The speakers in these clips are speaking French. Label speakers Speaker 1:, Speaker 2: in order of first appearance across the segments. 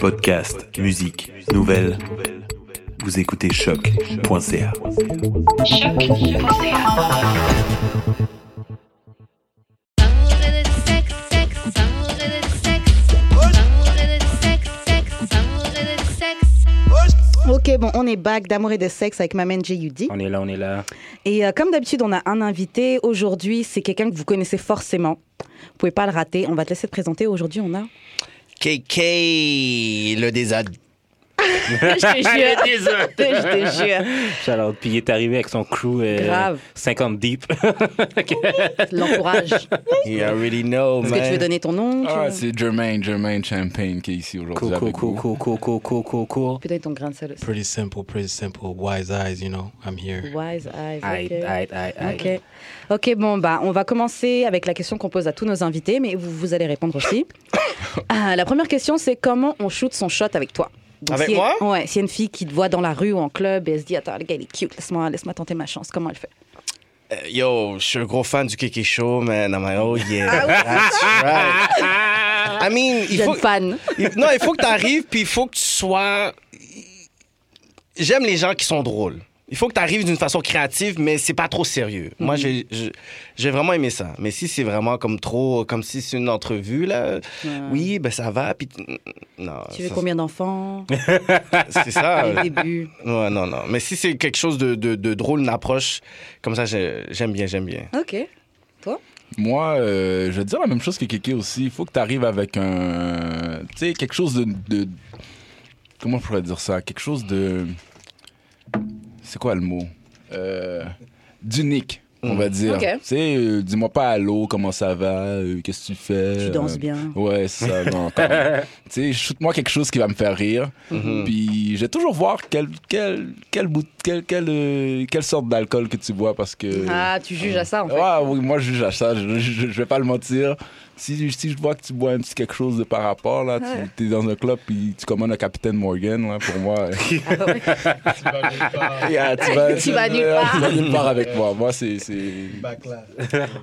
Speaker 1: Podcast, musique, nouvelles. Vous écoutez choc.ca.
Speaker 2: Ok, bon, on est back d'amour et de sexe avec Maman J.U.D.
Speaker 3: On est là, on est là.
Speaker 2: Et euh, comme d'habitude, on a un invité. Aujourd'hui, c'est quelqu'un que vous connaissez forcément. Vous pouvez pas le rater. On va te laisser te présenter. Aujourd'hui, on a.
Speaker 4: KK, le désad.
Speaker 2: je te jure.
Speaker 3: Désolé.
Speaker 2: je te jure.
Speaker 3: Shout-out. Puis il est arrivé avec son crew euh,
Speaker 2: Grave.
Speaker 3: 50 deep.
Speaker 2: L'encourage. Est-ce
Speaker 4: You already know,
Speaker 2: que tu veux
Speaker 4: man.
Speaker 2: donner ton nom tu
Speaker 5: Ah,
Speaker 2: veux-
Speaker 5: c'est Jermaine, Jermaine Champagne qui est ici aujourd'hui
Speaker 3: Cool, cool,
Speaker 5: avec
Speaker 3: cool,
Speaker 5: vous.
Speaker 3: cool, cool, cool, cool, cool, cool.
Speaker 2: Tu peux donner ton grain de sel aussi.
Speaker 6: pretty simple, pretty simple. Wise eyes, you know, I'm here.
Speaker 2: Wise eyes.
Speaker 3: Aïe,
Speaker 2: ok.
Speaker 3: aïe, aïe, aïe.
Speaker 2: Ok. Ok, bon, bah, on va commencer avec la question qu'on pose à tous nos invités, mais vous, vous allez répondre aussi. Ah, la première question, c'est comment on shoot son shot avec toi Donc,
Speaker 4: Avec
Speaker 2: s'il y a-
Speaker 4: moi
Speaker 2: Ouais, s'il y a une fille qui te voit dans la rue ou en club et elle se dit Attends, le gars, il est cute, laisse-moi laisse tenter ma chance. Comment elle fait
Speaker 4: Euh, Yo, je suis un gros fan du KK Show, man. I'm like, oh yeah, that's right. I mean, il
Speaker 2: Ah Jeune
Speaker 4: faut, Ah,
Speaker 2: fan.
Speaker 4: il- non, il faut que t'arrives, puis il faut que tu sois. J'aime les gens qui sont drôles. Il faut que t'arrives d'une façon créative, mais c'est pas trop sérieux.
Speaker 2: Mm-hmm.
Speaker 4: Moi, j'ai je- j'ai vraiment aimé ça. Mais si c'est vraiment comme trop, comme si c'est une entrevue là, oui, ben ça va. Puis non,
Speaker 2: Tu veux
Speaker 4: ça-
Speaker 2: combien d'enfants
Speaker 4: c'est ça.
Speaker 2: Les débuts.
Speaker 4: Ouais, non, non. Mais si c'est quelque chose de, de, de drôle, une approche, comme ça, j'ai- j'aime bien, j'aime bien.
Speaker 2: Ok. Toi
Speaker 5: Moi, euh, je vais dire la même chose que Kéké aussi. Il faut que tu arrives avec un. Tu sais, quelque chose de, de- Comment je pourrais dire ça Quelque chose de. C'est quoi le mot Euh, D'unique, on va dire.
Speaker 2: Mm. Ok.
Speaker 5: Tu sais, euh, dis-moi pas allô, comment ça va, euh, qu'est-ce que tu fais.
Speaker 2: Tu
Speaker 5: euh,
Speaker 2: danses bien.
Speaker 5: Ouais, c'est ça. non, comme- tu sais, shoot-moi quelque chose qui va me faire rire.
Speaker 2: Mm-hmm.
Speaker 5: Puis je vais toujours voir quel, quel, quel bout, quel, quel, euh, quelle sorte d'alcool que tu bois parce
Speaker 4: Euh.
Speaker 5: que.
Speaker 2: Ah, tu juges à ça en fait.
Speaker 5: Ouais, oui, moi je juge à ça, je, je, je vais pas le mentir. Si, si je vois que tu bois un petit quelque chose de par rapport, là, tu es dans un club puis tu commandes un Capitaine Morgan, là, pour moi. yeah, tu vas,
Speaker 2: Ah Tu vas nulle part.
Speaker 5: tu vas nulle part avec moi. Moi, c'est. c'est-
Speaker 3: Bah,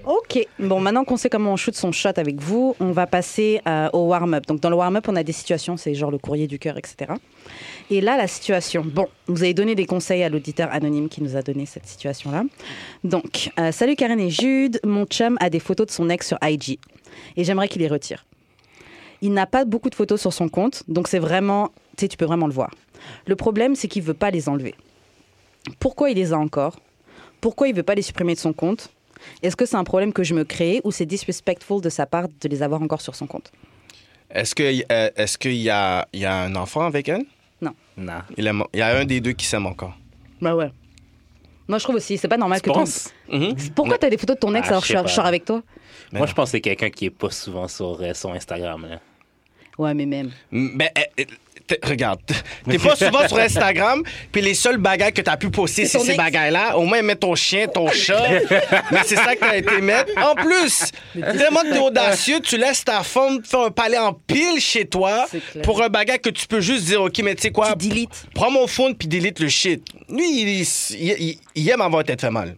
Speaker 2: Ok, bon, maintenant qu'on sait comment on shoot son shot avec vous, on va passer euh, au warm-up. Donc, dans le warm-up, on a des situations, c'est genre le courrier du cœur, etc. Et là, la situation. Bon, vous avez donné des conseils à l'auditeur anonyme qui nous a donné cette situation-là. Donc, euh, salut Karen et Jude, mon chum a des photos de son ex sur IG et j'aimerais qu'il les retire. Il n'a pas beaucoup de photos sur son compte, donc c'est vraiment, tu sais, tu peux vraiment le voir. Le problème, c'est qu'il veut pas les enlever. Pourquoi il les a encore Pourquoi il veut pas les supprimer de son compte est-ce que c'est un problème que je me crée ou c'est disrespectful de sa part de les avoir encore sur son compte
Speaker 4: Est-ce que euh, est-ce qu'il y a, il y a un enfant avec elle?
Speaker 3: Non.
Speaker 2: Ah,
Speaker 4: Il, aime- il y a un des deux qui s'aime encore.
Speaker 2: Bah ouais. Moi je trouve aussi, c'est pas normal
Speaker 3: Tu
Speaker 2: que ton...
Speaker 3: penses?
Speaker 2: Pourquoi t'as des photos de ton ex
Speaker 3: Ah,
Speaker 2: alors
Speaker 3: je
Speaker 2: je
Speaker 3: sais
Speaker 2: suis je suis
Speaker 3: pas.
Speaker 2: avec toi
Speaker 3: Moi, je pense que c'est quelqu'un qui est pas souvent sur euh, son Instagram. Là.
Speaker 2: Ouais mais même.
Speaker 4: Mm, Ben, eh, eh, t'es- regarde, t'es pas souvent sur Instagram, puis les seuls bagailles que t'as pu poster,
Speaker 2: C'est
Speaker 4: c'est
Speaker 2: ton
Speaker 4: ces
Speaker 2: ex.
Speaker 4: bagailles-là. Au moins, mets ton chien, ton chat. Mais c'est ça que t'as été mettre. En plus, vraiment, t'es audacieux, tu laisses ta femme faire un palais en pile chez toi
Speaker 2: C'est clair.
Speaker 4: pour un bagage que tu peux juste dire, OK, mais tu sais quoi?
Speaker 2: Tu deletes.
Speaker 4: Prends mon phone puis delete le shit. Lui, il, il- il- il aime avoir tête fait mal.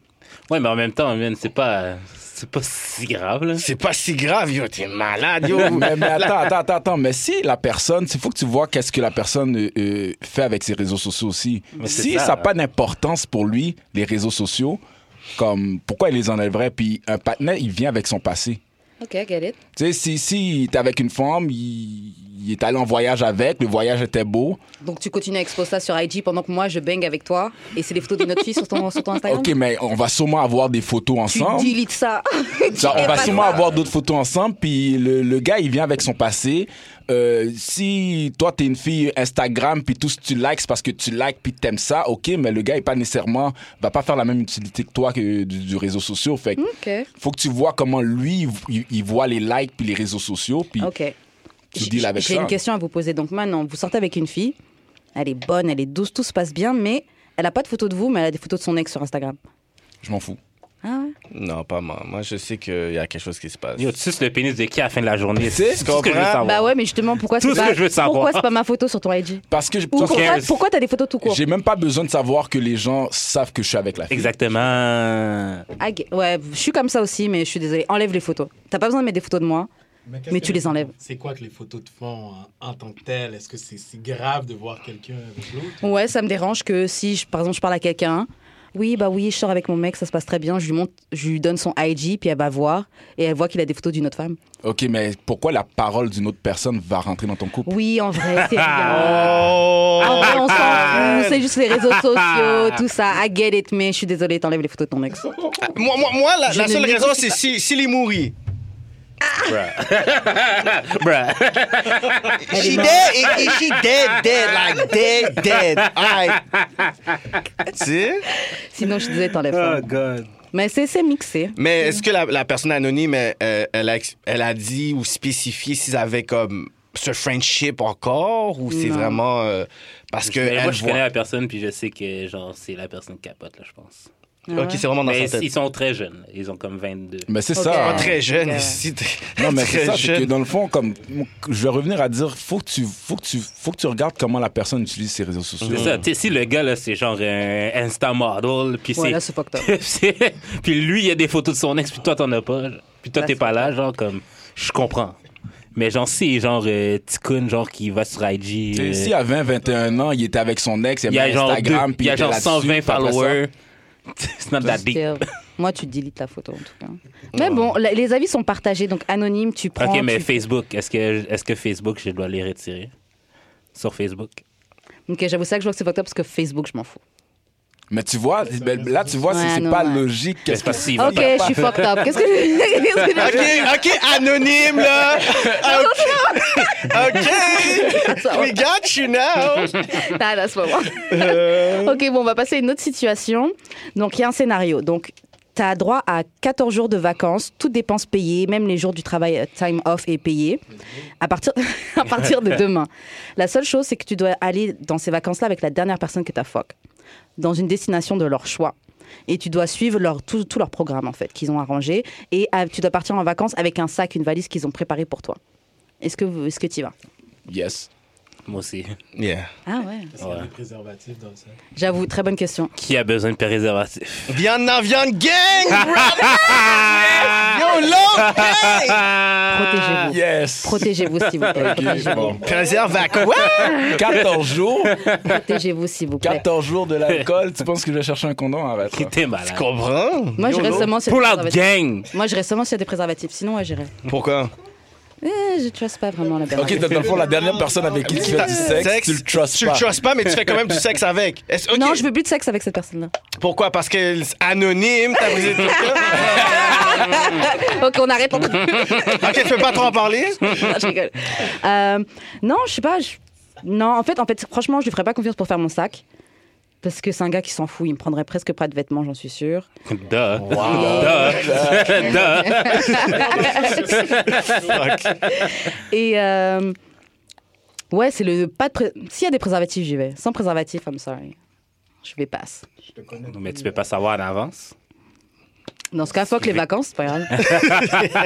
Speaker 3: Ouais, mais en même temps, man, c'est pas, c'est pas si grave. Là.
Speaker 4: C'est pas si grave, yo. T'es malade, yo.
Speaker 5: mais, mais attends, attends, attends, attends. Mais si la personne, il faut que tu vois qu'est-ce que la personne euh, euh, fait avec ses réseaux sociaux aussi.
Speaker 3: c'est
Speaker 5: Si
Speaker 3: ça.
Speaker 5: ça n'a pas d'importance pour lui, les réseaux sociaux, comme pourquoi il les enlèverait? Puis un patinet, il vient avec son passé.
Speaker 2: Ok, get it.
Speaker 5: Tu sais, si, si t'es avec une femme, il, il est allé en voyage avec, le voyage était beau.
Speaker 2: Donc tu continues à exposer ça sur IG pendant que moi je bang avec toi et c'est des photos de notre fille sur ton, sur ton Instagram
Speaker 5: Ok, mais on va sûrement avoir des photos
Speaker 2: Tu
Speaker 5: ensemble.
Speaker 2: deletes ça.
Speaker 5: Ça, on va
Speaker 2: pas
Speaker 5: sûrement
Speaker 2: ça.
Speaker 5: avoir d'autres photos ensemble. Puis le, le gars, il vient avec son passé. Euh, si toi, t'es une fille Instagram, puis tout ce que tu likes, c'est parce que tu likes, puis t'aimes ça, ok, mais le gars, il pas nécessairement, va pas faire la même utilité que toi que du, du réseau social. Fait que
Speaker 2: ok.
Speaker 5: faut que tu vois comment lui, il, il voit les likes, puis les réseaux sociaux, puis
Speaker 2: Ok.
Speaker 5: tu
Speaker 2: J-
Speaker 5: deals avec
Speaker 2: J'ai
Speaker 5: ça.
Speaker 2: une question à vous poser. Donc maintenant, vous sortez avec une fille, elle est bonne, elle est douce, tout se passe bien, mais elle a pas de photos de vous, mais elle a des photos de son ex sur Instagram.
Speaker 5: Je m'en fous.
Speaker 2: Ah ouais
Speaker 4: Non, pas moi. Moi, je sais qu'il y a quelque chose qui se passe.
Speaker 3: Yo, tu suces le pénis de qui à la fin de la journée?
Speaker 5: sais,
Speaker 3: C'est tout ce que je veux
Speaker 4: comprends?
Speaker 3: savoir.
Speaker 2: Bah ouais, mais justement, pourquoi
Speaker 3: Tout
Speaker 2: c'est
Speaker 3: ce
Speaker 2: pas,
Speaker 3: que je veux savoir.
Speaker 2: pourquoi c'est pas ma photo sur ton IG
Speaker 5: Parce que je
Speaker 2: Ou
Speaker 5: parce que-
Speaker 2: pourquoi,
Speaker 3: cares?
Speaker 2: pourquoi t'as des photos tout court
Speaker 5: J'ai même pas besoin de savoir que les gens savent que je suis avec la fille.
Speaker 3: Exactement.
Speaker 2: Ah, gu- Ouais, je suis comme ça aussi, mais je suis désolée. Enlève les photos. T'as pas besoin de mettre des photos de moi.
Speaker 6: qu'est-ce
Speaker 2: Mais
Speaker 6: que
Speaker 2: tu les enlèves.
Speaker 6: C'est quoi que les photos te font hein, en tant que telles? Est-ce que c'est si grave de voir quelqu'un avec l'autre?
Speaker 2: Ouais, ça me dérange que si, je- par exemple, je parle à quelqu'un, oui, bah oui, je sors avec mon mec, ça se passe très bien, je lui, montre, je lui donne son IG, puis elle va voir, et elle voit qu'il a des photos d'une autre femme.
Speaker 5: Ok, mais pourquoi la parole d'une autre personne va rentrer dans ton couple
Speaker 2: Oui, en vrai, c'est rien.
Speaker 4: Oh!
Speaker 2: En vrai, on s'en fout, c'est juste les réseaux sociaux, tout ça. I get it, mais je suis désolée, t'enlèves les photos de ton ex.
Speaker 3: Ah,
Speaker 4: Moi, moi, moi, la,
Speaker 2: Je
Speaker 4: la
Speaker 2: ne
Speaker 4: seule raison,
Speaker 2: m'écoute
Speaker 4: c'est si, s'il est mouru.
Speaker 3: Bruh.
Speaker 4: She dead, i- i- she dead, dead, like dead, dead. Alright. Tu sais?
Speaker 2: Sinon, je disais, t'enlèves
Speaker 3: Oh,
Speaker 2: pas.
Speaker 3: God.
Speaker 2: Mais c'est c'est mixé.
Speaker 4: Mais est-ce que la, la personne anonyme, elle, elle- elle a, ex- elle a dit ou spécifié s'ils avaient comme ce friendship encore ou c'est
Speaker 2: Non.
Speaker 4: vraiment euh, parce que
Speaker 3: Mais
Speaker 4: elle
Speaker 3: moi, je connais
Speaker 4: voit.
Speaker 3: la personne, puis je sais que genre c'est la personne qui capote, là, je pense.
Speaker 4: Ok, c'est vraiment dans
Speaker 3: Mais
Speaker 4: sa tête.
Speaker 3: ils sont très jeunes. là. Ils ont comme 22.
Speaker 5: Mais c'est
Speaker 2: Ok.
Speaker 5: ça.
Speaker 4: Pas très jeune
Speaker 2: Ouais.
Speaker 4: ici.
Speaker 5: Non, mais c'est
Speaker 4: Très
Speaker 5: ça, c'est que
Speaker 4: jeune.
Speaker 5: dans le fond, comme, je vais revenir à dire, faut que tu, faut que tu, faut que tu regardes comment la personne utilise ses réseaux sociaux.
Speaker 3: C'est ça. Tu sais, si le gars, là, c'est genre un Insta model, puis
Speaker 2: Ouais, là, c'est
Speaker 3: c'est.
Speaker 2: fucked up.
Speaker 3: c'est- puis lui, il y a des photos de son ex, puis toi, t'en as pas. genre. Puis toi,
Speaker 2: Là,
Speaker 3: t'es
Speaker 2: Bah, c'est
Speaker 3: pas là, genre, comme. Je comprends. Mais genre, si, genre, euh, Ticoun, genre, qui va sur IG. euh,
Speaker 5: T'sais, Si à 20, 21 ans, il était avec son ex, il
Speaker 3: il y a
Speaker 5: aimait
Speaker 3: genre,
Speaker 5: Instagram,
Speaker 3: deux-
Speaker 5: puis
Speaker 3: il y a
Speaker 5: était
Speaker 3: genre
Speaker 5: là-dessus,
Speaker 3: 120
Speaker 5: puis après ça-
Speaker 3: followers. It's not that big.
Speaker 2: Still. Moi, tu délite la photo en tout cas. Mais bon, la- les avis sont partagés, donc anonyme, tu prends.
Speaker 3: Ok, mais
Speaker 2: tu-
Speaker 3: Facebook, est-ce que, est que Facebook, je dois les retirer sur Facebook?
Speaker 2: Ok, j'avoue ça que je vois que c'est fucked up parce que Facebook, je m'en fous.
Speaker 5: Mais tu vois, ben, là, tu vois, c'est-
Speaker 2: Ouais,
Speaker 5: c'est
Speaker 2: non,
Speaker 5: pas
Speaker 2: ouais.
Speaker 5: logique. Qu'est-ce
Speaker 3: C'est pas
Speaker 5: que
Speaker 3: si, il va
Speaker 2: Ok, je suis fucked up. Qu'est-ce que je. qu'est-ce que
Speaker 4: Ok,
Speaker 2: je-
Speaker 4: ok, anonyme là. Ok.
Speaker 2: Attends.
Speaker 4: ok. We got you now.
Speaker 2: Ah, là, c'est pas moi. ok, bon, on va passer à une autre situation. Donc, il y a un scénario. Donc, tu as droit à 14 jours de vacances, toutes dépenses payées, même les jours du travail euh, time off est payé, à partir, à partir de demain. La seule chose, c'est que tu dois aller dans ces vacances-là avec la dernière personne que tu as fuck, dans une destination de leur choix. Et tu dois suivre leur, tout, tout leur programme, en fait, qu'ils ont arrangé. Et euh, tu dois partir en vacances avec un sac, une valise qu'ils ont préparée pour toi. Est-ce que tu est y vas
Speaker 5: Yes.
Speaker 3: Moi aussi.
Speaker 4: Yeah.
Speaker 2: Ah ouais.
Speaker 6: Est-ce qu'il y a
Speaker 3: Ouais.
Speaker 6: des préservatifs dans ça?
Speaker 2: J'avoue, très bonne question.
Speaker 3: Qui a besoin de préservatif?
Speaker 4: Viande dans viande gang.
Speaker 5: Ah!
Speaker 4: brother. Yo, long gang.
Speaker 2: Protégez-vous.
Speaker 5: Euh, Yes.
Speaker 2: Protégez-vous, s'il vous plaît.
Speaker 5: Ok, bon.
Speaker 4: Préserve à quoi?
Speaker 5: 14 jours,
Speaker 2: Protégez-vous, s'il vous plaît.
Speaker 5: 14 jours de l'alcool, tu penses que je vais chercher un condom? Arrête. là.
Speaker 3: T'es
Speaker 4: Tu
Speaker 3: malade.
Speaker 4: comprends?
Speaker 2: Moi, je reste seulement sur
Speaker 3: Pull
Speaker 2: les
Speaker 3: out
Speaker 2: préservatifs.
Speaker 3: gang!
Speaker 2: Moi, je reste seulement sur des préservatifs. Sinon, ouais, j'irai.
Speaker 4: Pourquoi?
Speaker 2: Eh, je trust pas vraiment la personne.
Speaker 5: Ok, dans dans le fond, la dernière personne avec qui tu fais du sexe, tu le trustes
Speaker 4: tu
Speaker 5: pas.
Speaker 4: le trustes pas, mais tu fais quand même du sexe avec. Est-ce- ok.
Speaker 2: Non, je veux plus de sexe avec cette personne-là.
Speaker 4: Pourquoi? Parce que c'est anonyme, t'as brisé tout ça.
Speaker 2: ok, on arrête. je
Speaker 4: Ok, tu peux pas trop en parler?
Speaker 2: rigole. Euh, non, je sais pas. je- Non, en fait, en fait, franchement, je lui ferais pas confiance pour faire mon sac. Parce que c'est un gars qui s'en fout. Il me prendrait presque pas de vêtements, j'en suis sûre.
Speaker 3: Duh. Duh. Duh.
Speaker 2: Et euh, ouais, c'est le pas de. pré- S'il y a des préservatifs, j'y vais. Sans préservatif, I'm sorry. Je vais passe.
Speaker 3: Mais tu peux pas savoir en avance.
Speaker 2: Dans ce cas, fuck les vacances, c'est pas grave.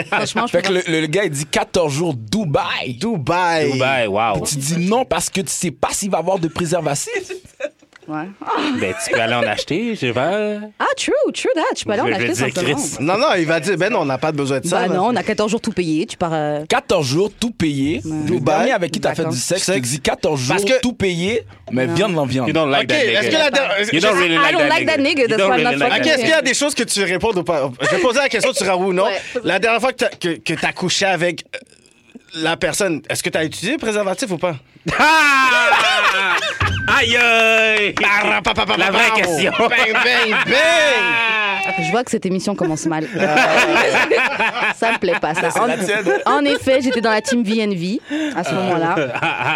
Speaker 2: Franchement, je
Speaker 5: Fait que
Speaker 2: peux
Speaker 5: le, le gars, il dit 14 jours Dubaï.
Speaker 4: Dubaï.
Speaker 3: Dubaï, ben, wow.
Speaker 5: Tu dis non parce que tu sais pas s'il va avoir de préservatif.
Speaker 2: pas- ouais.
Speaker 3: Ben, tu peux aller en acheter, je vais.
Speaker 2: Ah, true, true that. Je peux aller en
Speaker 3: Je vais
Speaker 2: acheter
Speaker 3: dire
Speaker 2: simplement.
Speaker 3: Chris.
Speaker 4: Non, non, il va dire, ben non, on n'a pas besoin de ça.
Speaker 2: Bah
Speaker 4: là.
Speaker 2: non, on a 14 jours tout payé. Tu pars. euh,
Speaker 5: 14 jours, tout payé. Le
Speaker 4: Dubaï,
Speaker 5: dernier avec qui t'as fait
Speaker 2: vacances.
Speaker 5: du sexe,
Speaker 4: Sexe.
Speaker 5: tu dis 14 jours,
Speaker 4: Parce que-
Speaker 5: tout payé, mais
Speaker 2: Non.
Speaker 5: viande en
Speaker 3: You
Speaker 5: viande.
Speaker 3: don't like
Speaker 4: Ok,
Speaker 3: that
Speaker 4: est-ce que
Speaker 3: nigga.
Speaker 4: la dernière.
Speaker 3: You don't really
Speaker 2: I
Speaker 3: like
Speaker 2: don't
Speaker 3: that
Speaker 2: like that nigga,
Speaker 3: You
Speaker 2: that's
Speaker 3: don't
Speaker 2: why I'm
Speaker 3: really
Speaker 2: not
Speaker 4: Ok,
Speaker 3: like that
Speaker 2: fucking
Speaker 4: est-ce
Speaker 3: nigga.
Speaker 4: qu'il y a des choses que tu réponds ou pas? Je vais poser la question, tu Raoult ou non.
Speaker 2: Ouais.
Speaker 4: La dernière fois que t'as- que- que t'as couché avec euh, la personne, est-ce que t'as utilisé le préservatif ou pas?
Speaker 3: Ah! Aïe aïe!
Speaker 4: Bah,
Speaker 3: La vraie question.
Speaker 4: Bang, bang, bang!
Speaker 2: Je vois que cette émission commence mal. Euh, ça me plaît pas, ça. En, en effet, j'étais dans la team VNV à ce moment-là.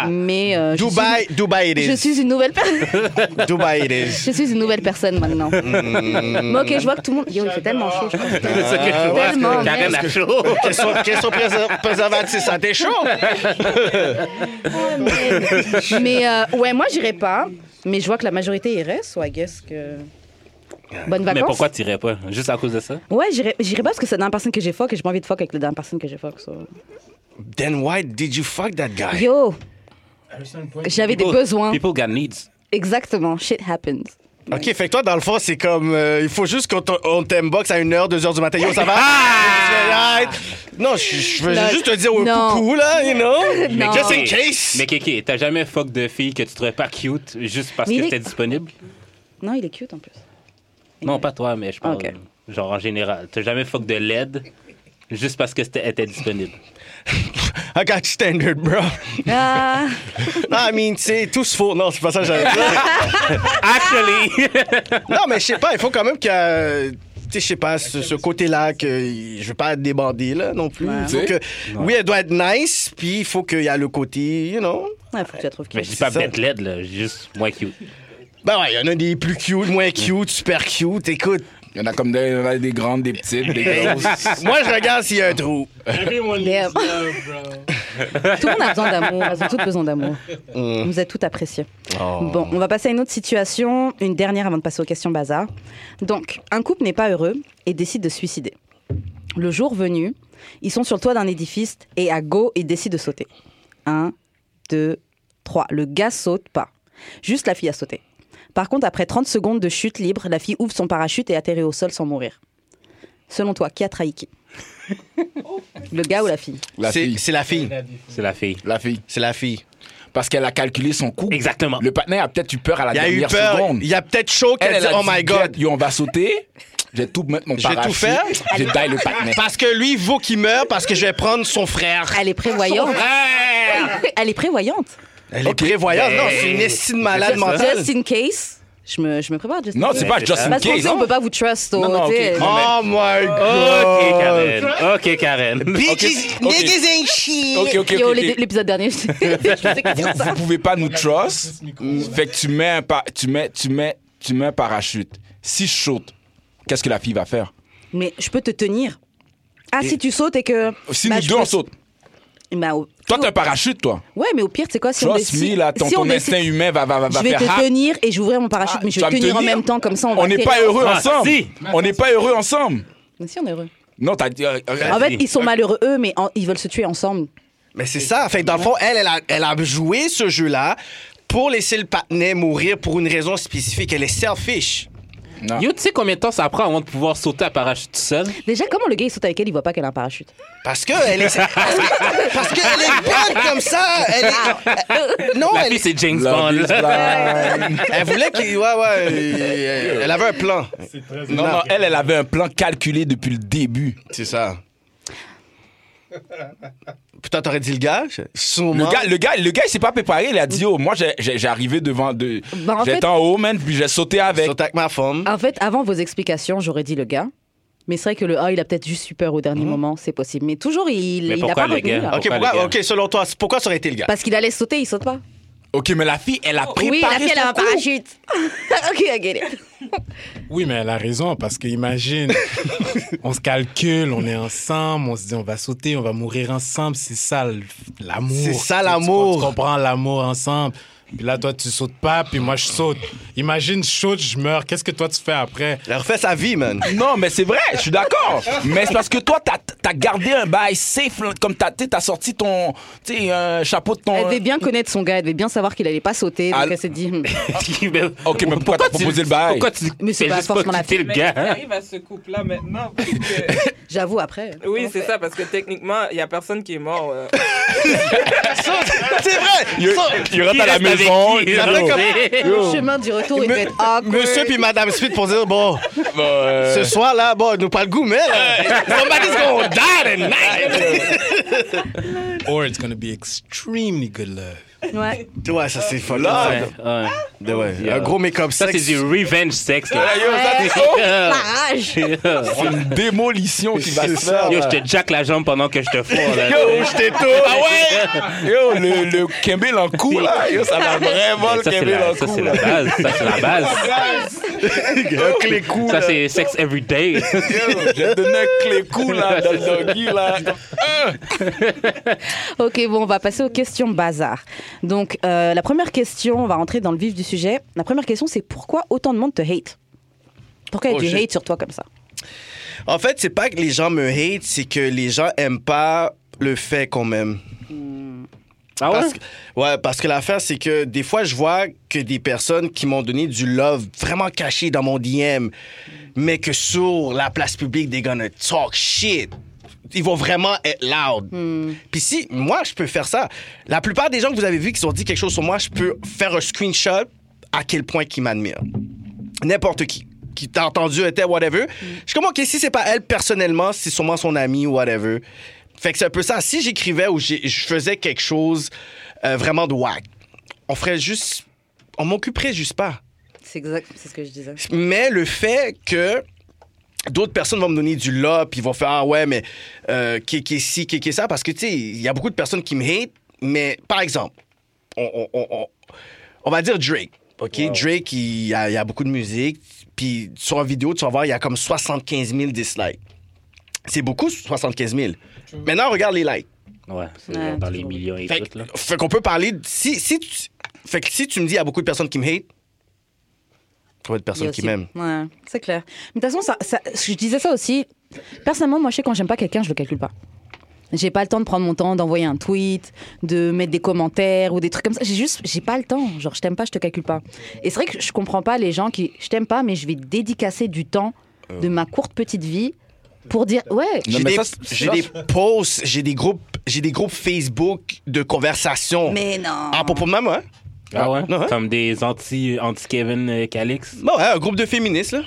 Speaker 2: Mais. euh, je suis-
Speaker 4: Dubaï, Dubaï it
Speaker 2: Je
Speaker 4: is.
Speaker 2: suis une nouvelle personne.
Speaker 4: Dubaï it is.
Speaker 2: Je suis une nouvelle personne maintenant. Mais ok, je vois que tout le monde. Yo, il fait tellement chaud. Je pense que-
Speaker 3: C'est ça Mm. que je vois.
Speaker 2: Tellement,
Speaker 3: Karen
Speaker 2: merde.
Speaker 3: a chaud.
Speaker 4: Question, question préser- préservatif, ça t'est chaud?
Speaker 2: mais euh, ouais, moi j'irai pas. Mais je vois que la majorité irait, so I guess que. Bonnes vacances.
Speaker 3: Mais pourquoi t'irais pas? Juste à cause de ça?
Speaker 2: Ouais, j'irai j'irai pas parce que c'est la dernière personne que j'ai fuck et j'ai pas envie de fuck avec la dernière personne que j'ai fuck. so.
Speaker 4: Then why did you fuck that guy?
Speaker 2: Yo, j'avais des besoins.
Speaker 3: People got needs.
Speaker 2: Exactement, shit happens.
Speaker 4: OK, fait que toi, dans le fond, c'est comme. euh, il faut juste qu'on t- on t'inbox à 1h, 2h du matin. Yo, ça va? Ah! Non, je- je veux
Speaker 2: Non.
Speaker 4: juste te dire ouais,
Speaker 2: Non.
Speaker 4: coucou, là, you know?
Speaker 2: Non.
Speaker 4: Just in case!
Speaker 3: Mais Kéké, t'as jamais fuck de fille que tu trouvais pas cute juste parce
Speaker 2: Mais
Speaker 3: que
Speaker 2: il est-
Speaker 3: t'étais disponible?
Speaker 2: Non, il est cute en plus.
Speaker 3: Non, pas toi, mais je parle.
Speaker 2: Ok.
Speaker 3: Genre en général. T'as jamais fuck de LED juste parce que c'était était disponible.
Speaker 4: I got you standard, bro.
Speaker 2: Ah,
Speaker 4: I mean, tu sais, tous faux. Non, c'est pas ça que j'avais dit.
Speaker 2: Ah!
Speaker 3: Actually!
Speaker 4: Non, mais je sais pas, il faut quand même qu'il y a. euh, Tu sais, je sais pas, ce, ce côté-là, que il- je veux pas débander, là, non plus. Il faut
Speaker 5: Ouais.
Speaker 4: que, oui, elle doit être nice, puis il faut qu'il y a le côté, you know.
Speaker 2: ouais, faut que tu la trouves cute.
Speaker 3: mais je dis pas
Speaker 4: C'est ça.
Speaker 3: bête LED, là, juste moins cute.
Speaker 4: Ben ouais, il y en a des plus cute, moins cute, super cute. Écoute,
Speaker 5: Il y en a comme des, il y en a des grandes, des petites, des grosses.
Speaker 4: moi, je regarde s'il y a un trou.
Speaker 6: Everyone
Speaker 2: Damn.
Speaker 6: needs love, bro.
Speaker 2: Tout le monde a besoin d'amour. Elles ont toutes besoin d'amour.
Speaker 4: Mm.
Speaker 2: Vous êtes toutes appréciées. Bon, on va passer à une autre situation, une dernière avant de passer aux questions bazar. Donc, un couple n'est pas heureux et décide de se suicider. Le jour venu, ils sont sur le toit d'un édifice et à go, ils décident de sauter. Un, deux, trois. Le gars saute pas. Juste la fille a sauté. Par contre, après 30 secondes de chute libre, la fille ouvre son parachute et atterrit au sol sans mourir. Selon toi, qui a trahi qui Le gars ou la fille
Speaker 5: La
Speaker 4: C'est-
Speaker 5: fille.
Speaker 4: C'est la fille.
Speaker 3: C'est la fille.
Speaker 5: La fille.
Speaker 4: C'est la fille.
Speaker 5: Parce qu'elle a calculé son coût.
Speaker 3: Exactement.
Speaker 5: Le partenaire a peut-être eu peur à la
Speaker 4: Il y a eu
Speaker 5: dernière
Speaker 4: peur.
Speaker 5: seconde.
Speaker 4: Il y a peut-être chaud
Speaker 5: Elle,
Speaker 4: qu'elle dit
Speaker 5: elle a
Speaker 4: Oh
Speaker 5: dit,
Speaker 4: my God.
Speaker 5: Jet, Yo, on va sauter. J'ai tout mettre mon
Speaker 4: Je vais
Speaker 5: parachute.
Speaker 4: tout faire.
Speaker 5: J'ai die le partenaire.
Speaker 4: Parce que lui, il vaut qu'il meure parce que je vais prendre son frère.
Speaker 2: Elle est prévoyante. Elle est prévoyante.
Speaker 4: Elle est prévoyante. Non,
Speaker 5: Ben,
Speaker 4: c'est une estime malade mentale.
Speaker 2: Just in case, je me, je me prépare. Just
Speaker 5: Non,
Speaker 2: in
Speaker 5: c'est
Speaker 2: case.
Speaker 5: pas just in
Speaker 2: Parce qu'on
Speaker 5: case.
Speaker 2: sait, on peut pas vous trust.
Speaker 5: Non, non,
Speaker 2: oh,
Speaker 5: ok.
Speaker 2: t'sais.
Speaker 5: Non,
Speaker 4: Oh my
Speaker 3: Ok,
Speaker 5: Oh!
Speaker 4: God.
Speaker 3: Karen. Ok, Karen.
Speaker 4: Bitches,
Speaker 5: Ok.
Speaker 4: niggas ain't shit.
Speaker 5: Ok, ok,
Speaker 2: Yo,
Speaker 5: ok.
Speaker 2: l'é-
Speaker 5: ok.
Speaker 2: l'épisode dernier, je faisais que dire
Speaker 5: Vous
Speaker 2: ça.
Speaker 5: pouvez pas nous
Speaker 6: Juste
Speaker 5: trust.
Speaker 6: micro.
Speaker 5: Fait que tu mets un pa- tu mets, tu mets, tu mets un parachute. Si je saute, qu'est-ce que la fille va faire
Speaker 2: Mais je peux te tenir. Ah, si tu sautes et que.
Speaker 5: Si
Speaker 2: Bah,
Speaker 5: nous
Speaker 2: je
Speaker 5: deux
Speaker 2: peux-
Speaker 5: on saute.
Speaker 2: Bah, au-
Speaker 5: Toi t'as un parachute toi.
Speaker 2: Ouais, mais au pire, c'est quoi si on
Speaker 5: Trust
Speaker 2: décide-
Speaker 5: me là, ton,
Speaker 2: si on
Speaker 5: ton
Speaker 2: décide-
Speaker 5: instinct humain va va va, va
Speaker 2: Je vais
Speaker 5: faire
Speaker 2: te
Speaker 5: ah,
Speaker 2: tenir et j'ouvrir mon parachute, mais je
Speaker 5: tu
Speaker 2: vais
Speaker 5: vas
Speaker 2: te
Speaker 5: me
Speaker 2: tenir en
Speaker 5: tenir.
Speaker 2: même temps, comme ça on va.
Speaker 5: On n'est
Speaker 2: atterrir.
Speaker 5: pas heureux
Speaker 3: Ah,
Speaker 5: ensemble.
Speaker 3: si.
Speaker 5: On n'est pas heureux ensemble.
Speaker 2: Mais si, on est heureux.
Speaker 5: Non t'as dit. euh,
Speaker 2: En
Speaker 5: regarde.
Speaker 2: fait, ils sont malheureux, eux, mais en- ils veulent se tuer ensemble.
Speaker 4: Mais c'est ça. Fait que dans le fond, elle, elle a, elle a joué ce jeu-là pour laisser le patinet mourir pour une raison spécifique. Elle est selfish.
Speaker 5: Ah.
Speaker 3: Yo, tu sais combien de temps ça prend avant de pouvoir sauter à parachute seul?
Speaker 2: Déjà, comment le gars il saute avec elle, il voit pas qu'elle a un parachute
Speaker 4: Parce que elle est, parce que elle est bonne comme ça. Elle est- non,
Speaker 3: La
Speaker 4: elle,
Speaker 3: fille, c'est James Bond.
Speaker 5: Love is
Speaker 3: là.
Speaker 5: blind.
Speaker 4: elle voulait qu'il, ouais, ouais, elle- elle avait un plan.
Speaker 6: C'est très
Speaker 5: Non, non, elle, elle avait un plan calculé depuis le début.
Speaker 4: C'est ça. Putain, t'aurais dit le gars,
Speaker 5: Le
Speaker 4: sûrement.
Speaker 5: gars, le gars, le gars, il s'est pas préparé. Il a dit, oh, moi, j'ai- j'ai j'ai arrivé devant deux.
Speaker 2: Bah, en
Speaker 5: J'étais
Speaker 2: fait-
Speaker 5: en haut, man, puis j'ai sauté avec.
Speaker 4: Saute avec ma femme.
Speaker 2: En fait, avant vos explications, j'aurais dit le gars. Mais c'est vrai que le A, il a peut-être juste eu peur au dernier moment, c'est possible. Mais toujours, il
Speaker 3: Mais
Speaker 2: il a
Speaker 3: pourquoi
Speaker 2: pas
Speaker 3: le
Speaker 2: retenu,
Speaker 3: gars
Speaker 2: là.
Speaker 4: Ok,
Speaker 3: Pourquoi
Speaker 4: pourquoi,
Speaker 3: le gars?
Speaker 4: ok, selon toi, pourquoi ça aurait été le gars?
Speaker 2: Parce qu'il allait sauter, il saute pas.
Speaker 5: Ok, mais la fille, elle a préparé.
Speaker 2: oui, la fille, elle a un
Speaker 5: son coup.
Speaker 2: parachute. ok, I get it.
Speaker 6: Oui, mais elle a raison, parce que imagine, on se calcule, on est ensemble, on se dit on va sauter, on va mourir ensemble, c'est ça l- l'amour.
Speaker 4: C'est ça,
Speaker 6: Tu-
Speaker 4: l'amour.
Speaker 6: Tu, tu comprends l'amour ensemble. Puis là, toi, tu sautes pas, puis moi, je saute. Imagine, je saute, je meurs. Qu'est-ce que toi, tu fais après?
Speaker 4: Elle refait sa vie, man.
Speaker 5: Non, mais c'est vrai, je suis d'accord. mais c'est parce que toi, t'as as gardé un bail safe, là, comme t'as t'sais, t'as sorti ton tu sais, un chapeau de ton.
Speaker 2: Elle devait bien connaître son gars, elle devait bien savoir qu'il allait pas sauter. Donc
Speaker 5: Al-
Speaker 2: elle s'est dit, hmm.
Speaker 3: mais
Speaker 5: Ok, mais pourquoi t'as
Speaker 3: tu-
Speaker 5: proposé le bail?
Speaker 3: Pourquoi tu
Speaker 2: Mais c'est
Speaker 3: fais
Speaker 2: pas
Speaker 3: juste
Speaker 2: forcément la
Speaker 3: quitter le
Speaker 7: Mais
Speaker 3: gars?
Speaker 7: qu'est-ce qui
Speaker 3: hein?
Speaker 7: arrive à ce couple-là maintenant Parce que-
Speaker 2: j'avoue après.
Speaker 7: Oui, c'est ça, parce que techniquement, il n'y a personne qui est mort. euh.
Speaker 4: C'est vrai!
Speaker 5: Il
Speaker 3: Qui
Speaker 5: rentre à la
Speaker 3: reste avec
Speaker 5: maison.
Speaker 3: qui,
Speaker 5: il-
Speaker 3: genre?
Speaker 5: Yo.
Speaker 2: Le chemin du retour, il devait être awkward.
Speaker 4: Monsieur puis Madame Smith pour dire bon,
Speaker 5: Bah, euh,
Speaker 4: ce soir là, bon, nous pas le goût, mais là, somebody's gonna die tonight.
Speaker 6: Or it's gonna be extremely good love.
Speaker 2: Ouais.
Speaker 4: ouais, ça c'est folle.
Speaker 3: Ah, Ouais,
Speaker 4: Ouais,
Speaker 3: ouais.
Speaker 4: ouais. Un gros make-up
Speaker 3: Ça, c'est
Speaker 4: sexe.
Speaker 3: du revenge sex.
Speaker 5: ah,
Speaker 3: Là.
Speaker 5: yo, ça,
Speaker 2: Eh,
Speaker 5: c'est- oh,
Speaker 2: La rage.
Speaker 5: on a une démolition qui va se
Speaker 4: C'est ça,
Speaker 5: faire.
Speaker 3: Yo,
Speaker 5: là.
Speaker 3: je te jack la jambe pendant que je te fous. Là.
Speaker 5: Yo, je t'étouffe. Ah ouais? Yo, le, le Kembe en cou, là. Yo, ça va vraiment le
Speaker 3: ça, c'est
Speaker 5: Kembe
Speaker 3: la,
Speaker 5: en
Speaker 3: ça,
Speaker 5: cou.
Speaker 3: c'est la base. Ça, c'est la base.
Speaker 4: Un clé cou.
Speaker 3: Ça, c'est sex every day.
Speaker 5: J'ai donné un clé cou, là, dans le doggy, là.
Speaker 2: Ok, bon, on va passer aux questions bazar. Donc, euh, la première question, on va rentrer dans le vif du sujet. La première question, c'est pourquoi autant de monde te hate Pourquoi il y
Speaker 4: Oh,
Speaker 2: a du
Speaker 4: shit.
Speaker 2: hate sur toi comme ça
Speaker 4: En fait, c'est pas que les gens me hate, c'est que les gens aiment pas le fait qu'on m'aime.
Speaker 3: Ah ouais?
Speaker 4: Parce que- ouais, parce que l'affaire, c'est que des fois, je vois que des personnes qui m'ont donné du love vraiment caché dans mon DM, mais que sur la place publique, they gonna talk shit. Ils vont vraiment être loud.
Speaker 3: Mm.
Speaker 4: Puis si, moi, je peux faire ça. La plupart des gens que vous avez vus qui ont dit quelque chose sur moi, je peux faire un screenshot à quel point qu'ils m'admirent. N'importe qui qui t'a entendu était whatever. Je suis comme, OK, si c'est pas elle personnellement, c'est sûrement son ami ou whatever. Fait que c'est un peu ça. Si j'écrivais ou j'ai- je faisais quelque chose euh, vraiment de whack, on ferait juste. On m'occuperait juste pas.
Speaker 2: C'est exact, c'est ce que je disais.
Speaker 4: Mais le fait que d'autres personnes vont me donner du là, puis ils vont faire Ah ouais, mais euh, qui qui est ci, qui qui est ça, parce que tu sais, il y a beaucoup de personnes qui me hate, mais par exemple, on, on- on- on- on va dire Drake. OK? Drake, il y a, il y a beaucoup de musique, puis sur une vidéo, tu vas voir, il y a comme 75 000 dislikes. C'est beaucoup, 75 000. Maintenant, regarde les likes.
Speaker 3: Ouais, c'est
Speaker 2: Ouais,
Speaker 3: dans les
Speaker 2: toujours.
Speaker 3: millions et
Speaker 4: Fait,
Speaker 3: tout, là.
Speaker 4: que- fait qu'on peut parler. de- Si, si tu, fait que si tu me dis, il y a beaucoup de personnes qui me hate, combien de personnes qui
Speaker 2: Il y a
Speaker 4: m'aiment?
Speaker 2: aussi- Ouais, c'est clair. Mais de toute façon, ça, ça- je disais ça aussi. Personnellement, moi, je sais quand j'aime pas quelqu'un, je le calcule pas. J'ai pas le temps de prendre mon temps, d'envoyer un tweet, de mettre des commentaires ou des trucs comme ça. J'ai juste, j'ai pas le temps. Genre, je t'aime pas, je te calcule pas. Et c'est vrai que je comprends pas les gens qui, je t'aime pas, mais je vais dédicacer du temps
Speaker 3: Euh.
Speaker 2: de ma courte petite vie pour dire, ouais,
Speaker 5: Non,
Speaker 4: J'ai
Speaker 5: mais
Speaker 4: des,
Speaker 5: ça, c'est-
Speaker 4: j'ai
Speaker 5: ça,
Speaker 4: des
Speaker 5: c'est-
Speaker 4: posts, j'ai des groupes, j'ai des groupes Facebook de conversation.
Speaker 2: mais non.
Speaker 4: À propos de maman, hein?
Speaker 3: Ah ouais?
Speaker 4: Ouais.
Speaker 3: Comme des anti- anti-Kevin euh, Calix.
Speaker 4: Bon, hein, un groupe de féministes, là.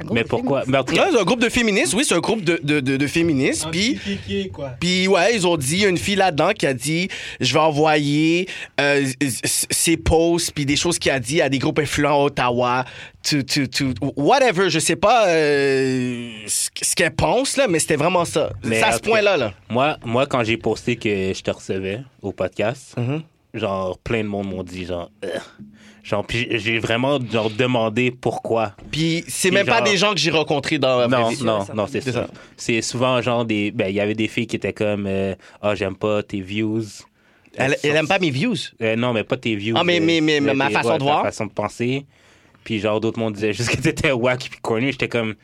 Speaker 2: Un gros
Speaker 3: Mais
Speaker 2: problème.
Speaker 3: pourquoi? Mais en tout
Speaker 4: Ouais,
Speaker 3: cas,
Speaker 4: c'est un groupe de féministes, oui, c'est un groupe de, de, de, de féministes. Puis,
Speaker 6: Piqué, quoi.
Speaker 4: puis, ouais, ils ont dit, il y a une fille là-dedans qui a dit, je vais envoyer euh, s- s- ses posts, puis des choses qu'elle a dit à des groupes influents à Ottawa, to, to, to, whatever, je sais pas euh, ce ce qu'elle pense, là, mais c'était vraiment ça.
Speaker 3: Mais
Speaker 4: C'est à ce
Speaker 3: après-
Speaker 4: point-là, là.
Speaker 3: moi, moi, quand j'ai posté que je te recevais au podcast,
Speaker 4: Mm-hmm.
Speaker 3: genre, plein de monde m'ont dit, genre, Ugh. genre, puis j'ai- j'ai vraiment, genre, demandé pourquoi.
Speaker 4: Puis, c'est
Speaker 3: Puis
Speaker 4: même pas
Speaker 3: genre-
Speaker 4: des gens que j'ai rencontrés dans la vraie
Speaker 3: Non,
Speaker 4: vie.
Speaker 3: non,
Speaker 2: ça.
Speaker 3: non, c'est
Speaker 4: C'est
Speaker 3: ça.
Speaker 4: ça.
Speaker 3: C'est souvent, genre, des. Ben, il y avait des filles qui étaient comme, euh, ah, j'aime pas tes views.
Speaker 4: Elle, elle aime pas mes views.
Speaker 3: Euh, non, mais pas tes views.
Speaker 4: Ah, mais-
Speaker 3: euh,
Speaker 4: mais- mais- mais ma
Speaker 3: tes-
Speaker 4: façon de
Speaker 3: ta
Speaker 4: voir.
Speaker 3: façon de penser. Puis genre, d'autres monde disaient juste que t'étais wack puis cornu. J'étais comme,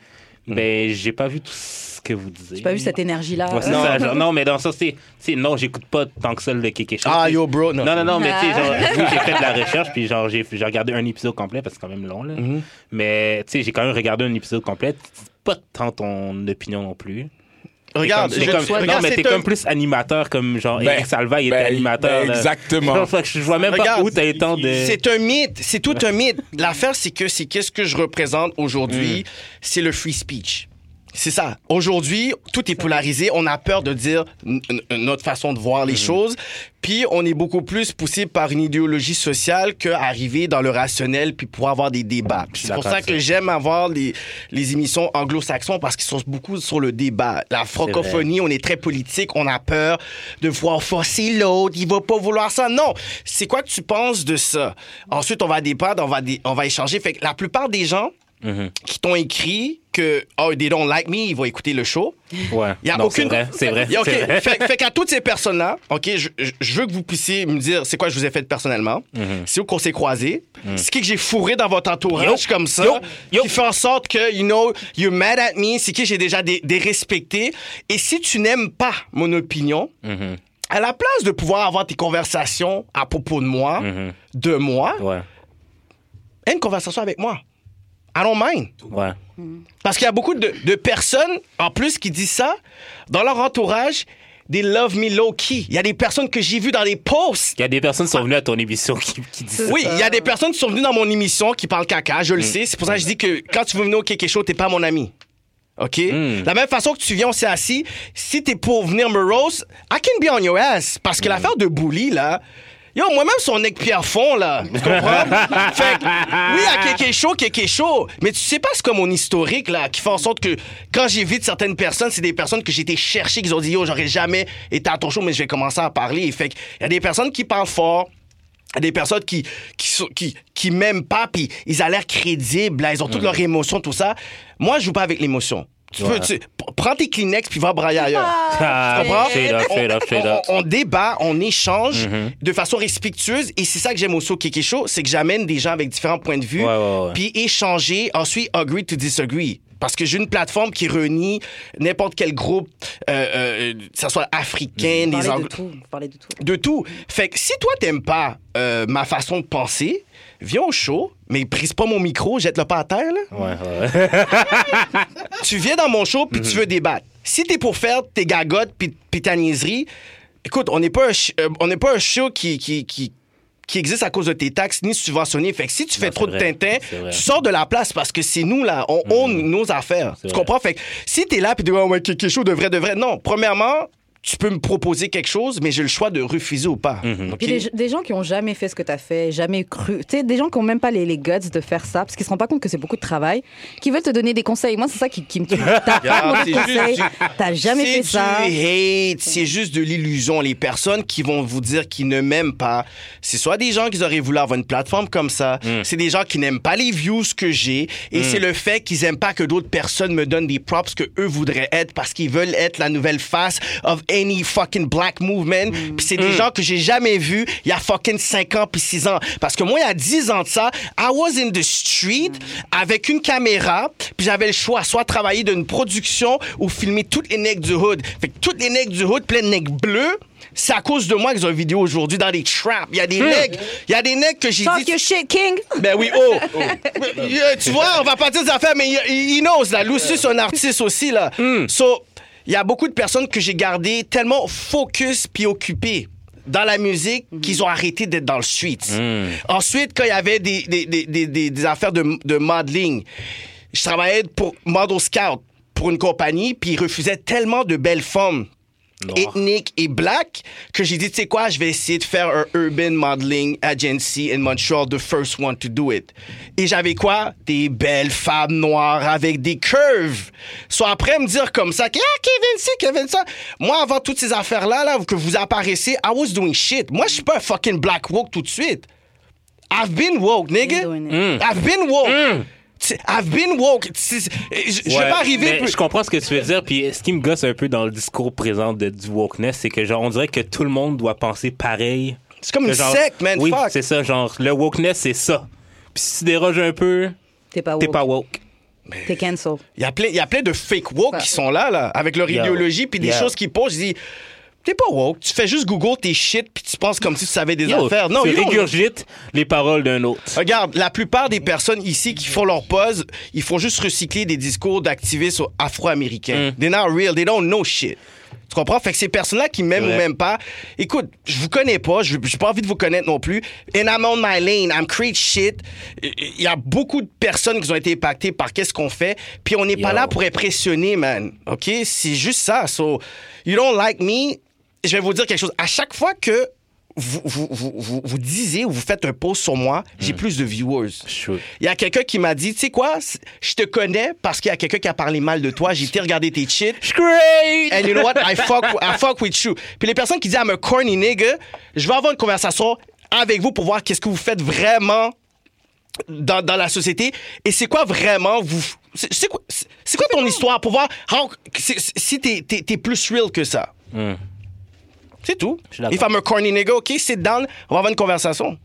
Speaker 4: Hmm.
Speaker 3: ben, j'ai pas vu tout ce que vous disiez.
Speaker 2: J'ai pas vu cette énergie-là. euh,
Speaker 3: Ouais, c'est ça, genre, non, mais dans ça, c'est. c'est- Non, j'écoute pas tant que ça le Kéké Show.
Speaker 4: Ah,
Speaker 3: C'est-
Speaker 4: yo, bro. Non,
Speaker 3: Non, non, non, mais tu sais, genre,
Speaker 2: Ah.
Speaker 3: oui, j'ai fait de la recherche, puis genre, j'ai j'ai regardé un épisode complet, parce que c'est quand même long, là.
Speaker 4: Mm-hmm.
Speaker 3: Mais tu sais, j'ai quand même regardé un épisode complet. C'est Pas tant ton opinion non plus.
Speaker 4: Regarde,
Speaker 3: T'es
Speaker 4: je
Speaker 3: comme-
Speaker 4: te souhaite-
Speaker 3: non,
Speaker 4: regarde,
Speaker 3: mais
Speaker 4: c'est
Speaker 3: t'es
Speaker 4: un-
Speaker 3: comme plus animateur, comme genre
Speaker 5: Ben,
Speaker 3: Eric Salva, il était
Speaker 5: ben,
Speaker 3: animateur.
Speaker 5: ben,
Speaker 3: là.
Speaker 5: exactement.
Speaker 3: Je, pense que je vois même
Speaker 4: Regarde,
Speaker 3: pas où t'as eu tant de.
Speaker 4: C'est un mythe, c'est tout un mythe. L'affaire, c'est que c'est qu'est-ce que je représente aujourd'hui, c'est le free speech. C'est ça. Aujourd'hui, tout est polarisé. On a peur de dire n- n- notre façon de voir les choses. Puis, on est beaucoup plus poussé par une idéologie sociale qu'arriver dans le rationnel puis pouvoir avoir des débats. Puis C'est pour
Speaker 3: d'accord
Speaker 4: ça
Speaker 3: avec ça.
Speaker 4: que j'aime avoir les, les émissions anglo-saxons parce qu'ils sont beaucoup sur le débat. La francophonie, on est très politique, on a peur de voir forcer l'autre, il va pas vouloir ça. Non, c'est quoi que tu penses de ça? Ensuite, on va débattre, on va, dé- on va échanger. Fait que la plupart des gens qui t'ont écrit que « Oh, they don't like me », ils vont écouter le show.
Speaker 3: Ouais.
Speaker 4: Il y a
Speaker 3: Non,
Speaker 4: aucune-
Speaker 3: C'est vrai, c'est vrai.
Speaker 4: Et OK,
Speaker 3: c'est vrai.
Speaker 4: fait, fait qu'à toutes ces personnes-là, OK, je, je- je veux que vous puissiez me dire c'est quoi je vous ai fait personnellement.
Speaker 3: Mhm.
Speaker 4: C'est où qu'on s'est croisés. C'est qui que j'ai fourré dans votre entourage comme ça.
Speaker 3: Yo. Yo.
Speaker 4: Qui fait en sorte que, you know, you're mad at me. C'est qui j'ai déjà dé- dérespecté. Et si tu n'aimes pas mon opinion,
Speaker 3: Mhm.
Speaker 4: à la place de pouvoir avoir tes conversations à propos de moi,
Speaker 3: Mhm.
Speaker 4: de moi,
Speaker 3: Ouais,
Speaker 4: aie une conversation avec moi. I don't mind.
Speaker 3: ouais.
Speaker 4: Parce qu'il y a beaucoup de, de personnes, en plus, qui disent ça. Dans leur entourage, des love me low-key. Il y a des personnes que j'ai vues dans les posts.
Speaker 3: Il y a des personnes qui sont venues à ton émission qui, qui disent
Speaker 4: Oui, il y a des personnes qui sont venues dans mon émission qui parlent caca, je le sais. C'est pour ça que je dis que quand tu veux venir au Kéké Show, t'es pas mon ami. OK? De La même façon que tu viens, on s'est assis. Si t'es pour venir me roast, I can be on your ass. Parce que l'affaire de Bouli, là... Yo, moi-même, son nec pierre fond, là. Tu comprends? fait que, oui, à Kéké Show, Kéké Show. Mais tu sais pas, c'est comme mon historique, là, qui fait en sorte que quand j'évite certaines personnes, c'est des personnes que j'ai été chercher, qui ont dit, yo, j'aurais jamais été à ton show, mais je vais commencer à parler. Fait qu'il y a des personnes qui parlent fort, à des personnes qui qui sont- qui, qui
Speaker 3: Mhm.
Speaker 4: m'aiment pas puis ils ont l'air crédibles là, ils ont toutes leurs émotions tout ça moi je joue pas avec l'émotion Tu peux, tu- p- prends tes Kleenex puis va brailler ailleurs.
Speaker 3: Ah,
Speaker 4: Tu comprends?
Speaker 3: straight up, straight up, straight up. Mhm.
Speaker 4: On, on débat, on échange de façon respectueuse. Et c'est ça que j'aime aussi au Kéké Show, c'est que j'amène des gens avec différents points de vue.
Speaker 3: Ouais, ouais, ouais.
Speaker 4: Puis échanger, ensuite agree to disagree. Parce que j'ai une plateforme qui réunit n'importe quel groupe, euh, euh, que ce soit africain,
Speaker 2: Vous
Speaker 4: des
Speaker 2: parlez Mhm. de
Speaker 4: Anglo-
Speaker 2: tout. vous parlez de tout.
Speaker 4: de tout. Fait que si toi, t'aimes pas euh, ma façon de penser, viens au show, mais brise pas mon micro, jette-le pas à terre, là.
Speaker 3: Ouais, ouais. Mhm.
Speaker 4: Tu viens dans mon show, puis tu veux débattre. Si t'es pour faire tes gagottes, puis, puis ta niaiserie, écoute, on n'est pas, un ch- euh, on n'est pas un show qui... qui, qui qui existe à cause de tes taxes ni subventionné. Fait que si tu fais
Speaker 3: Non,
Speaker 4: trop
Speaker 3: c'est
Speaker 4: de
Speaker 3: vrai.
Speaker 4: tintin,
Speaker 3: C'est vrai.
Speaker 4: tu sors de la place parce que c'est nous, là, on own nos affaires. Tu
Speaker 3: vrai.
Speaker 4: comprends? Fait que si t'es là puis tu dis, ouais, ouais, quelque chose de vrai, de vrai. Non, premièrement, tu peux me proposer quelque chose, mais j'ai le choix de refuser ou pas. OK?
Speaker 2: Puis des, des gens qui ont jamais fait ce que tu as fait, jamais cru, tu sais, des gens qui ont même pas les, les guts de faire ça, parce qu'ils se rendent pas compte que c'est beaucoup de travail, qui veulent te donner des conseils. Moi, c'est ça qui, qui me tue. T'as pas
Speaker 4: Regarde,
Speaker 2: demandé de
Speaker 4: c'est juste
Speaker 2: conseils,
Speaker 4: du-
Speaker 2: t'as jamais
Speaker 4: C'est
Speaker 2: fait ça.
Speaker 4: du hate, c'est juste de l'illusion. Les personnes qui vont vous dire qu'ils ne m'aiment pas, c'est soit des gens qui auraient voulu avoir une plateforme comme ça, c'est des gens qui n'aiment pas les views que j'ai, et c'est le fait qu'ils aiment pas que d'autres personnes me donnent des props que eux voudraient être parce qu'ils veulent être la nouvelle face of any fucking black movement. Puis c'est des gens que j'ai jamais vus il y a fucking 5 ans puis 6 ans. Parce que moi, il y a 10 ans de ça, I was in the street avec une caméra, puis j'avais le choix, soit travailler d'une production ou filmer toutes les necks du hood. Fait que toutes les necks du hood, plein de necks bleus, c'est à cause de moi qu'ils ont une vidéo aujourd'hui dans les traps. Il y a des necks, il y a des necks que j'ai
Speaker 2: Talk
Speaker 4: dit...
Speaker 2: your shit, King!
Speaker 4: Ben oui, oh! Euh, tu vois, on va pas dire des affaires, mais il il knows, là. Lucius, c'est un artiste aussi, là. So, il y a beaucoup de personnes que j'ai gardées tellement focus puis occupées dans la musique qu'ils ont arrêté d'être dans le street. Ensuite, quand il y avait des, des, des, des- des- des affaires de, de modeling, je travaillais pour Model Scout, pour une compagnie, puis ils refusaient tellement de belles femmes ethnique et black que j'ai dit, tu sais quoi, je vais essayer de faire un urban modeling agency in Montreal, the first one to do it. Et j'avais quoi? Des belles femmes noires avec des curves. Soit après me dire comme ça, que, ah, Kevin ci, Kevin ça. Moi, avant toutes ces affaires-là, là, que vous apparaissez, I was doing shit. Moi, je suis pas un fucking black woke tout de suite. I've been woke, nigga.
Speaker 2: Been doing it.
Speaker 4: I've been woke. Tu- I've been woke. Tu- Je je vais
Speaker 3: Ouais,
Speaker 4: pas arriver...
Speaker 3: mais
Speaker 4: puis-
Speaker 3: Je comprends ce que tu veux dire. Puis ce qui me gosse un peu dans le discours présent de, du wokeness, c'est que genre, on dirait que tout le monde doit penser pareil.
Speaker 4: C'est comme
Speaker 3: Que
Speaker 4: une
Speaker 3: genre-
Speaker 4: secte, man.
Speaker 3: Oui,
Speaker 4: Fuck.
Speaker 3: c'est ça. Genre, le wokeness, c'est ça. Puis si tu déroges un peu,
Speaker 2: T'es pas
Speaker 3: t'es
Speaker 2: woke.
Speaker 3: pas woke.
Speaker 2: T'es cancel.
Speaker 4: Il y a plein, il y a plein de fake woke
Speaker 2: Ouais.
Speaker 4: qui sont là, là, avec leur
Speaker 3: Yeah.
Speaker 4: idéologie, puis des
Speaker 3: Yeah.
Speaker 4: choses qu'ils posent. Je dis, t'es pas woke, tu fais juste Google tes shit, puis tu penses comme si tu savais des
Speaker 3: Yo,
Speaker 4: affaires. Non,
Speaker 3: tu
Speaker 4: you don't-
Speaker 3: régurgites les paroles d'un autre.
Speaker 4: Regarde, la plupart des personnes ici qui font leur pause, ils font juste recycler des discours d'activistes afro-américains. They're not real, they don't know shit. Tu comprends? Fait que ces personnes-là qui m'aiment
Speaker 3: Ouais.
Speaker 4: ou m'aiment pas, écoute, je vous connais pas, je j'ai pas envie de vous connaître non plus. And I'm on my lane, I'm create shit. Il y a beaucoup de personnes qui ont été impactées par qu'est-ce qu'on fait, puis on n'est pas
Speaker 3: Yo.
Speaker 4: là pour impressionner, man. OK? C'est juste ça. So, you don't like me, je vais vous dire quelque chose. À chaque fois que vous, vous, vous, vous, vous disiez ou vous faites un post sur moi, j'ai plus de viewers.
Speaker 3: Sure.
Speaker 4: Il y a quelqu'un qui m'a dit, tu sais quoi, c- je te connais parce qu'il y a quelqu'un qui a parlé mal de toi, j'ai été regarder tes shit.
Speaker 3: Great!
Speaker 4: And you know what? I fuck, I fuck with you. Puis les personnes qui disent I'm a corny nigga, je vais avoir une conversation avec vous pour voir qu'est-ce que vous faites vraiment dans, dans la société et c'est quoi vraiment vous. C'est c'est quoi, c'est- c'est quoi ton histoire pour voir how- c'est- c'est- si t'es t'es- t'es plus real que ça? C'est tout.
Speaker 3: Hmm. Je suis d'accord.
Speaker 4: If I'm a corny nigga, OK, sit down, on va avoir une conversation.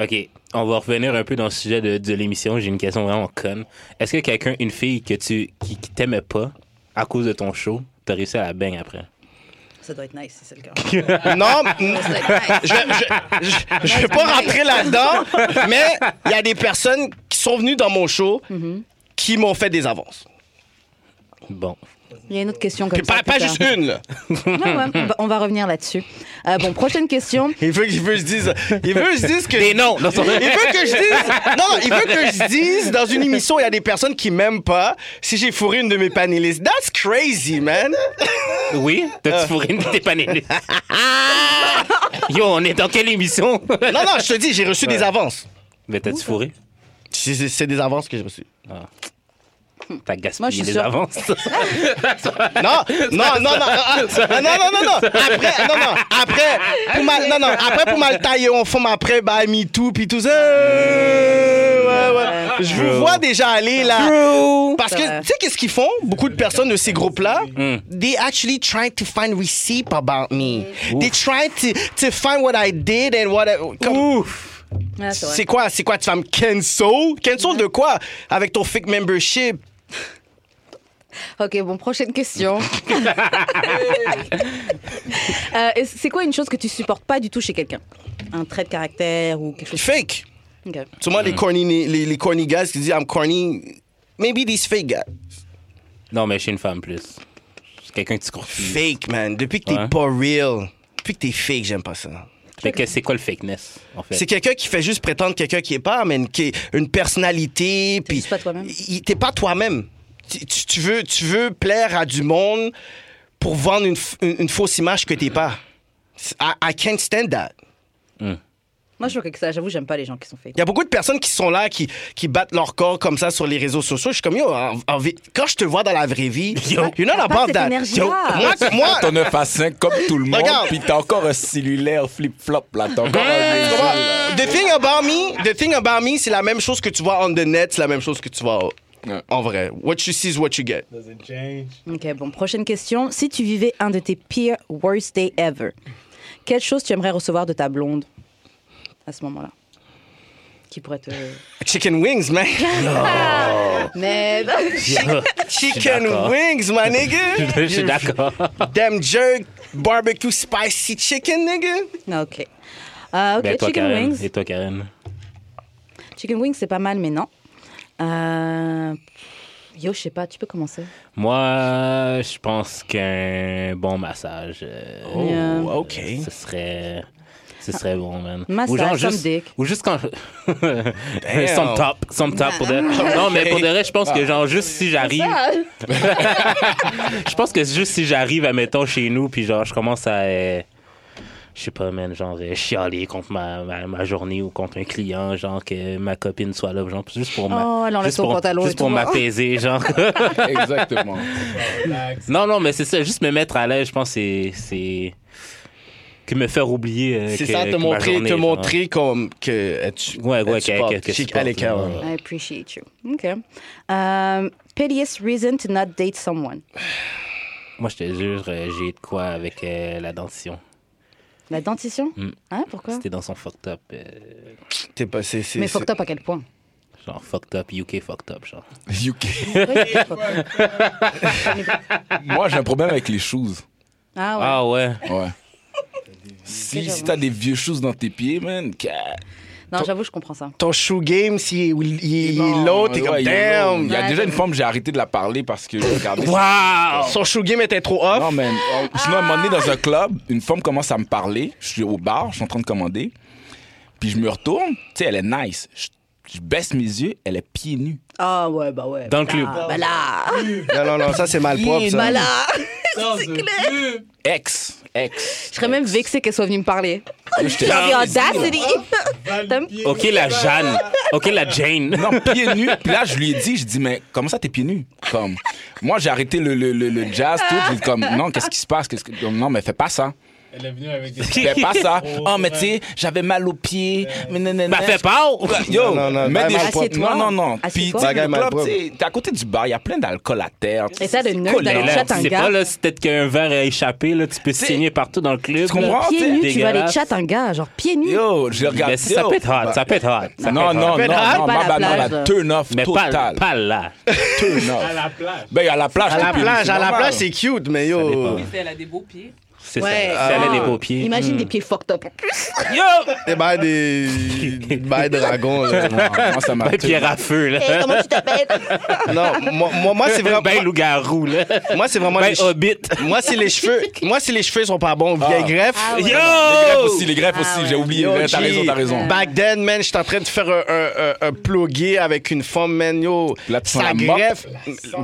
Speaker 3: OK, on va revenir un peu dans le sujet de, de l'émission. J'ai une question vraiment conne. Est-ce que quelqu'un, une fille que tu, qui, qui t'aimait pas à cause de ton show, t'as réussi à la baigner après?
Speaker 2: Ça doit être nice si c'est le cas.
Speaker 4: Non, m-
Speaker 2: Ça doit être
Speaker 4: je,
Speaker 2: nice.
Speaker 4: je, je- je vais pas rentrer là-dedans, mais il y a des personnes qui sont venues dans mon show qui m'ont fait des avances.
Speaker 3: Bon.
Speaker 2: Il y a une autre question comme
Speaker 4: Puis
Speaker 2: ça.
Speaker 4: pas, pas
Speaker 2: plus
Speaker 4: juste
Speaker 2: tard.
Speaker 4: une, là.
Speaker 2: Ouais, ouais, on va- on va revenir là-dessus. Euh, bon, prochaine question.
Speaker 4: Il veut, il veut que je dise. Il veut que je dise que.
Speaker 3: Et non! non, c'est
Speaker 4: Il veut
Speaker 3: vrai.
Speaker 4: que je dise. Non, non, il veut que je dise dans une émission, il y a des personnes qui m'aiment pas si j'ai fourré une de mes panélistes. That's crazy, man.
Speaker 3: oui? T'as-tu fourré une de tes panélistes? Yo, on est dans quelle émission?
Speaker 4: Non, non, je te dis, j'ai reçu des avances.
Speaker 3: Mais t'as-tu fourré?
Speaker 4: C'est c'est- c'est des avances que j'ai reçues.
Speaker 3: T'as
Speaker 2: Moi,
Speaker 3: gaspillé
Speaker 2: je suis
Speaker 3: les
Speaker 2: sûre.
Speaker 3: avances.
Speaker 4: Non, non, non, non, ah, ah, non, non, non, non. Après, non, non, après, pour mal, non, non, après pour mal tailler, on forme après, bah, me too, puis tout ça. Euh, ouais, ouais. Je vous vois déjà aller là. Parce que, tu sais, qu'est-ce qu'ils font? Beaucoup de personnes de ces groupes-là, they actually try to find receipt about me. They try to, to find what I did and what I. Comme-
Speaker 2: Ah, c'est vrai.
Speaker 4: c'est quoi, c'est quoi, tu vas me cancel? Cancel de quoi? Avec ton fake membership.
Speaker 2: Ok, bon, prochaine question. Euh, est-ce- c'est quoi une chose que tu supportes pas du tout chez quelqu'un Un trait de caractère ou quelque chose
Speaker 4: Fake.
Speaker 2: Ok.
Speaker 4: So moi, les corny, les, les corny guys qui disent I'm corny, maybe these fake guys.
Speaker 3: non, mais je suis une femme plus. C'est quelqu'un que tu confies.
Speaker 4: Fake, man. Depuis que t'es
Speaker 3: Ouais.
Speaker 4: pas real, depuis que t'es fake, j'aime pas ça.
Speaker 3: Fait que c'est quoi le fakeness, en fait?
Speaker 4: C'est quelqu'un qui fait juste prétendre quelqu'un qui est pas, man, qui est une personnalité. T'es
Speaker 2: juste pas toi-même.
Speaker 4: T'es pas toi-même. Tu, tu- tu veux, tu veux plaire à du monde pour vendre une, f- une- une fausse image que t'es pas. I, I can't stand that.
Speaker 2: Moi, je vois que ça, j'avoue, j'aime pas les gens qui sont fake.
Speaker 4: Il y a beaucoup de personnes qui sont là, qui, qui battent leur corps comme ça sur les réseaux sociaux. Je suis comme, yo, en- en vi- quand je te vois dans la vraie vie, yo, you're not
Speaker 2: T'as pas
Speaker 4: about
Speaker 2: cette
Speaker 4: that.
Speaker 2: énergie-là.
Speaker 4: moi, moi,
Speaker 5: Ton 9 à 5 comme tout le monde,
Speaker 4: Regarde.
Speaker 5: puis t'as encore un cellulaire flip-flop là, t'as encore un
Speaker 4: Tu vois, The thing about me, the thing about me, c'est la même chose que tu vois on the net, c'est la même chose que tu vois
Speaker 5: Ouais.
Speaker 4: en vrai. What you see is what you get.
Speaker 2: Ok, bon, prochaine question. Si tu vivais un de tes pires worst day ever, quelle chose tu aimerais recevoir de ta blonde à ce moment-là Qui pourrait te.
Speaker 4: Chicken wings, man.
Speaker 2: Mais.
Speaker 4: Chicken
Speaker 3: d'accord.
Speaker 4: wings, my
Speaker 3: Je suis
Speaker 4: nigga.
Speaker 3: d'accord.
Speaker 4: Damn jerk, barbecue spicy chicken, nigga.
Speaker 2: ok. Ah, ok,
Speaker 3: Ben, toi,
Speaker 2: chicken
Speaker 3: Karen.
Speaker 2: wings.
Speaker 3: Et toi, Karen.
Speaker 2: Chicken wings, c'est pas mal, mais non. Euh, Yo, je sais pas, tu peux commencer.
Speaker 3: Moi, je pense qu'un bon massage. euh,
Speaker 2: Yeah.
Speaker 4: Oh, OK.
Speaker 3: Ce serait. Ce serait bon, man.
Speaker 2: Massage, some
Speaker 3: juste,
Speaker 2: dick.
Speaker 3: Ou juste quand. some top. Some top pour de. Non, mais pour de vrai, je pense
Speaker 4: Ah.
Speaker 3: que, genre, juste si j'arrive. Je pense que juste si j'arrive, admettons, chez nous, puis genre, je commence à. euh, je sais pas, man, genre, euh, chialer contre ma, ma, ma journée ou contre un client, genre, que ma copine soit là, genre, juste pour
Speaker 2: Oh,
Speaker 3: ma-
Speaker 2: elle enlève
Speaker 3: juste
Speaker 2: son
Speaker 3: pour-
Speaker 2: pantalon et
Speaker 3: juste pour
Speaker 2: tout.
Speaker 3: m'apaiser, genre.
Speaker 5: Exactement.
Speaker 3: Non, non, mais c'est ça, juste me mettre à l'aise, je pense, c'est. c'est... Que me faire oublier. euh,
Speaker 4: C'est
Speaker 3: que-
Speaker 4: ça,
Speaker 3: que
Speaker 4: te
Speaker 3: ma
Speaker 4: montrer,
Speaker 3: journée,
Speaker 4: te
Speaker 3: genre.
Speaker 4: montrer comme que tu
Speaker 3: Ouais, ouais,
Speaker 4: tu
Speaker 3: que-
Speaker 4: portes.
Speaker 3: que- que je
Speaker 4: Chic
Speaker 3: porte,
Speaker 4: à l'écart.
Speaker 3: là.
Speaker 2: Ah. I appreciate you. Ok. Euh, pettiest reason to not date someone.
Speaker 3: Moi, je te jure, euh, j'ai de quoi avec euh, la dentition.
Speaker 2: La dentition Hein, pourquoi
Speaker 3: Hmm. C'était dans son fucked up. euh,
Speaker 4: T'es pas, c'est, c'est,
Speaker 2: Mais
Speaker 4: c'est-
Speaker 2: fucked up à quel point
Speaker 3: genre, fucked up, UK fucked up, genre.
Speaker 5: UK.
Speaker 2: Ah
Speaker 5: Moi, j'ai un problème avec les shoes.
Speaker 2: ouais.
Speaker 3: Ah ouais.
Speaker 5: Ouais. Si, si t'as des vieux shoes dans tes pieds, man, que-
Speaker 2: Non, j'avoue, je comprends ça.
Speaker 4: ton shoe game, si il, il- il est low, Oh, t'es
Speaker 5: Ouais,
Speaker 4: comme
Speaker 5: il est long.
Speaker 4: damn.
Speaker 5: Il y a
Speaker 2: Ouais,
Speaker 5: déjà
Speaker 2: c'est
Speaker 5: une forme, j'ai arrêté de la parler parce que je regardais.
Speaker 3: Wow!
Speaker 4: Son shoe game était trop off.
Speaker 5: Non, man.
Speaker 4: Ah.
Speaker 5: On- Sinon, à un moment donné, dans un club, une femme commence à me parler. Je suis au bar, je suis en train de commander. Puis je me retourne. Tu sais, elle est nice. Je, je baisse mes yeux, elle est pieds nus.
Speaker 2: Ah ouais, bah ouais.
Speaker 3: Dans le club.
Speaker 2: Bah là
Speaker 4: Non, non, non, ça c'est mal propre. Ça.
Speaker 2: Bah là
Speaker 5: Ex. Ex.
Speaker 2: Je serais même vexée qu'elle soit venue me parler.
Speaker 4: Ah,
Speaker 2: The audacity T'aimes-
Speaker 3: Ok, la Jeanne. Ok, la Jane.
Speaker 5: Non, pieds nus. Puis là, je lui ai dit, je dis, mais comment ça, t'es pieds nus? Comme, moi, j'ai arrêté le, le, le, le jazz, tout. J'ai dit, comme, non, qu'est-ce qui se passe? Qu'est-ce que- Non, mais fais pas ça.
Speaker 6: Elle est venue avec des.
Speaker 5: Fais pas ça. Oh, mais tu sais, j'avais mal aux pieds. Mais nanana.
Speaker 3: M'a fait peur!
Speaker 5: Yo,
Speaker 4: Non, non, non,
Speaker 5: mets des
Speaker 4: mal
Speaker 2: propre.
Speaker 5: Non, non, non.
Speaker 2: Assieds-toi.
Speaker 5: Puis, tu
Speaker 4: Bagaille
Speaker 5: sais, le
Speaker 4: mal
Speaker 5: club,
Speaker 4: propre.
Speaker 5: tu sais, t'es à côté du bar, il y a plein d'alcool à terre.
Speaker 2: Et ça, le nerd
Speaker 5: colère.
Speaker 2: d'aller chat un
Speaker 3: C'est pas
Speaker 2: gars.
Speaker 3: là, c'est peut-être qu'un verre a échappé, là, tu peux
Speaker 5: C'est-
Speaker 3: signer partout dans le club.
Speaker 5: Tu comprends?
Speaker 2: Pieds
Speaker 5: c'est
Speaker 2: nus, tu vas aller
Speaker 3: dégueulasse.
Speaker 2: chat un gars, genre pieds nus.
Speaker 5: Yo, je
Speaker 3: là.
Speaker 5: regarde
Speaker 3: Mais ça, ça peut être hot, ça peut être hot. Ça
Speaker 5: Non,
Speaker 3: peut être
Speaker 5: non,
Speaker 3: hot.
Speaker 5: non, non,
Speaker 2: être hot.
Speaker 5: non,
Speaker 2: Pas à la
Speaker 5: ma bad, non,
Speaker 2: plage.
Speaker 5: la turn off
Speaker 3: Mais pas,
Speaker 5: total.
Speaker 3: pas là.
Speaker 5: Turn off.
Speaker 6: la plage.
Speaker 5: Ben, à la plage,
Speaker 4: À
Speaker 5: c'est
Speaker 4: la
Speaker 5: plus-
Speaker 4: plage, à la
Speaker 5: normal.
Speaker 4: plage, c'est cute, mais yo.
Speaker 3: dépend.
Speaker 7: Elle a des beaux pieds.
Speaker 3: C'est
Speaker 2: Ouais.
Speaker 3: ça. Si elle a
Speaker 2: Ah.
Speaker 3: les beaux pieds.
Speaker 4: Hmm.
Speaker 2: Imagine des pieds fucked up en plus.
Speaker 3: Yo!
Speaker 4: T'es bien des. ben des dragons, là.
Speaker 5: Non, Ah, moi, ça m'a
Speaker 3: Ben, pierre à feu, là.
Speaker 2: comment tu t'appelles
Speaker 4: Non, moi, moi, moi, c'est vraiment.
Speaker 3: Ben loup-garou, là.
Speaker 4: Moi, c'est vraiment.
Speaker 3: Ben
Speaker 4: les che-
Speaker 3: hobbit.
Speaker 4: Moi, c'est les cheveux. Moi, si les cheveux sont pas bons, vieille greffe.
Speaker 3: Yo!
Speaker 5: Les greffes aussi, les greffes
Speaker 2: Ah
Speaker 5: aussi,
Speaker 2: ouais.
Speaker 5: j'ai oublié.
Speaker 4: Oh! Yo,
Speaker 5: ouais, euh, T'as
Speaker 4: G.
Speaker 5: raison, t'as raison.
Speaker 4: Back then, man, j'étais en train de faire un, un, un, un plugué avec une femme, man, yo.
Speaker 5: Là, tu sens
Speaker 4: ça
Speaker 5: la mop.
Speaker 4: greffe.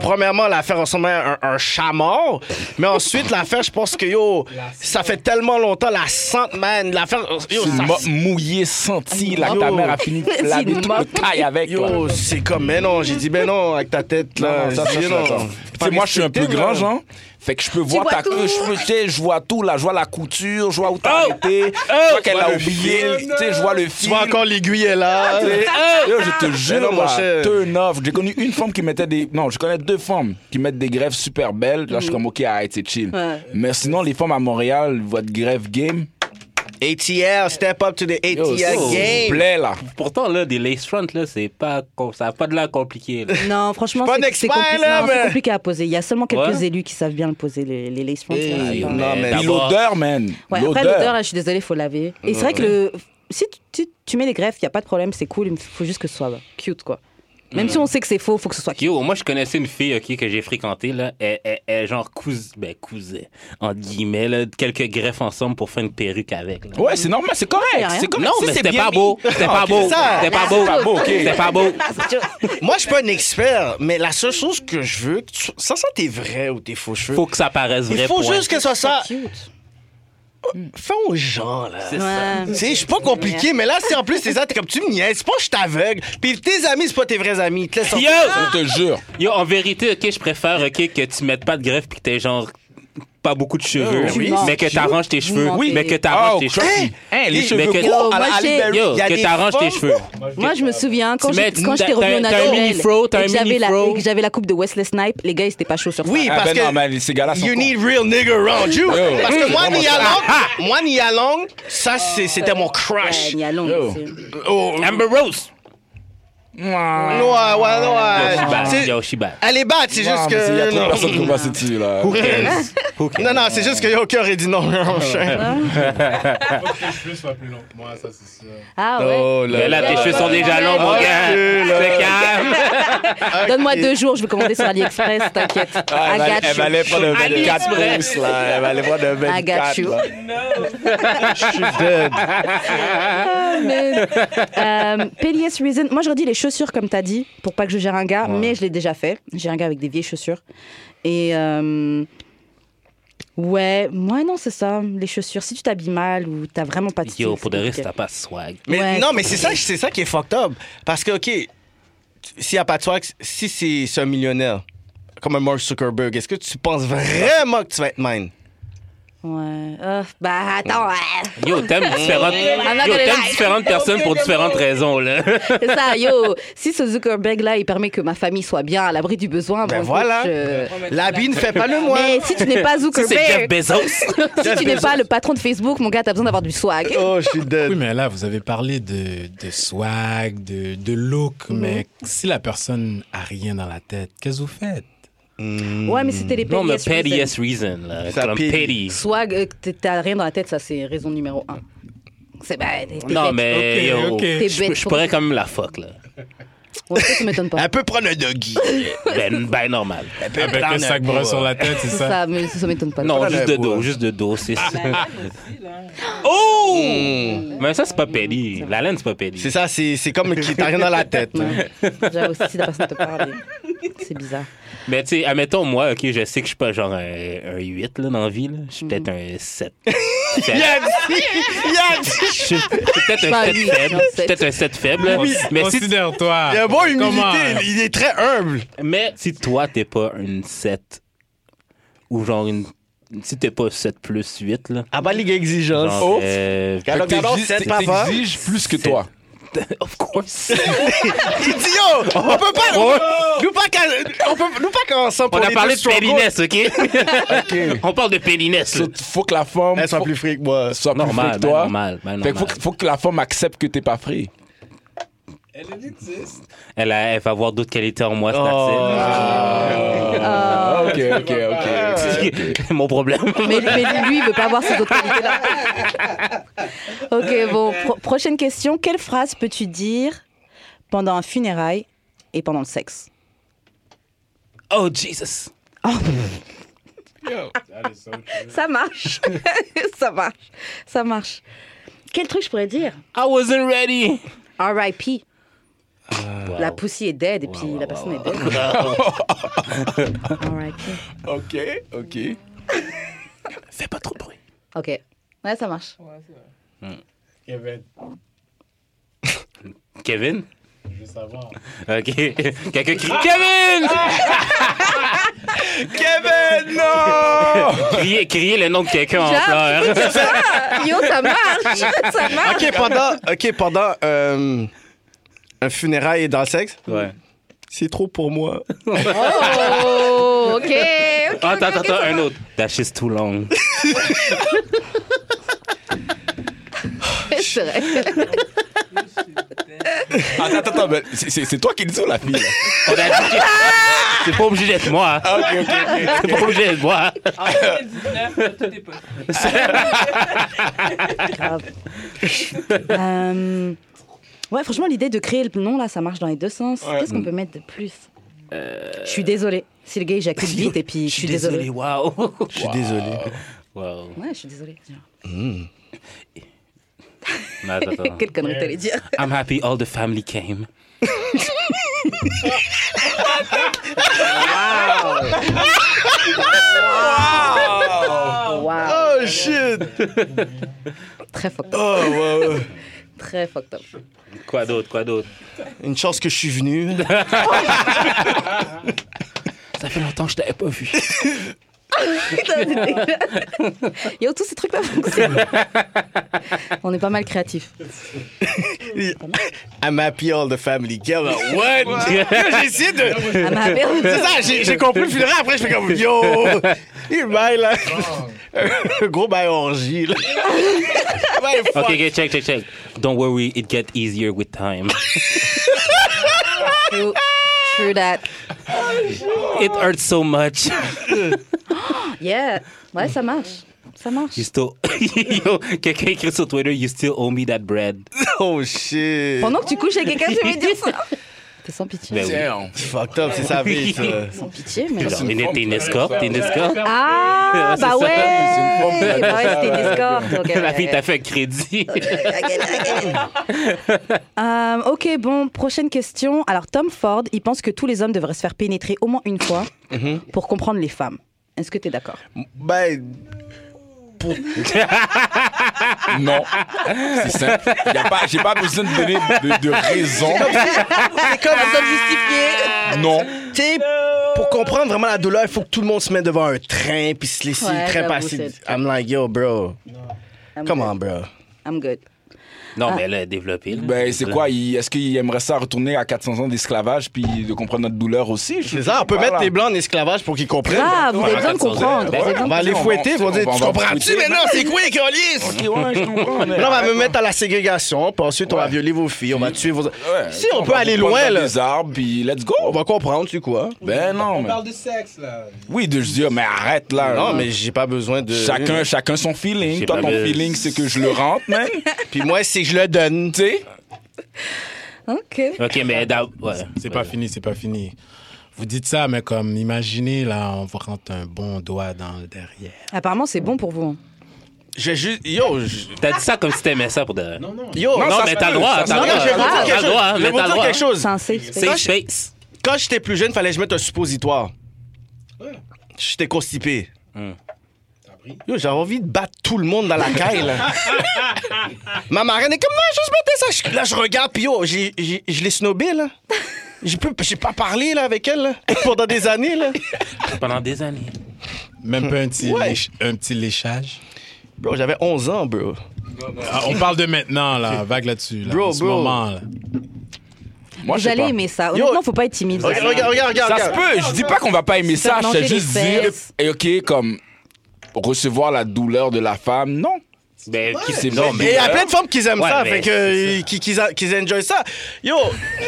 Speaker 4: Premièrement, l'affaire ressemble à un, un chat mort. Mais ensuite, l'affaire, je pense que, yo, ça fait tellement longtemps, la sente, man. L'affaire. Yo,
Speaker 5: Tu
Speaker 4: ça-
Speaker 5: m'as mouillé, senti, là,
Speaker 4: Yo.
Speaker 5: ta mère a fini
Speaker 2: C'est
Speaker 5: la
Speaker 2: une
Speaker 5: tout
Speaker 2: mop.
Speaker 5: le taille avec. là.
Speaker 4: Yo, c'est comme, mais non, j'ai dit, mais non, avec ta tête, là.
Speaker 5: Non, ça, ça,
Speaker 4: J'ai dit,
Speaker 5: je
Speaker 4: non.
Speaker 5: l'attends. Tu sais, moi, je suis un peu grand, genre. Fait que je peux voir
Speaker 2: vois
Speaker 5: ta
Speaker 2: tout.
Speaker 5: queue. Je peux- tu sais, je vois tout, là. Je vois la couture, je vois où
Speaker 4: Oh!
Speaker 5: t'as arrêté. Je vois qu'elle a oublié. Tu sais, je vois le
Speaker 4: Tu
Speaker 5: fil.
Speaker 4: vois encore l'aiguille est là.
Speaker 5: Tu sais, yo, je te
Speaker 4: non,
Speaker 5: jure,
Speaker 4: mon
Speaker 5: là,
Speaker 4: cher.
Speaker 5: turn off. J'ai connu une femme qui mettait des. Non, je connais deux femmes qui mettent des grèves super belles. Là, je
Speaker 4: Mhm.
Speaker 5: suis comme, OK, arrête, c'est chill.
Speaker 2: Ouais.
Speaker 5: Mais sinon, les femmes à Montréal, votre grève game,
Speaker 4: ATL, step up to the ATL
Speaker 5: yo, s'il vous
Speaker 4: game.
Speaker 5: plaît, là.
Speaker 3: Pourtant, là, des lace front, là, c'est pas, com- ça a pas de l'air compliqué. là.
Speaker 2: Non, franchement,
Speaker 4: Je suis pas
Speaker 2: c'est
Speaker 4: un
Speaker 2: c'est
Speaker 4: expert,
Speaker 2: compliqué,
Speaker 4: là,
Speaker 2: non, c'est
Speaker 4: mais-
Speaker 2: compliqué à poser. Il y a seulement quelques
Speaker 3: Ouais.
Speaker 2: élus qui savent bien le poser, les, les lace fronts.
Speaker 4: Eh,
Speaker 2: là,
Speaker 4: yo,
Speaker 2: dans-
Speaker 4: non, mais
Speaker 5: Puis
Speaker 3: d'abord-
Speaker 5: l'odeur, man.
Speaker 2: Ouais, après, l'odeur, là, je suis désolée, il faut laver. Et c'est vrai que le... si tu, tu- tu mets les greffes, il n'y a pas de problème, c'est cool, il faut juste que ce soit cute, quoi. Même
Speaker 4: Hmm.
Speaker 2: si on sait que c'est faux, il faut que ce soit cute.
Speaker 3: Yo, moi, je connaissais une fille, OK, que j'ai fréquentée, là. Elle, elle- elle, genre, cousait, ben, cousait, entre guillemets, là, quelques greffes ensemble pour faire une perruque avec,
Speaker 4: Oh,
Speaker 3: là.
Speaker 5: Ouais, c'est normal, c'est
Speaker 2: Y
Speaker 5: correct.
Speaker 2: a rien.
Speaker 5: C'est correct.
Speaker 3: Non,
Speaker 5: Si
Speaker 3: mais
Speaker 5: c'est
Speaker 3: c'était
Speaker 5: bien
Speaker 3: pas
Speaker 5: mis.
Speaker 3: beau. C'était
Speaker 4: Non,
Speaker 3: pas
Speaker 4: ok,
Speaker 3: beau.
Speaker 4: ça.
Speaker 3: C'était pas
Speaker 2: La
Speaker 3: beau.
Speaker 2: sauce.
Speaker 5: beau, ok.
Speaker 3: C'était pas beau.
Speaker 4: Moi, je suis pas un expert, mais la seule chose que je veux, que tu- ça, ça, t'es vrai ou t'es faux cheveux.
Speaker 3: Faut que ça paraisse vrai.
Speaker 4: Il faut
Speaker 3: point.
Speaker 4: juste que ça soit.
Speaker 2: Cute.
Speaker 4: Fais aux gens, là.
Speaker 3: C'est ça.
Speaker 2: Ouais.
Speaker 4: Tu sais, je suis pas compliqué, mais là, c'est en plus, c'est ça, t'es comme, tu me niaises, c'est pas que je t'aveugle. Puis tes amis, c'est pas tes vrais amis. Ils te laissent sortir.
Speaker 3: Yo!
Speaker 5: Je te jure.
Speaker 3: Yo, en vérité, ok, je préfère ok que tu mettes pas de greffe puis que t'aies genre pas beaucoup de cheveux,
Speaker 2: Oh, oui.
Speaker 3: mais que t'arranges tes cheveux,
Speaker 2: Oui.
Speaker 3: mais que t'arranges
Speaker 5: Oh,
Speaker 3: tes
Speaker 5: crap.
Speaker 3: cheveux,
Speaker 5: Hein, les
Speaker 3: Mais
Speaker 5: cheveux
Speaker 3: que-
Speaker 5: courts à la
Speaker 2: Moi,
Speaker 5: Halle
Speaker 2: j'ai-
Speaker 5: Berry.
Speaker 3: yo,
Speaker 4: y a
Speaker 3: que
Speaker 4: des
Speaker 3: t'arranges tes
Speaker 4: femmes-
Speaker 3: cheveux.
Speaker 2: Moi, je me souviens, quand
Speaker 3: Tu
Speaker 2: j'ai-
Speaker 3: mets-
Speaker 2: quand j'étais
Speaker 3: t'as-
Speaker 2: revenue au
Speaker 3: t'as- t'as un
Speaker 2: naturel
Speaker 3: mini-fro,
Speaker 2: et
Speaker 3: t'as un
Speaker 2: que j'avais la-
Speaker 3: mini-fro.
Speaker 2: et que j'avais la coupe de Wesley Snipe, les gars, ils étaient pas chauds sur ça.
Speaker 4: Oui,
Speaker 5: Ah,
Speaker 4: parce
Speaker 5: ben non,
Speaker 4: que.
Speaker 5: mais ces gars-là sont
Speaker 4: You
Speaker 5: cons.
Speaker 4: need real nigga around you.
Speaker 5: Yo.
Speaker 4: Parce que
Speaker 5: Mm.
Speaker 4: moi,
Speaker 5: Vraiment.
Speaker 4: Nia Long, moi, Nia Long, ça, c'est- c'était mon crush.
Speaker 2: Ouais, ni à Londres,
Speaker 5: Yo.
Speaker 2: c'est-
Speaker 4: Oh, ouais,
Speaker 3: Amber Rose.
Speaker 4: ouais, ouais.
Speaker 3: Yo, she bad.
Speaker 4: C'est-
Speaker 3: Yo, she bad.
Speaker 4: Elle est batte, c'est juste
Speaker 5: Ah, mais c'est- y a
Speaker 4: que.
Speaker 5: trop de personnes qui
Speaker 4: Non.
Speaker 5: vont passer dessus, là.
Speaker 4: Who cares? Non, non, c'est juste que yo, cœur, il dit non, mon chien.
Speaker 6: Tes cheveux soient plus longs que moi, ça c'est sûr.
Speaker 2: Ah ouais.
Speaker 4: Oh
Speaker 3: Mais là, tes cheveux sont déjà longs, mon
Speaker 4: Ok,
Speaker 3: gars.
Speaker 4: là.
Speaker 3: C'est calme.
Speaker 2: Ah, Donne-moi deux jours, je vais commander sur AliExpress, t'inquiète.
Speaker 5: Ah, elle,
Speaker 2: I
Speaker 5: va- elle va
Speaker 2: got you.
Speaker 5: aller prendre un
Speaker 3: Allez,
Speaker 5: 24
Speaker 3: Express.
Speaker 5: pouces, là. Elle va aller prendre un
Speaker 2: I got
Speaker 5: 24.
Speaker 2: you.
Speaker 5: là.
Speaker 4: Je suis dead.
Speaker 2: Euh, Pellias Reason. Moi, je redis les chaussures, comme t'as dit, pour pas que je gère un gars, mais je l'ai déjà fait. J'ai un gars avec des vieilles chaussures. Et. euh, Ouais, moi non, c'est ça, les chaussures. Si tu t'habilles mal ou t'as vraiment pas de style.
Speaker 3: Yo, pour de
Speaker 2: c'est
Speaker 3: reste,
Speaker 2: compliqué.
Speaker 3: t'as pas swag.
Speaker 4: Mais
Speaker 2: Ouais,
Speaker 4: non, mais c'est ça, c'est ça qui est fucked up. Parce que, OK, t- s'il n'y a pas de swag, si c'est c'est un millionnaire, comme un Mark Zuckerberg, est-ce que tu penses vraiment que tu vas être mine?
Speaker 2: Ouais. Euh, bah attends,
Speaker 3: Mm.
Speaker 2: ouais.
Speaker 3: Yo, t'aimes différentes,
Speaker 2: I'm not
Speaker 3: yo,
Speaker 2: gonna
Speaker 3: t'aimes
Speaker 2: lie.
Speaker 3: différentes personnes pour différentes raisons, là.
Speaker 2: c'est ça, yo. Si ce Zuckerberg là, il permet que ma famille soit bien à l'abri du besoin,
Speaker 4: Ben
Speaker 2: bon,
Speaker 4: voilà.
Speaker 2: je-
Speaker 4: L'habit ne fait pas le moine.
Speaker 2: Mais si tu n'es pas
Speaker 3: C'est Jeff
Speaker 2: Zuckerberg,
Speaker 3: Bezos.
Speaker 2: si tu n'es pas le patron de Facebook, mon gars, t'as besoin d'avoir du swag.
Speaker 4: Oh, je suis
Speaker 6: Oui,
Speaker 4: dead.
Speaker 6: mais là, vous avez parlé de, de swag, de, de look,
Speaker 4: Mm-hmm.
Speaker 6: mais si la personne a rien dans la tête, qu'est-ce que vous faites?
Speaker 2: Ouais, mais c'était les
Speaker 3: Mm. Non, mais
Speaker 2: petty reasons.
Speaker 3: pettiest reason, là.
Speaker 4: Ça
Speaker 3: Comme
Speaker 4: pédie.
Speaker 3: petty.
Speaker 2: Swag, euh, que t'es- t'as rien dans la tête, ça c'est raison numéro un. C'est bah, t'es- t'es
Speaker 3: Non,
Speaker 2: bête.
Speaker 3: mais
Speaker 6: Ok,
Speaker 3: yo,
Speaker 6: ok.
Speaker 2: T'es
Speaker 3: je
Speaker 2: bête
Speaker 3: je
Speaker 2: pour-
Speaker 3: pourrais quand même la fuck, là.
Speaker 2: Ouais, ça, tu m'étonnes pas.
Speaker 3: Ah,
Speaker 4: Elle peut prendre un doggy.
Speaker 3: Ben, ben normal.
Speaker 4: Elle peut
Speaker 6: Avec
Speaker 4: prendre
Speaker 6: un sac brun
Speaker 4: poids.
Speaker 6: sur la tête, c'est
Speaker 2: Ça,
Speaker 6: ça?
Speaker 2: ça, mais ça, ça m'étonne pas.
Speaker 3: Non, juste de
Speaker 4: bois.
Speaker 3: dos, juste de dos, c'est
Speaker 6: Ah,
Speaker 3: ça. euh. Oh! Mais ça, c'est pas
Speaker 6: Mm,
Speaker 3: pédi. La laine, c'est pas
Speaker 4: C'est
Speaker 3: pédi.
Speaker 4: ça, c'est c'est comme qui t'a rien dans la tête. hein.
Speaker 2: Ouais. Déjà aussi, la personne te parle. et- C'est bizarre.
Speaker 3: Mais tu sais, admettons, moi, OK, je sais que je suis pas genre un, un 8 là, dans la vie. là. Je suis peut-être un 7.
Speaker 4: Il a dit, il a dit,
Speaker 3: Je suis peut-être
Speaker 2: Pas
Speaker 3: un 7
Speaker 2: huit,
Speaker 3: faible.
Speaker 2: non,
Speaker 3: Je suis peut-être un 7 faible. là. Mais si,
Speaker 6: Considère-toi.
Speaker 4: il a bon humilité,
Speaker 6: Comment?
Speaker 4: il est très humble.
Speaker 3: mais si toi, t'es pas une 7 ou genre une. Si t'es pas 7 plus 8, là.
Speaker 4: Ah bah, les gars
Speaker 6: Oh.
Speaker 4: exigeants.
Speaker 3: Genre, euh,
Speaker 5: Fait que
Speaker 4: Alors, alors,
Speaker 5: t'exi-
Speaker 4: c'est papa.
Speaker 5: T'exiges plus que toi.
Speaker 3: of course.
Speaker 4: Il dit, yo, on peut pas, nous pas, qu'à- on peut, nous pas qu'ensemble
Speaker 3: On
Speaker 4: pour
Speaker 3: a
Speaker 4: les
Speaker 3: parlé
Speaker 4: deux
Speaker 3: de
Speaker 4: struggle.
Speaker 3: péliness, OK?
Speaker 5: OK.
Speaker 3: On parle de péliness, là.
Speaker 5: So, faut que la femme
Speaker 4: Elle soit
Speaker 5: faut-
Speaker 4: plus fric, moi.
Speaker 5: soit plus
Speaker 3: Normal,
Speaker 5: free que
Speaker 3: ben
Speaker 5: toi.
Speaker 3: normal, ben
Speaker 5: Fait que faut,
Speaker 3: normal.
Speaker 5: que- faut que la femme accepte que t'es pas free.
Speaker 3: Elle, a- elle va avoir d'autres qualités en moi, c'est
Speaker 5: Oh, Ah, ok, ok, ok.
Speaker 3: mon problème.
Speaker 2: Mais, mais lui, il veut pas avoir ces autres qualités-là. Ok, bon. pro- prochaine question. Quelle phrase peux-tu dire pendant un funérail et pendant le sexe
Speaker 3: Oh, Jesus.
Speaker 2: Ça marche. ça marche. Ça marche. Quel truc je pourrais dire
Speaker 3: I wasn't ready.
Speaker 2: R.I.P.
Speaker 3: Euh,
Speaker 2: La poussie est dead et puis la personne est dead. R.I.P.
Speaker 5: Ok, ok.
Speaker 3: Fais pas trop de bruit.
Speaker 2: Ok. Ouais, ça marche.
Speaker 7: Ouais, c'est vrai.
Speaker 6: Kevin,
Speaker 3: Kevin?
Speaker 6: je veux savoir.
Speaker 3: Ok. Quelqu'un crie
Speaker 5: Ah!
Speaker 3: Kevin!
Speaker 4: Kevin, non!
Speaker 3: criez, criez le nom de quelqu'un en pleurs.
Speaker 2: Ah, Yo, ça marche! ça marche!
Speaker 4: OK, pendant, ok, pendant euh, un funérail et dans le sexe,
Speaker 3: Ouais.
Speaker 4: c'est trop pour moi.
Speaker 2: Oh, ok! ok,
Speaker 3: Ah, attends,
Speaker 2: ok, ok,
Speaker 3: attends, attends,
Speaker 2: ça
Speaker 3: un
Speaker 2: marche.
Speaker 3: autre. That shit's too long.
Speaker 2: C'est vrai.
Speaker 5: Attends, attends, attends, mais c'est- c'est c'est toi qui dis ça, la fille. là.
Speaker 3: On a dit que- C'est pas obligé d'être moi. hein. C'est pas obligé d'être moi.
Speaker 7: En 2019, tout est possible.
Speaker 2: Grave. Euh, Ouais, franchement, l'idée de créer le nom, là, ça marche dans les deux sens. Qu'est-ce qu'on peut mettre de plus Je suis désolée. Si le gars éjacule vite et puis je suis désolée.
Speaker 3: Wow.
Speaker 4: Je suis désolé.
Speaker 3: Wow.
Speaker 2: Ouais, je suis désolée.
Speaker 3: Non, attends, attends.
Speaker 4: Ah.
Speaker 2: Quelle connerie t'allais dire
Speaker 3: I'm happy all the family came.
Speaker 2: Waouh
Speaker 4: Oh, shit!
Speaker 2: Très fucked up.
Speaker 4: Oh, ouais, ouais.
Speaker 2: Très fucked up.
Speaker 3: Quoi d'autre, quoi d'autre?
Speaker 4: Une chance que je suis venu.
Speaker 3: Ça fait longtemps que je t'avais pas vu.
Speaker 2: Putain, c'est dégueulasse. Yo, tous ces trucs-là fonctionnent. On est pas mal créatifs.
Speaker 4: I'm happy all the family. Girl, what? J'ai essayé de...
Speaker 2: Ah, ma merde.
Speaker 4: C'est ça, j'ai j'ai compris le funérail. Après, je fais comme, yo! Il bail, là. Un gros bail orgie, là. Ouais, fuck.
Speaker 3: Ok, ok, check, check, check. Don't worry, it gets easier with time.
Speaker 2: True- True that.
Speaker 3: It hurts so much.
Speaker 2: Yeah. Ouais, ça marche. Ça marche.
Speaker 3: You still. Yo, quelqu'un écrit sur Twitter, you still owe me that bread.
Speaker 4: Oh, shit.
Speaker 2: Pendant que tu couches avec quelqu'un, je vais dire ça. T'es sans pitié.
Speaker 3: Ben oui.
Speaker 5: Tiens.
Speaker 4: C'est fucked up, c'est sa vie, ça.
Speaker 2: Sans pitié, mais.
Speaker 3: Genre,
Speaker 5: une
Speaker 3: t'es-
Speaker 5: forme,
Speaker 3: T'es une
Speaker 5: ça.
Speaker 3: escorte, t'es une escorte.
Speaker 2: Ah,
Speaker 3: c'est
Speaker 2: bah
Speaker 3: ça.
Speaker 2: ouais!
Speaker 5: C'est une forme de-
Speaker 2: Bah ouais, c'était une escorte. ok,
Speaker 3: La
Speaker 2: ouais,
Speaker 3: fille
Speaker 2: ouais.
Speaker 3: t'a fait un crédit.
Speaker 2: Euh, ok, bon, prochaine question. Alors, Tom Ford, il pense que tous les hommes devraient se faire pénétrer au moins une fois
Speaker 3: Mhm.
Speaker 2: pour comprendre les femmes. Est-ce que t'es d'accord
Speaker 4: Ben,
Speaker 5: Non. C'est simple. Y a pas- J'ai pas besoin de donner de, de raison.
Speaker 4: c'est comme...
Speaker 5: Non.
Speaker 4: Tu sais, pour comprendre vraiment la douleur, il faut que tout le monde se mette devant un train puis se laisse
Speaker 2: Ouais,
Speaker 4: le train
Speaker 2: j'avoue,
Speaker 4: passer.
Speaker 2: c'est-
Speaker 4: I'm like, yo, bro,
Speaker 2: I'm
Speaker 4: come
Speaker 2: good.
Speaker 4: on, bro.
Speaker 2: I'm good.
Speaker 3: Non, mais elle a développé. là.
Speaker 5: Ben, c'est quoi? il- Est-ce qu'il aimerait ça retourner à 400 ans d'esclavage puis de comprendre notre douleur aussi? Je-
Speaker 4: C'est ça, on peut
Speaker 5: Voilà.
Speaker 4: mettre les blancs en esclavage pour qu'ils comprennent.
Speaker 2: Ah, vous avez besoin de
Speaker 3: 400
Speaker 2: comprendre.
Speaker 3: heures.
Speaker 2: vous avez
Speaker 5: Ouais.
Speaker 2: besoin
Speaker 4: On
Speaker 2: de
Speaker 4: va les
Speaker 5: on va-
Speaker 4: fouetter, ils vont
Speaker 5: on
Speaker 4: dire,
Speaker 5: va-
Speaker 4: tu
Speaker 5: on va
Speaker 4: comprends-tu
Speaker 5: fouetter.
Speaker 4: maintenant, c'est quoi les colis?
Speaker 5: Ok, ouais, je comprends. mais-
Speaker 4: Là, on va me mettre à la ségrégation, puis ensuite, on va violer vos filles, on va tuer vos...
Speaker 5: Ouais.
Speaker 4: Si, on peut
Speaker 5: va
Speaker 4: aller
Speaker 5: vous prendre
Speaker 4: loin,
Speaker 5: dans
Speaker 4: là.
Speaker 5: des arbres puis let's go.
Speaker 4: On va comprendre, tu quoi?
Speaker 5: Ben non,
Speaker 6: On
Speaker 5: mais...
Speaker 6: parle de sexe, là.
Speaker 5: Oui, de je dis, ah, mais arrête là.
Speaker 4: Non,
Speaker 5: là.
Speaker 4: mais euh, j'ai pas besoin de...
Speaker 5: Chacun, chacun son
Speaker 3: J'ai
Speaker 5: feeling. Toi,
Speaker 3: pas
Speaker 5: ton
Speaker 3: de-
Speaker 5: feeling, c'est que je le rentre, man.
Speaker 4: Puis moi, c'est que je le donne.
Speaker 5: tu sais?
Speaker 2: comprendre. Ok.
Speaker 3: Ok, mais d'ab- ouais.
Speaker 6: C'est pas fini, c'est pas fini. Vous dites ça, mais comme, imaginez, là, on vous rentre un bon doigt dans le derrière.
Speaker 2: Apparemment, c'est bon pour vous. hein.
Speaker 4: J'ai juste... Yo, je-
Speaker 3: T'as dit ça comme si t'aimais ça pour de. Non,
Speaker 4: yo...
Speaker 5: Non, ça
Speaker 3: mais
Speaker 5: se
Speaker 3: t'as
Speaker 5: peut,
Speaker 3: le droit,
Speaker 5: ça se
Speaker 3: t'as
Speaker 4: Non,
Speaker 3: le
Speaker 4: je vais vous
Speaker 3: droit.
Speaker 4: dire
Speaker 3: T'as
Speaker 4: quelque
Speaker 3: le
Speaker 4: chose.
Speaker 3: droit, hein,
Speaker 4: Je vais
Speaker 3: mais
Speaker 4: vous
Speaker 3: t'as le
Speaker 4: dire
Speaker 3: droit.
Speaker 4: quelque chose.
Speaker 2: C'est un safe space.
Speaker 3: Safe space.
Speaker 4: Quand j'étais plus jeune, fallait que je mette un suppositoire. J'étais constipé.
Speaker 3: Hum.
Speaker 4: Yo, j'avais envie de battre tout le monde dans la caille, là. Ma marraine est comme, non, juste mettez ça. Je- Là, je regarde, puis yo, j'ai- j'ai- je l'ai snobé, là. J'ai plus- j'ai pas parlé, là, avec elle, là, pendant des années, là.
Speaker 3: Pendant des années.
Speaker 6: Même pas un petit,
Speaker 4: Ouais.
Speaker 6: léch- un petit léchage.
Speaker 4: Bro, j'avais 11 ans, bro.
Speaker 6: Ah, on parle de maintenant, là. Vague là-dessus, là.
Speaker 4: Bro,
Speaker 6: en ce
Speaker 4: bro.
Speaker 6: moment, là.
Speaker 5: Moi,
Speaker 2: Vous
Speaker 5: je sais
Speaker 2: allez
Speaker 5: pas.
Speaker 2: aimer ça.
Speaker 4: Yo.
Speaker 2: Honnêtement, faut pas être timide.
Speaker 4: Regarde, regarde, regarde, regarde.
Speaker 5: Ça se peut, je dis pas qu'on va pas aimer
Speaker 2: Se
Speaker 5: ça, je
Speaker 2: plancher
Speaker 5: sais juste
Speaker 2: les
Speaker 5: dire,
Speaker 2: fesses.
Speaker 5: eh, ok, comme recevoir la douleur de la femme, non.
Speaker 3: Ben, qui sait,
Speaker 5: Ouais.
Speaker 3: non,
Speaker 4: Et il y
Speaker 3: mais.
Speaker 4: a plein de femmes qui aiment
Speaker 3: Ouais,
Speaker 4: ça,
Speaker 3: mais
Speaker 4: fait que,
Speaker 3: c'est
Speaker 4: euh, qui, qui, qui enjoy ça. Yo,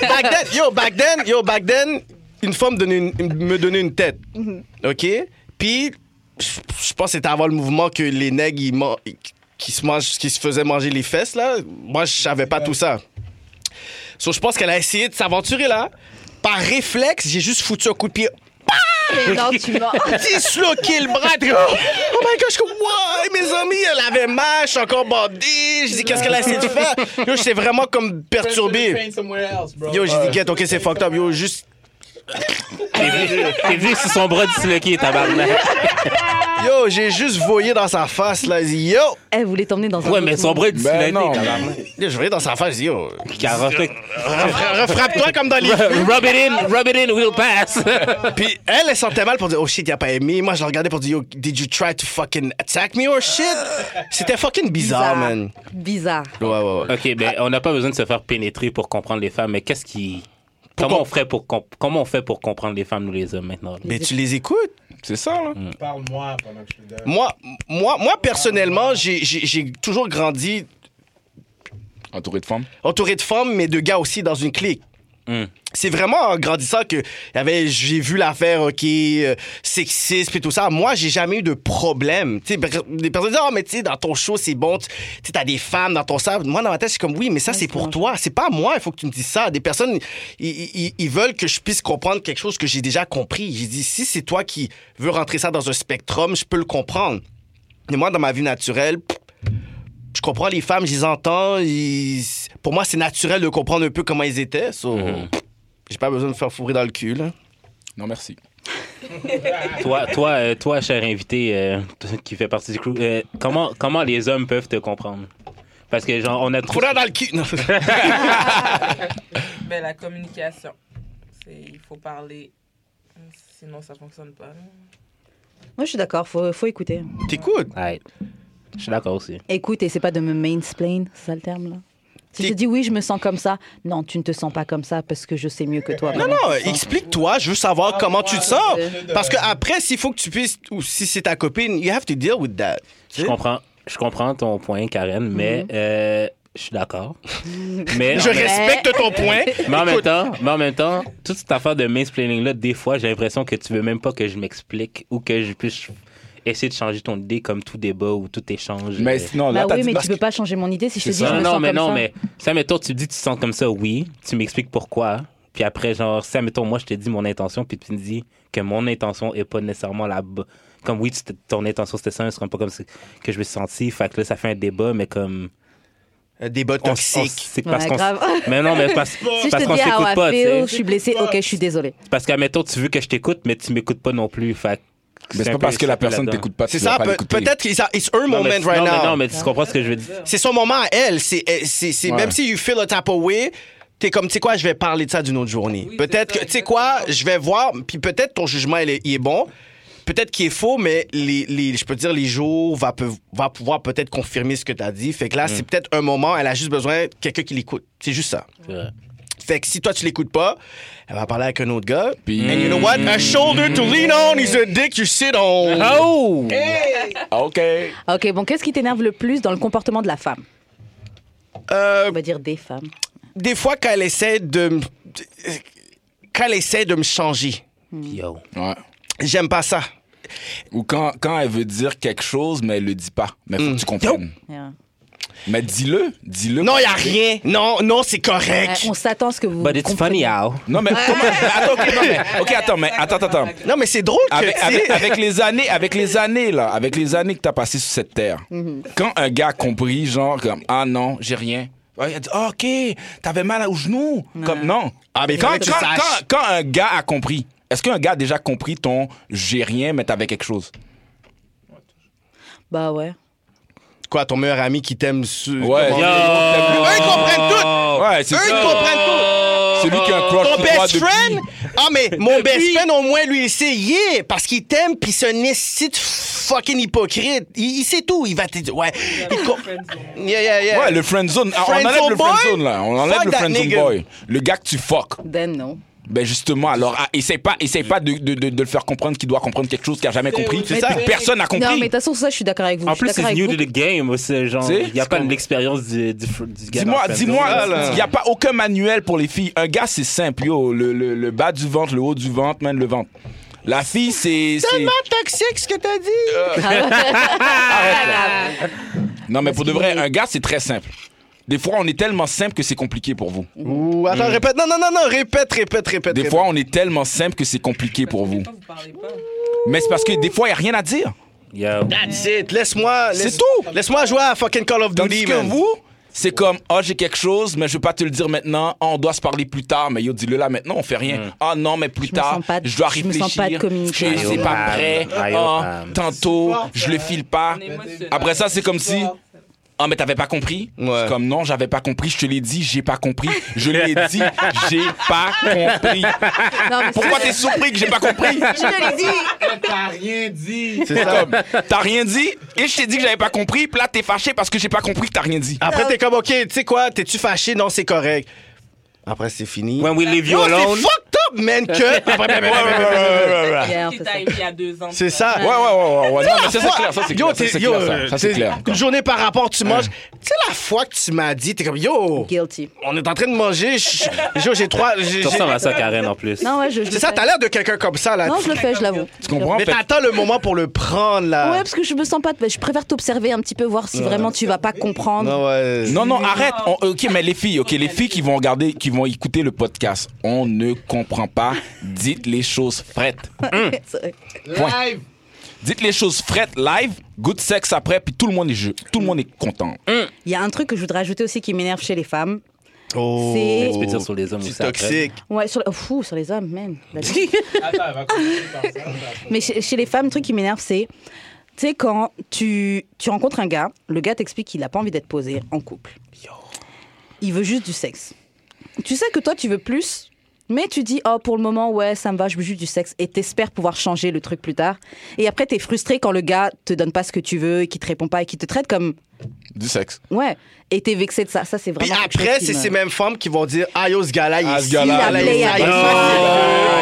Speaker 4: back then, yo, back then, yo, back then, une femme donnait une- une- me donnait une tête. OK? Puis, je je pense que c'était avant le mouvement que les nègres, ils man- qui se, mangent, qui se faisaient manger les fesses, là. Moi, je savais pas tout ça. So, je pense qu'elle a essayé de s'aventurer, là. Par réflexe, j'ai juste foutu un coup de pied
Speaker 2: Mais non, tu mens.
Speaker 4: disloqué le bras. t'es comme, Oh my god, je suis comme, wow, mes amis, elle avait mal, je suis encore bandé. Je dis, qu'est-ce qu'elle a essayé de faire? Yo, j'étais vraiment comme perturbé. Yo, j'ai dit, get, ok, c'est fucked up. Yo, juste
Speaker 3: T'es vu sur son bras disloqué, tabarnak.
Speaker 4: Yo, j'ai juste voyé dans sa face, là. J'ai dit, yo!
Speaker 2: Elle voulait Eh, t'emmener dans un
Speaker 3: Ouais,
Speaker 2: autre
Speaker 3: mais son
Speaker 2: monde.
Speaker 3: bras disloqué,
Speaker 5: Ben non.
Speaker 3: tabarnak.
Speaker 4: Là, je voyais dans sa face, j'ai dit, yo.
Speaker 3: Carotte.
Speaker 4: refra- Refrappe-toi comme dans les.
Speaker 3: Rub it in, rub it in, we'll pass.
Speaker 4: Puis elle, elle sentait mal pour dire, oh shit, il a pas aimé. Moi, je la regardais pour dire, yo, did you try to fucking attack me or shit? C'était fucking bizarre, man.
Speaker 2: Bizarre.
Speaker 4: Ouais, ouais, ouais.
Speaker 3: OK, ben, on n'a pas besoin de se faire pénétrer pour comprendre les femmes, mais qu'est-ce qui. Comment on, ferait pour comp- comment on fait pour comprendre les femmes, nous les hommes, maintenant? là?
Speaker 4: Mais tu les écoutes?
Speaker 5: C'est ça, là.
Speaker 6: Parle-moi pendant que je suis dedans.
Speaker 4: Moi, moi, moi personnellement, j'ai- j'ai j'ai toujours grandi
Speaker 5: Entouré de femmes.
Speaker 4: entouré de femmes, mais de gars aussi dans une clique.
Speaker 3: Mm.
Speaker 4: C'est vraiment en grandissant que y avait, j'ai vu l'affaire, OK, euh, sexiste et tout ça. Moi, j'ai jamais eu de problème. Tu sais, per- des personnes disent, ah, mais tu sais, dans ton show, c'est bon, tu tu sais, t'as des femmes dans ton sable. Moi, dans ma tête, c'est comme, oui, mais ça, c'est pour toi. C'est pas à moi, il faut que tu me dises ça. Des personnes, ils- ils ils- ils veulent que je puisse comprendre quelque chose que j'ai déjà compris. J'ai dit, si c'est toi qui veux rentrer ça dans un spectrum, je peux le comprendre. Mais moi, dans ma vie naturelle, pff, je comprends les femmes, je les entends. ils- Pour moi, c'est naturel de comprendre un peu comment ils étaient. so,
Speaker 3: Mhm.
Speaker 4: pff, J'ai pas besoin de me faire fourrer dans le cul. là.
Speaker 5: Non, merci.
Speaker 3: Toi, toi, euh, toi, cher invité euh, qui fait partie du crew, euh, comment, comment les hommes peuvent te comprendre? Parce que, genre, on a trop.
Speaker 4: Fourrer dans le cul! Non.
Speaker 7: Mais la communication, c'est il faut parler, sinon ça fonctionne pas.
Speaker 2: Moi, je suis d'accord, faut, faut écouter.
Speaker 4: T'écoutes.
Speaker 3: Ouais. Je suis d'accord aussi.
Speaker 2: Écoute, et c'est pas de me mainsplain, c'est ça le terme, là? Si je
Speaker 4: T'es-
Speaker 2: te dis oui, je me sens comme ça, non, tu ne te sens pas comme ça parce que je sais mieux que toi.
Speaker 4: Non, non, explique-toi. Je veux savoir comment tu te sens. Parce que après, s'il faut que tu puisses, ou si c'est ta copine, you have to deal with that.
Speaker 3: Je comprends, je comprends ton point, Karen, mais euh, je suis d'accord. mais,
Speaker 4: Je
Speaker 3: en même-
Speaker 4: respecte ton point.
Speaker 3: mais en même temps, mais en même temps, toute cette affaire de mansplaining là, des fois, j'ai l'impression que tu veux même pas que je m'explique ou que je puisse essayer de changer ton idée comme tout débat ou tout échange.
Speaker 5: Mais
Speaker 3: euh,
Speaker 5: non, là,
Speaker 2: Bah
Speaker 5: t'as
Speaker 2: oui,
Speaker 5: dit
Speaker 2: mais
Speaker 5: parce
Speaker 2: tu peux pas changer mon idée si je te
Speaker 5: C'est
Speaker 2: dis
Speaker 5: ça.
Speaker 2: je
Speaker 3: Non,
Speaker 2: me
Speaker 3: non,
Speaker 2: sens
Speaker 3: mais
Speaker 2: comme
Speaker 3: non,
Speaker 2: ça.
Speaker 3: mais ça, mettons, tu dis, tu te sens comme ça, oui. Tu m'expliques pourquoi. Puis après, genre, ça, mettons, moi, je te dis mon intention, puis tu me dis que mon intention est pas nécessairement la bo- Comme oui, tu t- ton intention c'était ça, mais c'est comme pas comme ça que je me suis senti. Fait que là, ça fait un débat, mais comme.
Speaker 4: Un débat
Speaker 3: on- on-
Speaker 4: toxique.
Speaker 3: C'est parce
Speaker 2: Ouais,
Speaker 3: qu'on. s-
Speaker 2: grave.
Speaker 3: Mais non, mais c'est parce,
Speaker 2: Si je
Speaker 3: parce
Speaker 2: te
Speaker 3: qu'on
Speaker 2: dis
Speaker 3: s'écoute
Speaker 2: ah,
Speaker 3: pas, tu sais.
Speaker 2: je suis blessée, ok, je suis désolée.
Speaker 3: C'est Parce que, mettons, tu veux que je t'écoute, mais tu m'écoutes pas non plus. Fait que
Speaker 5: Mais c'est
Speaker 3: un
Speaker 5: pas
Speaker 3: peu
Speaker 5: parce que la
Speaker 3: échappé
Speaker 5: personne
Speaker 3: là-dedans.
Speaker 5: t'écoute pas, tu
Speaker 4: C'est
Speaker 5: vas
Speaker 4: ça,
Speaker 5: pas
Speaker 4: peut-
Speaker 5: l'écouter.
Speaker 4: peut-être que ça- it's her
Speaker 3: Non, mais-
Speaker 4: moment right
Speaker 3: non, mais-
Speaker 4: now.
Speaker 3: non, mais tu comprends ce que je veux dire.
Speaker 4: C'est son moment à elle. C'est, euh, c'est, c'est,
Speaker 5: Ouais.
Speaker 4: Même si you feel a type of way, t'es comme, tu sais quoi, je vais parler de ça d'une autre journée.
Speaker 7: Oui,
Speaker 4: peut-être que,
Speaker 7: c'est ça,
Speaker 4: tu sais quoi,
Speaker 7: exactement.
Speaker 4: je vais voir, puis peut-être ton jugement, il est, il est bon. Peut-être qu'il est faux, mais les, les, je peux te dire, les jours va, peu- va pouvoir peut-être confirmer ce que t'as dit. Fait que
Speaker 5: Mm.
Speaker 4: là, c'est peut-être un moment, elle a juste besoin de quelqu'un qui l'écoute. C'est juste ça.
Speaker 3: C'est vrai.
Speaker 4: Fait que si toi, tu l'écoutes pas, elle va parler avec un autre gars.
Speaker 5: Puis- Mm.
Speaker 4: And you know what? A shoulder to lean on is a dick you sit on.
Speaker 3: Oh!
Speaker 5: OK.
Speaker 2: Ok, bon, qu'est-ce qui t'énerve le plus dans le comportement de la femme
Speaker 4: Euh,
Speaker 2: On va dire des femmes.
Speaker 4: des fois, quand elle essaie de... me- Quand elle essaie de me changer.
Speaker 3: Yo.
Speaker 5: Ouais.
Speaker 4: J'aime pas ça.
Speaker 5: Ou quand, quand elle veut dire quelque chose, mais elle le dit pas. Mais
Speaker 4: Mm.
Speaker 5: faut que tu comprennes.
Speaker 2: Yeah.
Speaker 5: Mais dis-le. Dis-le.
Speaker 4: Non, y a rien. Non, non, c'est correct.
Speaker 2: Ouais, on s'attend à ce que vous.
Speaker 3: But it's Bah, funny
Speaker 2: compreniez.
Speaker 3: how.
Speaker 5: Non, mais comment. Attends, OK, non, mais. OK, attends, mais. Attends, attends. attends.
Speaker 4: Non, mais c'est drôle que.
Speaker 5: Avec,
Speaker 4: tu sais,
Speaker 5: avec, avec les années, avec les années là, avec les années que t'as passées sur cette terre,
Speaker 4: Mm-hmm.
Speaker 5: quand un gars a compris genre comme ah non j'ai rien, ouais, il a dit Ah, ok t'avais mal au genou, comme non.
Speaker 4: Ah, mais il
Speaker 5: quand,
Speaker 4: fallait que tu
Speaker 5: quand-
Speaker 4: saches.
Speaker 5: quand- quand un gars a compris, est-ce qu'un gars a déjà compris ton j'ai rien mais t'avais quelque chose?
Speaker 2: Bah ouais.
Speaker 4: Quoi, ton meilleur ami qui t'aime. Su...
Speaker 5: Ouais.
Speaker 4: comment-
Speaker 5: Yo.
Speaker 4: Eux, ils comprennent tout.
Speaker 5: Ouais c'est
Speaker 4: Oh. Eux, ils
Speaker 5: ça.
Speaker 4: comprennent
Speaker 5: C'est lui qui a un
Speaker 4: tout.
Speaker 5: crush
Speaker 4: Ton
Speaker 5: sur toi
Speaker 4: best
Speaker 5: depuis.
Speaker 4: friend? Ah, mais mon best friend, au moins, lui, il sait, yeah, parce qu'il t'aime, pis c'est un site fucking hypocrite. Il, il sait tout. Il va te dire, ouais. Il com- Yeah, yeah, yeah.
Speaker 5: Ouais, le friend zone. Ah,
Speaker 4: Friend
Speaker 5: on enlève
Speaker 4: zone
Speaker 5: le
Speaker 4: boy?
Speaker 5: friend zone là. On enlève
Speaker 4: Fuck
Speaker 5: le
Speaker 4: that
Speaker 5: friend zone
Speaker 4: nigga.
Speaker 5: boy. Le gars que tu fuck.
Speaker 2: Then non.
Speaker 5: Ben justement, alors ah, essaye pas, essaye pas de, de, de, de le faire comprendre qu'il doit comprendre quelque chose qu'il a jamais compris.
Speaker 4: c'est ça.
Speaker 5: Puis que Personne n'a
Speaker 2: Non, mais de
Speaker 5: compris.
Speaker 2: toute façon, ça, je suis d'accord avec vous.
Speaker 3: En
Speaker 2: Je suis
Speaker 3: plus,
Speaker 2: d'accord
Speaker 3: c'est new
Speaker 2: avec
Speaker 3: to
Speaker 2: vous.
Speaker 3: the game, c'est genre,
Speaker 5: Tu sais,
Speaker 3: il n'y a
Speaker 5: c'est
Speaker 3: pas
Speaker 5: comme-
Speaker 3: l'expérience du, du, fr- du gars.
Speaker 5: Dis-moi,
Speaker 3: dans le
Speaker 5: dis-moi,
Speaker 3: friendzone.
Speaker 5: il n'y a pas aucun manuel pour les filles. Un gars, c'est simple, yo. Le, le, le bas du ventre, le haut du ventre, même le ventre. La fille, c'est. c'est-
Speaker 4: Tellement toxique, ce que t'as dit.
Speaker 5: Non, mais pour de vrai, un gars, c'est très simple. Des fois, on est tellement simple que c'est compliqué pour vous.
Speaker 4: Ouh, attends, répète. Non, non, non, non, répète, répète, répète.
Speaker 5: Hmm. Des
Speaker 4: répète.
Speaker 5: fois, on est tellement simple que c'est compliqué pour vous.
Speaker 7: Vous parlez pas.
Speaker 5: Mais c'est parce que des fois, il n'y a rien à dire.
Speaker 3: Yo.
Speaker 4: That's it. Laisse-moi.
Speaker 5: C'est
Speaker 4: laisse-
Speaker 5: tout.
Speaker 4: Laisse-moi jouer à fucking Call of
Speaker 5: Tandis
Speaker 4: Duty,
Speaker 5: que
Speaker 4: man.
Speaker 5: vous, C'est
Speaker 3: Oh.
Speaker 5: comme, ah, j'ai quelque chose, mais je veux pas te le dire maintenant. Ah, on doit se parler plus tard. Mais yo, dis-le là maintenant, on fait
Speaker 3: Hmm.
Speaker 5: rien. Ah, non, mais plus
Speaker 2: Je me
Speaker 5: tard,
Speaker 2: sens pas de-
Speaker 5: je dois
Speaker 2: je
Speaker 5: réfléchir.
Speaker 2: me sens pas de communiquer.
Speaker 5: Je- C'est pas prêt.
Speaker 3: Aïe,
Speaker 5: Ah,
Speaker 3: aïe.
Speaker 5: tantôt, je le file pas.
Speaker 7: On est émotionnel.
Speaker 5: Après ça, c'est comme si. Ah, mais t'avais pas compris?
Speaker 4: Ouais.
Speaker 5: C'est Comme non, j'avais pas compris, je te l'ai dit, j'ai pas compris. Je l'ai dit, j'ai pas compris.
Speaker 2: Non, mais
Speaker 5: Pourquoi t'es surpris que j'ai pas compris?
Speaker 2: Je te l'ai dit.
Speaker 6: T'as rien dit.
Speaker 4: C'est ça.
Speaker 5: T'as rien dit et je t'ai dit que j'avais pas compris, puis là t'es fâché parce que j'ai pas compris que t'as rien dit.
Speaker 4: Après, t'es comme, OK, tu sais quoi, t'es-tu fâché? Non, c'est correct. Après, c'est fini.
Speaker 3: When we leave you
Speaker 4: Yo,
Speaker 3: alone.
Speaker 4: C'est fucked up, man, que...
Speaker 3: Ah,
Speaker 4: Après,
Speaker 2: Yeah,
Speaker 7: Qui
Speaker 2: c'est
Speaker 7: t'a
Speaker 2: ça.
Speaker 7: aimé il y a deux ans.
Speaker 4: c'est ça.
Speaker 5: Ouais, ouais, ouais, ouais, ouais. Non, mais ça c'est clair, ça c'est
Speaker 4: Yo,
Speaker 5: clair. Ça
Speaker 4: t'es-
Speaker 5: c'est
Speaker 4: yo,
Speaker 5: clair, ça. ça. c'est
Speaker 4: t'es-
Speaker 5: clair.
Speaker 4: Une journée par rapport, tu manges. Tu sais, la fois que tu m'as dit, t'es comme, yo,
Speaker 2: Guilty.
Speaker 4: on est en train de manger. je- je- Yo, j'ai trois. j'ai-
Speaker 3: Ça
Speaker 4: j'ai-
Speaker 3: ressemble à ça, Karen, en plus.
Speaker 2: Non, ouais, je. je
Speaker 4: C'est
Speaker 2: le
Speaker 4: ça,
Speaker 2: fais.
Speaker 4: t'as l'air de quelqu'un comme ça, là.
Speaker 2: Non, je le fais, je l'avoue.
Speaker 5: Tu comprends?
Speaker 4: Mais
Speaker 5: Fait-
Speaker 4: t'attends le moment pour le prendre,
Speaker 2: Ouais,
Speaker 4: là.
Speaker 2: parce que je me sens pas. de- Je préfère t'observer un petit peu, voir si vraiment tu vas pas comprendre.
Speaker 4: Non, ouais.
Speaker 5: Non, non, arrête. On- ok, mais les filles, ok, les filles qui vont regarder, qui vont écouter le podcast, on ne comprend pas. Dites les choses frettes.
Speaker 2: C'est-
Speaker 6: Live.
Speaker 5: Dites les choses frettes live, good sex après, puis tout le monde est jeu, tout le monde est content.
Speaker 2: Il y a un truc que je voudrais ajouter aussi qui m'énerve chez les femmes.
Speaker 4: Oh.
Speaker 2: C'est-
Speaker 3: Tu peux dire sur les hommes
Speaker 4: C'est
Speaker 3: aussi. après.
Speaker 4: toxique.
Speaker 2: Ouais, sur, oh, fou, sur les hommes, man. La-
Speaker 6: Attends, elle va continuer par ça.
Speaker 2: Mais chez, chez les femmes, le truc qui m'énerve, c'est. Tu sais, quand tu, tu rencontres un gars, le gars t'explique qu'il n'a pas envie d'être posé en couple. Il veut juste du sexe. Tu sais que toi, tu veux plus, mais tu dis, oh, pour le moment, ouais, ça me va, je veux juste du sexe. Et t'espères pouvoir changer le truc plus tard. Et après, t'es frustré quand le gars te donne pas ce que tu veux, et qu'il te répond pas, et qu'il te traite comme.
Speaker 5: Du sexe.
Speaker 2: Ouais. Et t'es vexé de ça. Ça, c'est
Speaker 4: Puis
Speaker 2: vraiment. quelque
Speaker 4: après,
Speaker 2: chose qui
Speaker 4: c'est
Speaker 2: me-
Speaker 4: ces mêmes femmes qui vont dire Ah yo, ce gars-là, il
Speaker 5: Ah,
Speaker 4: est
Speaker 5: ce
Speaker 4: ci,
Speaker 5: gars-là,
Speaker 4: là,
Speaker 2: il
Speaker 4: est
Speaker 2: est
Speaker 4: ça, il est
Speaker 2: playable.
Speaker 4: ça.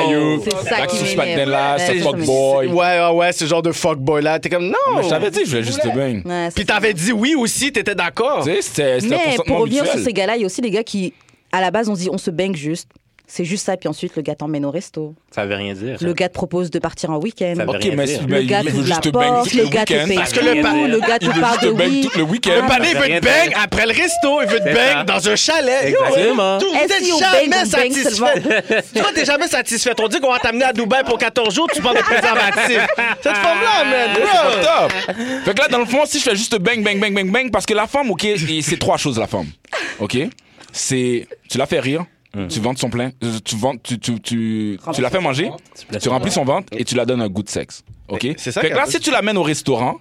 Speaker 5: Ah, yo.
Speaker 2: C'est ça
Speaker 5: Back
Speaker 2: qui
Speaker 5: to
Speaker 2: m'énerve.
Speaker 5: Spadella,
Speaker 2: Ouais,
Speaker 5: c'est
Speaker 2: je
Speaker 5: fuck
Speaker 2: me-
Speaker 5: boy.
Speaker 4: Ouais, ouais, ouais, ce genre de fuckboy là. T'es comme non.
Speaker 5: Mais Je t'avais dit, je voulais juste te bang.
Speaker 2: Ouais, ça,
Speaker 4: Puis t'avais dit oui aussi, t'étais d'accord.
Speaker 5: Tu sais, c'était c'était un
Speaker 2: Mais
Speaker 5: consentement
Speaker 2: pour revenir
Speaker 5: mutuel.
Speaker 2: sur ces gars-là, il y a aussi les gars qui, à la base, on se dit on se bang juste. C'est juste ça, puis ensuite le gars t'emmène au resto.
Speaker 3: Ça veut rien dire.
Speaker 2: Le gars te propose de partir en week-end.
Speaker 3: Ça veut
Speaker 5: Ok,
Speaker 3: rien
Speaker 5: mais
Speaker 3: dire.
Speaker 5: si-
Speaker 2: Le
Speaker 5: mais
Speaker 2: gars
Speaker 5: il veut
Speaker 2: t'ouvre la
Speaker 5: juste te bang
Speaker 2: porte,
Speaker 5: tout le
Speaker 2: le gars te
Speaker 5: week-end.
Speaker 2: paye
Speaker 4: Parce que le
Speaker 2: tout,
Speaker 4: pa-
Speaker 2: Oh, le gars
Speaker 5: Il
Speaker 2: te
Speaker 5: veut
Speaker 2: parle
Speaker 5: juste te
Speaker 2: de Ah,
Speaker 5: bang
Speaker 2: oui.
Speaker 5: tout le week-end.
Speaker 4: Le pané, il
Speaker 3: Ça
Speaker 4: veut
Speaker 3: veut
Speaker 4: te
Speaker 3: rien
Speaker 4: bang après le resto, il veut te
Speaker 3: C'est
Speaker 4: bang
Speaker 3: ça.
Speaker 4: dans un chalet. Yo,
Speaker 3: Exactement.
Speaker 4: tout- Vous
Speaker 2: Est-ce
Speaker 4: êtes
Speaker 2: qu'on
Speaker 4: jamais
Speaker 2: bang, on bang
Speaker 4: satisfait. Toi, t'es jamais satisfaite. On dit qu'on va t'amener à Dubaï pour 14 jours, tu parles de préservatif.
Speaker 5: Ah.
Speaker 4: Cette femme-là, man.
Speaker 5: Fucked
Speaker 4: bro.
Speaker 5: up. Fait que là, dans le fond, si je fais juste bang, bang, bang, bang, bang, parce que la femme, ok, et c'est trois choses, la femme. Ok? C'est. Tu la fais rire,
Speaker 2: Hum.
Speaker 5: tu vends son plein, euh, tu, vends, tu, tu, tu, tu la fais manger, tu remplis son ventre et tu la donnes un goût de sexe. Ok?
Speaker 4: C'est ça
Speaker 5: Fait que là,
Speaker 4: qu'elle
Speaker 5: si tu l'amènes au restaurant,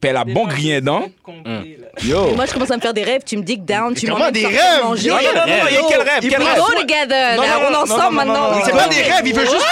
Speaker 5: puis elle a bon grillin dents,
Speaker 2: Et
Speaker 7: Hum.
Speaker 5: yo!
Speaker 2: moi, je commence à me faire des rêves. Tu me dick down, tu
Speaker 4: Comment
Speaker 2: m'emmènes
Speaker 4: des
Speaker 2: sortir
Speaker 4: rêves?
Speaker 2: manger.
Speaker 4: Non, non, non, non,
Speaker 5: il y a quel rêve,
Speaker 2: We
Speaker 5: quel
Speaker 2: go
Speaker 5: rêve?
Speaker 2: together, là,
Speaker 5: non,
Speaker 2: on est
Speaker 5: non,
Speaker 2: ensemble
Speaker 5: non, non, non,
Speaker 2: maintenant.
Speaker 5: non,
Speaker 4: C'est pas des rêves, il veut juste.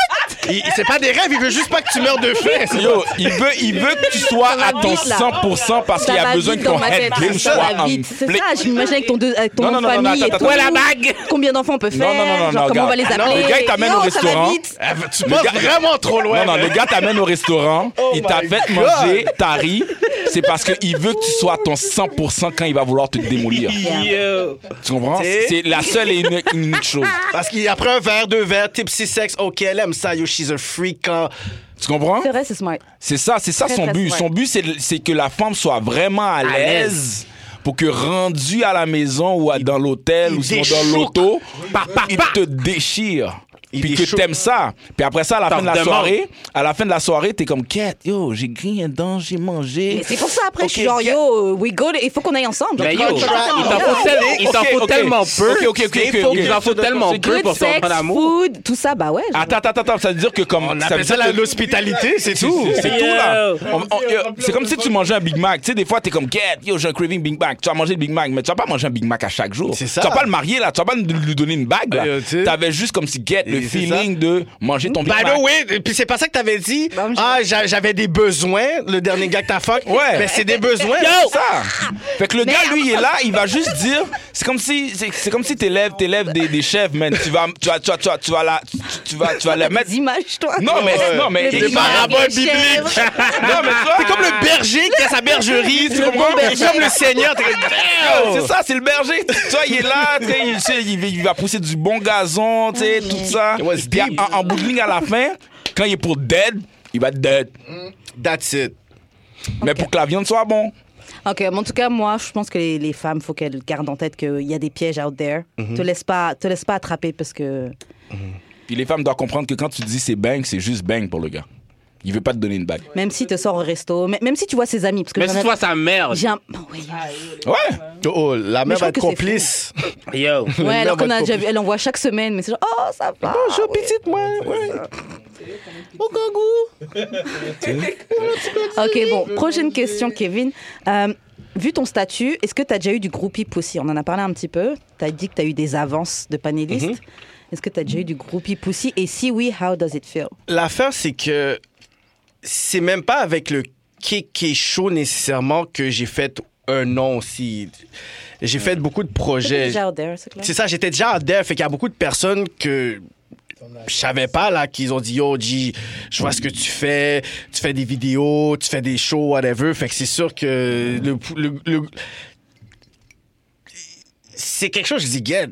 Speaker 4: Il- C'est pas des rêves, il veut juste pas que tu meurs de faim.
Speaker 5: Yo, il veut, il veut que tu sois
Speaker 2: Ça
Speaker 5: à
Speaker 2: va
Speaker 5: ton
Speaker 2: vite, là.
Speaker 5: 100% parce
Speaker 2: Ça
Speaker 5: qu'il a
Speaker 2: va
Speaker 5: besoin
Speaker 2: vite
Speaker 5: que
Speaker 2: dans
Speaker 5: ton
Speaker 2: ma
Speaker 5: head
Speaker 2: tête,
Speaker 5: game
Speaker 2: ça
Speaker 5: soit
Speaker 2: va
Speaker 5: en
Speaker 2: vite. C'est
Speaker 5: flic.
Speaker 2: ça, j'imagine avec ton, deux, avec ton
Speaker 5: Non, non,
Speaker 2: nom de
Speaker 5: non, non,
Speaker 2: famille
Speaker 5: attends,
Speaker 2: et
Speaker 5: attends,
Speaker 2: tout.
Speaker 5: attends.
Speaker 2: Combien d'enfants on peut faire
Speaker 5: Non, non, non, non,
Speaker 2: Genre,
Speaker 5: non,
Speaker 2: comment on va les
Speaker 5: regarde.
Speaker 2: appeler
Speaker 5: Le gars, il t'amène
Speaker 2: Yo,
Speaker 5: au
Speaker 2: Ça va
Speaker 5: restaurant. Hein?
Speaker 2: vite.
Speaker 4: Tu
Speaker 5: Le
Speaker 4: penses
Speaker 5: gars-
Speaker 4: vraiment trop loin.
Speaker 5: Non, non, le gars t'amène au restaurant, il t'a
Speaker 4: Oh my
Speaker 5: fait
Speaker 4: God.
Speaker 5: manger, t'as ri. C'est parce qu'il veut que tu sois à ton 100% quand il va vouloir te démolir. Tu comprends?
Speaker 4: C'est-
Speaker 5: C'est la seule et unique, unique chose.
Speaker 4: Parce qu'après un verre, deux verres, tipsy sex, ok, elle aime ça, yo, she's a freak. hein.
Speaker 5: Tu comprends?
Speaker 2: C'est vrai, c'est smart.
Speaker 5: C'est ça, c'est ça
Speaker 2: Très,
Speaker 5: son
Speaker 2: très
Speaker 5: but.
Speaker 2: smart.
Speaker 5: Son but, c'est- c'est que la femme soit vraiment à l'aise pour que rendu à la maison ou à- dans l'hôtel
Speaker 4: il
Speaker 5: ou sinon
Speaker 4: déchouque.
Speaker 5: dans l'auto, il te déchire.
Speaker 4: Il
Speaker 5: puis que
Speaker 4: déchouque.
Speaker 5: t'aimes ça. Puis après ça, à la
Speaker 3: T'en
Speaker 5: fin de la
Speaker 3: redemandes.
Speaker 5: soirée, à la fin de la soirée, t'es comme quête, yo, j'ai grillé un dent, j'ai mangé.
Speaker 2: Mais c'est pour ça, après, je
Speaker 5: Ok,
Speaker 2: suis genre,
Speaker 5: ok.
Speaker 2: yo, we go, il faut qu'on aille ensemble.
Speaker 3: Mais
Speaker 2: Genre,
Speaker 3: yo,
Speaker 2: tu vois,
Speaker 3: il t'en
Speaker 2: yo.
Speaker 3: faut, tel- il t'en
Speaker 5: Ok,
Speaker 3: faut
Speaker 5: ok.
Speaker 3: tellement peu.
Speaker 5: Ok, ok, ok, ok, ok.
Speaker 3: Il t'en faut tellement peu
Speaker 2: Good
Speaker 3: pour ton
Speaker 2: sex,
Speaker 3: grand amour.
Speaker 2: food, tout ça, bah ouais. genre.
Speaker 5: Attends, attends, attends, ça veut dire que comme.
Speaker 4: On
Speaker 5: ça veut
Speaker 4: appelle ça
Speaker 5: dire
Speaker 4: la-
Speaker 5: que-
Speaker 4: l'hospitalité, c'est tout.
Speaker 5: C'est
Speaker 3: Yo.
Speaker 5: tout là. On- on-
Speaker 6: Yo.
Speaker 5: yo, c'est comme si tu mangeais un Big Mac. Tu sais, des fois, t'es comme, get, yo, j'ai un craving Big Mac. Tu as mangé le Big Mac, mais tu vas pas manger un Big Mac à chaque jour.
Speaker 4: C'est ça.
Speaker 5: Tu vas pas le marier là, tu vas pas lui donner une bague
Speaker 4: Euh,
Speaker 5: là.
Speaker 4: tu sais.
Speaker 5: T'avais juste comme si, get, le
Speaker 4: Et c'est
Speaker 5: feeling de manger ton Big
Speaker 4: By
Speaker 5: Mac.
Speaker 4: the way, et puis c'est pas ça que t'avais dit.
Speaker 2: Non, mais j'ai-
Speaker 4: Ah, j'a- j'avais des besoins, le dernier gars que t'as fuck.
Speaker 5: Ouais.
Speaker 4: Mais c'est des besoins.
Speaker 5: C'est ça. Fait que le gars, lui, il est là, il va juste dire. C'est comme si, c'est c'est comme si t'élèves, t'élèves des, des chefs, man. Tu vas, tu vas, tu vas, tu vas, tu vas la, tu, tu vas, tu vas la mettre.
Speaker 2: Des images, toi.
Speaker 5: Non mais,
Speaker 4: Ouais.
Speaker 5: non mais, non
Speaker 2: Les
Speaker 4: Des
Speaker 2: Big Mac,
Speaker 4: paraboles
Speaker 2: les
Speaker 4: bibliques.
Speaker 2: chèvres.
Speaker 5: mais toi,
Speaker 4: T'es comme le berger qui a sa bergerie, tu
Speaker 5: Le
Speaker 4: comprends?
Speaker 5: bon
Speaker 4: T'es
Speaker 5: berger.
Speaker 4: comme le seigneur, t'es comme,
Speaker 5: Yo,
Speaker 4: Damn!
Speaker 5: C'est ça, c'est le berger. tu vois, il est là, tu sais, il, tu sais, il va- il va pousser du bon gazon, tu sais, tout ça.
Speaker 4: Ouais, c'est
Speaker 5: Puis
Speaker 4: deep.
Speaker 5: en, en bout de ligne, à la fin, quand il est pour dead, il va être dead.
Speaker 4: Mm. That's it.
Speaker 5: Mais pour que la viande soit bon.
Speaker 2: Ok, mais en tout cas, moi, je pense que les, les femmes, faut qu'elles gardent en tête qu'il y a des pièges out there.
Speaker 3: Mhm.
Speaker 2: Te laisse pas, te laisse pas attraper parce que.
Speaker 5: Puis les femmes doivent comprendre que quand tu dis c'est bang, c'est juste bang pour le gars. Il veut pas te donner une bague.
Speaker 2: Même si tu sors au resto, mais- même si tu vois ses amis. Parce que
Speaker 3: Mais
Speaker 2: j'en
Speaker 3: si
Speaker 2: ai-
Speaker 3: tu vois sa mère,
Speaker 2: j'ai un- oh, oui.
Speaker 7: Ah, yo, les-
Speaker 5: Ouais.
Speaker 4: Oh, oh, la mère
Speaker 2: je
Speaker 4: va
Speaker 2: trouve
Speaker 4: être
Speaker 2: que c'est
Speaker 4: complice.
Speaker 3: yo.
Speaker 2: Ouais, alors
Speaker 4: mère
Speaker 2: qu'on
Speaker 4: va
Speaker 2: a
Speaker 4: être
Speaker 2: déjà vu, elle envoie chaque semaine, mais c'est genre, oh, ça va.
Speaker 4: Bonjour,
Speaker 2: ouais.
Speaker 4: petite, moi. Ouais.
Speaker 2: Au kangou. ok, bon, prochaine question, Kevin. Euh, vu ton statut, est-ce que tu as déjà eu du groupie pussy On en a parlé un petit peu. Tu as dit que tu as eu des avances de panélistes.
Speaker 4: Mhm.
Speaker 2: Est-ce que tu as déjà eu du groupie pussy Et si oui, how does it feel
Speaker 4: L'affaire, c'est que c'est même pas avec le kéké chaud nécessairement que j'ai fait un nom aussi. J'ai fait beaucoup de
Speaker 2: C'est
Speaker 4: projets.
Speaker 2: déjà out there, c'est clair.
Speaker 4: C'est ça, j'étais déjà en dev. Fait qu'il y a beaucoup de personnes que je savais pas, là, qu'ils ont dit Yo, G, je vois ce que tu fais, tu fais des vidéos, tu fais des shows, whatever. Fait que c'est sûr que le. le- le- C'est quelque chose, je dis, Get,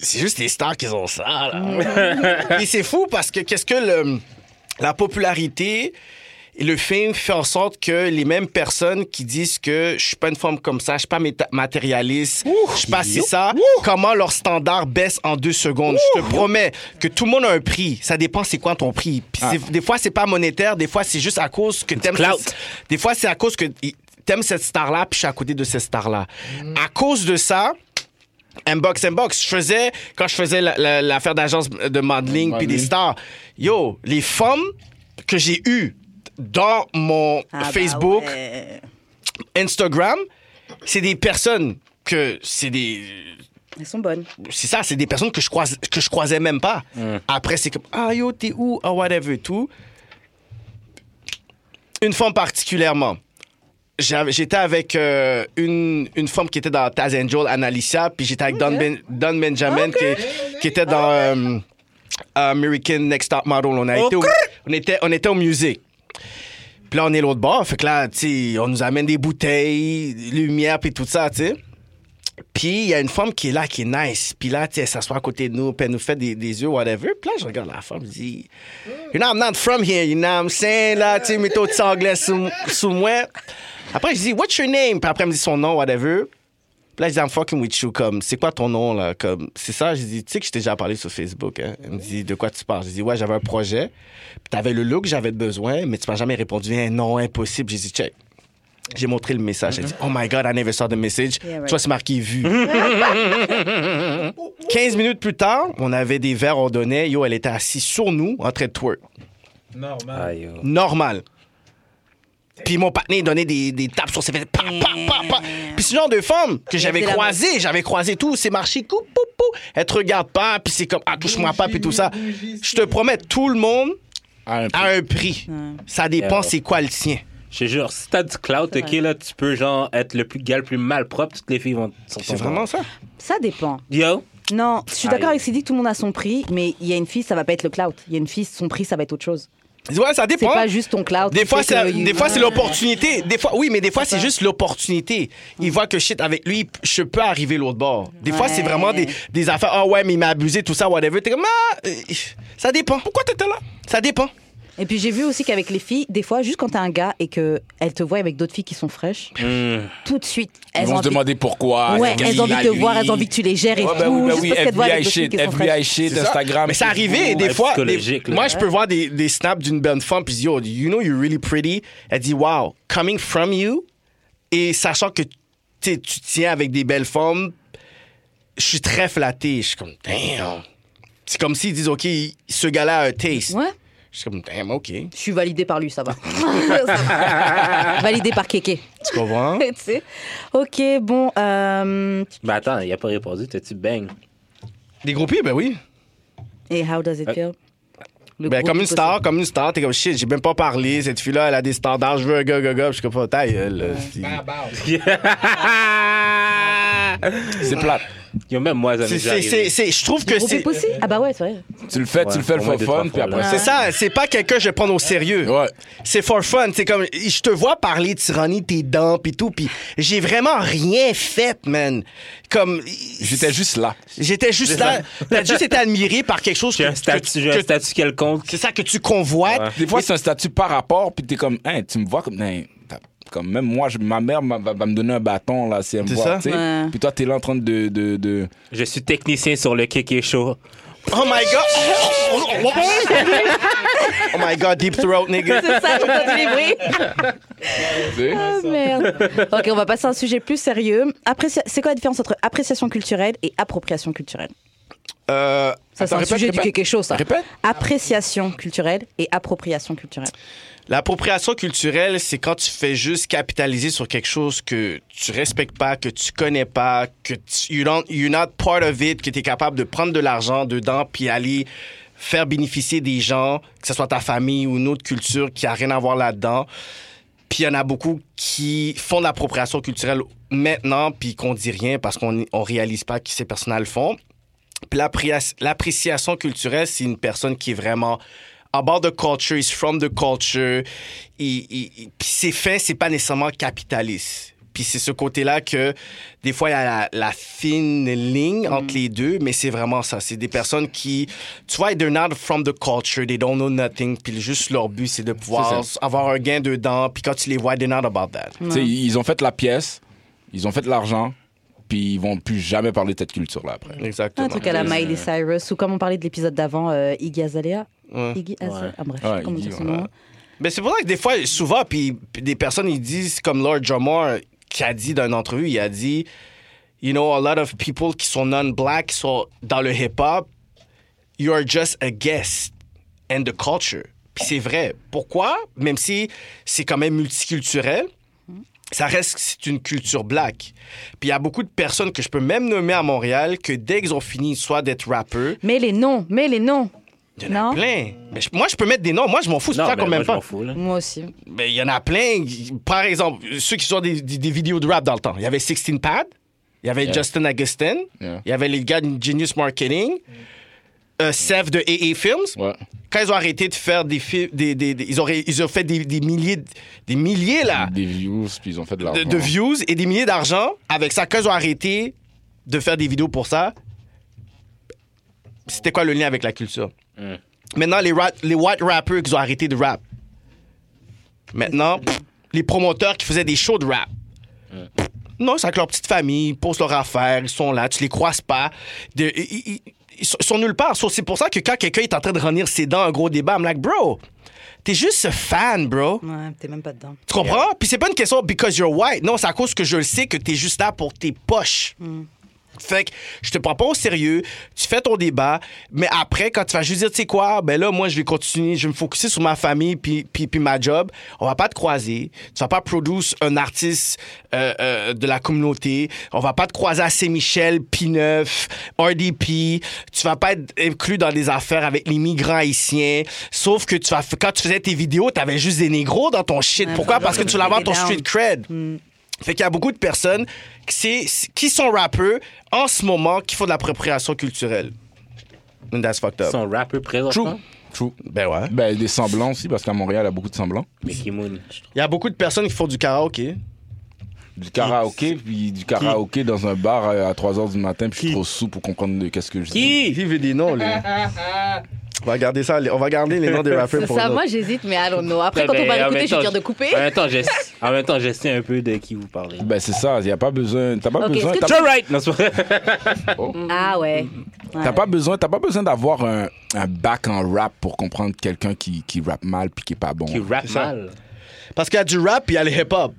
Speaker 4: c'est juste les stars qui ont ça, là. Et c'est fou parce que qu'est-ce que le, la popularité. Et le film fait en sorte que les mêmes personnes qui disent que je suis pas une femme comme ça, je suis pas méta- matérialiste, je suis pas si ça, comment leur standard baisse en deux secondes. Je te promets que tout le monde a un prix. Ça dépend c'est quoi ton prix. Puis c'est- Des fois c'est pas monétaire, des fois c'est juste à cause que t'aimes.
Speaker 3: clout.
Speaker 4: cette- Des fois c'est à cause que i- t'aimes cette star là, puis je suis à côté de cette star là. À cause de ça. Inbox, inbox. Je faisais, quand je faisais la- la- l'affaire d'agence de modeling puis des
Speaker 5: Modeling.
Speaker 4: stars, yo, les femmes que j'ai eues dans mon
Speaker 2: Ah bah
Speaker 4: Facebook,
Speaker 2: ouais.
Speaker 4: Instagram, c'est des personnes que c'est des
Speaker 2: Elles sont bonnes.
Speaker 4: c'est ça c'est des personnes que je croise que je croisais même pas après c'est comme ah yo t'es où ah whatever et tout une femme particulièrement J'avais- j'étais avec euh, une, une femme qui était dans Taz Angel Analicia puis j'étais avec Don, Ben- Don Benjamin qui, qui était dans euh, American Next Top Model on a été au- on était on était au music puis là, on est l'autre bord. Fait que là, tu sais, on nous amène des bouteilles, lumière, puis tout ça, tu sais. Puis il y a une femme qui est là, qui est nice. Puis là, tu sais, elle s'assoit à côté de nous, puis elle nous fait des, des yeux, whatever. Puis là, je regarde la femme, je dis, You know, I'm not from here, you know what I'm saying? Là, tu sais, mes taux de sanglais sous, sous moi. Après, je dis, What's your name? Puis après, elle me dit son nom, whatever. Puis là, je dis, I'm fucking with you. Comme, c'est quoi ton nom, là? Comme, c'est ça. Je dis, tu sais que je t'ai déjà parlé sur Facebook. Hein? Elle me dit, de quoi tu parles? Je dis, ouais, j'avais un projet. Puis t'avais le look que j'avais besoin, mais tu m'as jamais répondu. Hein, non, impossible. J'ai dit, check. J'ai montré le message. Elle dit, oh my God, I never saw the message.
Speaker 2: Mm-hmm. Yeah, right.
Speaker 4: Toi, c'est marqué vu. 15 minutes plus tard, on avait des verres, on donnait. Yo, elle était assise sur nous, en train de twerk.
Speaker 2: Bah,
Speaker 3: Ah, yo.
Speaker 4: Normal. Puis mon partenaire donnait des, des tapes sur ses fesses. Pa, pa, pa, pa. Puis ce genre de femme que j'avais
Speaker 2: c'est Mm. la
Speaker 4: croisée, j'avais croisé tout, c'est marché, coup, pou, pou. Elle te regarde pas, puis c'est comme, ah, touche-moi pas, puis tout ça. Je te promets, tout le monde
Speaker 5: Ah, un peu.
Speaker 4: à un prix.
Speaker 2: Mm.
Speaker 4: Ça dépend
Speaker 3: Yeah.
Speaker 4: c'est quoi le tien.
Speaker 3: Je te jure, si t'as du clout, ok, là, tu peux, genre, être le plus gars, le plus malpropre, toutes les filles vont. sont
Speaker 4: C'est
Speaker 3: ton
Speaker 4: vraiment
Speaker 3: bord.
Speaker 4: ça.
Speaker 2: Ça dépend.
Speaker 3: Yo.
Speaker 2: Non, je suis
Speaker 4: Ah
Speaker 2: d'accord
Speaker 3: Aïe.
Speaker 2: avec Sidi, tout le monde a son prix, mais il y a une fille, ça va pas être le clout. Il y a une fille, son prix, ça va être autre chose.
Speaker 4: Ouais, ça
Speaker 2: C'est
Speaker 4: dépend.
Speaker 2: pas juste ton clout.
Speaker 4: Des
Speaker 2: qui
Speaker 4: fois,
Speaker 2: fait
Speaker 4: c'est,
Speaker 2: que you-
Speaker 4: des fois, c'est l'opportunité. Des fois, oui, mais des fois, c'est juste l'opportunité. Il voit que shit, avec lui, je peux arriver l'autre bord. Des fois, c'est
Speaker 2: Ouais.
Speaker 4: vraiment des, des affaires. Ah ouais, mais il m'a abusé, tout ça, whatever. T'es comme, ah, euh, ça dépend. Pourquoi t'étais là? Ça dépend.
Speaker 2: Et puis j'ai vu aussi qu'avec les filles, des fois, juste quand t'es un gars et que elle te voit avec d'autres filles qui sont fraîches,
Speaker 4: Hmm.
Speaker 2: tout de suite,
Speaker 5: Ils
Speaker 2: elles ont
Speaker 5: vont se
Speaker 2: envie,
Speaker 5: demander pourquoi.
Speaker 2: ouais,
Speaker 5: c'est
Speaker 2: elles ont
Speaker 5: qui, là,
Speaker 2: envie de te
Speaker 5: lui.
Speaker 2: voir, elles ont envie que tu les gères et
Speaker 5: Ouais,
Speaker 2: tout.
Speaker 5: ben oui, ben
Speaker 2: juste
Speaker 5: oui,
Speaker 2: parce qu'elles te voient avec
Speaker 5: FBI
Speaker 2: d'autres filles
Speaker 5: shit,
Speaker 2: qui sont fraîches.
Speaker 5: FBI shit,
Speaker 4: C'est ça.
Speaker 5: Instagram.
Speaker 4: Mais c'est arrivé, des
Speaker 3: ouais,
Speaker 4: fois. des-
Speaker 3: psychologique, là.
Speaker 4: moi, je peux voir des, des snaps d'une bonne femme, puis je dis, yo, you know, you're really pretty. Elle dit, wow, coming from you, et sachant que tu sais, tu tiens avec des belles femmes, je suis très flatté. Je suis comme, damn. C'est comme s'ils disent, OK, ce gars-là a un taste.
Speaker 2: Ouais,
Speaker 4: Je suis comme, damn, OK. Tu
Speaker 2: je suis validée par lui, ça va. Ça va. validée par Kéké.
Speaker 4: comprends?
Speaker 2: tu sais. Ok, bon. euh,
Speaker 3: Mais Bah, attends, il a pas répondu, t'as-tu bang?
Speaker 4: Des groupies, ben oui.
Speaker 2: Et how does
Speaker 5: Euh,
Speaker 2: it feel? Le
Speaker 4: Ben,
Speaker 2: gros
Speaker 4: comme une
Speaker 2: qui
Speaker 4: star, comme une star, t'es comme shit, j'ai même pas parlé, cette fille-là, elle a des standards, je veux un gars, gars, gars, Puis je suis comme, ta gueule. C'est-
Speaker 5: C'est plate.
Speaker 3: Yo, même moi, ça
Speaker 4: c'est-
Speaker 3: m'est déjà
Speaker 4: c'est- c'est-
Speaker 3: arrivé.
Speaker 4: c'est- Je trouve que
Speaker 2: possède.
Speaker 4: c'est.
Speaker 2: Groupe aussi? Ah bah ouais, c'est vrai.
Speaker 5: Tu le fais, tu le
Speaker 3: Ouais,
Speaker 5: fais
Speaker 3: au moins
Speaker 5: le
Speaker 3: deux,
Speaker 5: for fun,
Speaker 3: trois
Speaker 5: puis après
Speaker 3: fois,
Speaker 5: ça.
Speaker 3: là.
Speaker 4: C'est ça, c'est pas quelqu'un que je vais prendre au sérieux.
Speaker 5: Ouais.
Speaker 4: C'est for fun, c'est comme je te vois parler de tyrannie, tes dents puis tout, puis j'ai vraiment rien fait, man. Comme
Speaker 5: J'étais juste là.
Speaker 4: j'étais juste là, t'as juste été admiré par quelque chose
Speaker 3: J'ai
Speaker 4: que,
Speaker 3: un statut,
Speaker 4: que-
Speaker 3: j'ai un
Speaker 4: que-
Speaker 3: statut quelconque.
Speaker 4: c'est ça que tu convoites.
Speaker 5: Des fois, c'est un statut par rapport, puis t'es comme, hein, tu me vois comme, hein, t'as- comme même moi, je- ma mère m'a- va, va me donner un bâton, là, si elle me
Speaker 4: C'est ça?
Speaker 5: voit, tu sais.
Speaker 2: Ouais.
Speaker 5: Puis toi, t'es là en train de. de, de...
Speaker 3: Je suis technicien sur le kick et chaud.
Speaker 4: Oh my god. Oh my god, deep throat, nigga.
Speaker 2: C'est ça, j'ai entendu les bruits.
Speaker 5: Tu sais?
Speaker 2: Ah, merde. Ok, on va passer à un sujet plus sérieux. Apprécia- C'est quoi la différence entre appréciation culturelle et appropriation culturelle
Speaker 4: Euh,
Speaker 2: Ça, c'est
Speaker 5: Attends,
Speaker 2: un
Speaker 5: répète,
Speaker 2: sujet du
Speaker 5: répète.
Speaker 2: quelque chose, ça.
Speaker 5: Répète.
Speaker 2: Appréciation culturelle et appropriation culturelle.
Speaker 4: L'appropriation culturelle, c'est quand tu fais juste capitaliser sur quelque chose que tu respectes pas, que tu connais pas, que tu, you don't, you're not part of it, que tu es capable de prendre de l'argent dedans puis aller faire bénéficier des gens, que ce soit ta famille ou une autre culture qui a rien à voir là-dedans. Puis il y en a beaucoup qui font de l'appropriation culturelle maintenant puis qu'on dit rien parce qu'on on réalise pas qui ces personnes le font. Puis l'appréci- l'appréciation culturelle, c'est une personne qui est vraiment about the culture, is from the culture. Il- il- il- Puis c'est fait, c'est pas nécessairement capitaliste. Puis c'est ce côté-là que des fois il y a la, la fine ligne entre les deux, mais c'est vraiment ça. C'est des personnes qui, tu vois, they're not from the culture, they don't know nothing. Puis juste leur but, c'est de pouvoir avoir un gain dedans. Puis quand tu les vois, they're not about that.
Speaker 5: Tu sais, ils ont fait la pièce, ils ont fait l'argent, puis ils vont plus jamais parler de cette culture-là après.
Speaker 4: Exactement.
Speaker 2: Un truc à la Miley Cyrus, ou comme on parlait de l'épisode d'avant, euh, Iggy Azalea.
Speaker 4: Mmh. Ouais.
Speaker 2: Iggy Azalea. Ah, bref,
Speaker 5: Ouais,
Speaker 2: comment
Speaker 5: Iggy,
Speaker 2: dire son
Speaker 5: ouais.
Speaker 2: nom
Speaker 4: Mais Ben, c'est pour ça que des fois, souvent, puis puis des personnes, ils disent, comme Lord Jamar, qui a dit dans une entrevue, il a dit, you know, a lot of people qui sont non-black, qui sont dans le hip-hop, you are just a guest in the culture. Puis c'est vrai. Pourquoi? Même si c'est quand même multiculturel, ça reste que c'est une culture black. Puis il y a beaucoup de personnes que je peux même nommer à Montréal que dès qu'ils ont fini soit d'être rappeurs,
Speaker 2: Mais les noms, mais les noms.
Speaker 4: il y en a
Speaker 2: Non.
Speaker 4: plein. Mais je- moi, je peux mettre des noms. Moi, je m'en fous. C'est
Speaker 3: Non,
Speaker 4: pour ça
Speaker 3: mais
Speaker 4: qu'on
Speaker 3: moi,
Speaker 4: m'aime
Speaker 3: je
Speaker 4: pas.
Speaker 3: m'en fous, là.
Speaker 2: Moi aussi.
Speaker 4: Ben, il y en a plein. Par exemple, ceux qui sont des, des- des vidéos de rap dans le temps. Il y avait 16 Pad, il y avait Justin Augustin,
Speaker 5: Yeah.
Speaker 4: il y avait les gars de Genius Marketing, euh, Seth de AA Films.
Speaker 5: Ouais.
Speaker 4: Quand ils ont arrêté de faire des films, des, des- des- ils, ont ré- ils ont fait des, des milliers, de- des milliers là,
Speaker 5: Des views, puis ils ont fait de l'argent.
Speaker 4: Ah. de, de views et des milliers d'argent avec ça. Quand ils ont arrêté de faire des vidéos pour ça, c'était quoi le lien avec la culture? Maintenant, les, ra- les white rappers qui ont arrêté de rap. Maintenant, pff, les promoteurs qui faisaient des shows de rap. Pff, Non, c'est avec leur petite famille, ils posent leur affaire, ils sont là, tu les croises pas. De- ils, ils- ils sont- ils sont nulle part. So, C'est pour ça que quand quelqu'un est en train de renir ses dents, un gros débat, I'm like, bro, t'es juste ce fan, bro.
Speaker 2: Ouais, t'es même pas dedans.
Speaker 4: Tu comprends? Puis c'est pas une question because you're white. Non, c'est à cause que je le sais que t'es juste là pour tes poches. Fait que je te prends pas au sérieux, tu fais ton débat, mais après, quand tu vas juste dire, tu sais quoi, ben là, moi, je vais continuer, je vais me focuser sur ma famille puis, puis, puis ma job, on va pas te croiser, tu vas pas produire un artiste euh, euh, de la communauté, on va pas te croiser à Saint-Michel, P9, RDP, tu vas pas être inclus dans des affaires avec les migrants haïtiens, sauf que tu vas, f- quand tu faisais tes vidéos, t'avais juste des négros dans ton shit.
Speaker 2: Ouais,
Speaker 4: Pourquoi?
Speaker 2: pardon,
Speaker 4: Parce que
Speaker 2: je
Speaker 4: tu
Speaker 2: me
Speaker 4: l'as vendu ton
Speaker 2: mettais down.
Speaker 4: street cred. Fait qu'il y a beaucoup de personnes qui, c'est- qui sont rappeurs en ce moment qui font de l'appropriation culturelle. And that's fucked
Speaker 3: Ils
Speaker 4: up.
Speaker 3: sont
Speaker 5: True.
Speaker 3: rappeurs présentement.
Speaker 5: True.
Speaker 4: Ben ouais.
Speaker 5: Ben, des semblants aussi, parce qu'à Montréal, il y a beaucoup de semblants.
Speaker 3: Mais Kimoun.
Speaker 4: Il y a beaucoup de personnes qui font du karaoké.
Speaker 5: Du karaoké, puis du karaoké dans un bar à à 3 h du matin, puis je suis trop sous pour comprendre de qu'est-ce que je dis.
Speaker 3: Qui
Speaker 4: Il veut des noms, lui.
Speaker 7: Ah,
Speaker 4: On va garder ça. On va garder les noms des rappeurs
Speaker 2: C'est
Speaker 4: pour
Speaker 2: ça,
Speaker 4: nous.
Speaker 2: moi j'hésite, mais allons nous. Après, quand
Speaker 3: Ben,
Speaker 2: on va
Speaker 3: en
Speaker 2: l'écouter,
Speaker 3: même
Speaker 2: je vais
Speaker 3: temps,
Speaker 2: dire de couper.
Speaker 3: En même temps, je, en même temps, je sais un peu de qui vous parlez.
Speaker 5: Ben, c'est ça, il n'y a pas besoin. T'as pas
Speaker 2: Ok,
Speaker 5: besoin.
Speaker 2: est-ce que
Speaker 5: t'as-
Speaker 3: You're right! Non, c'est pas vrai.
Speaker 2: Ah ouais.
Speaker 5: T'as pas besoin, t'as pas besoin d'avoir un, un bac en rap pour comprendre quelqu'un qui, qui rappe mal puis qui est pas bon.
Speaker 3: Qui rappe
Speaker 4: ça.
Speaker 3: mal.
Speaker 4: Parce qu'il y a du rap et il y a le hip-hop.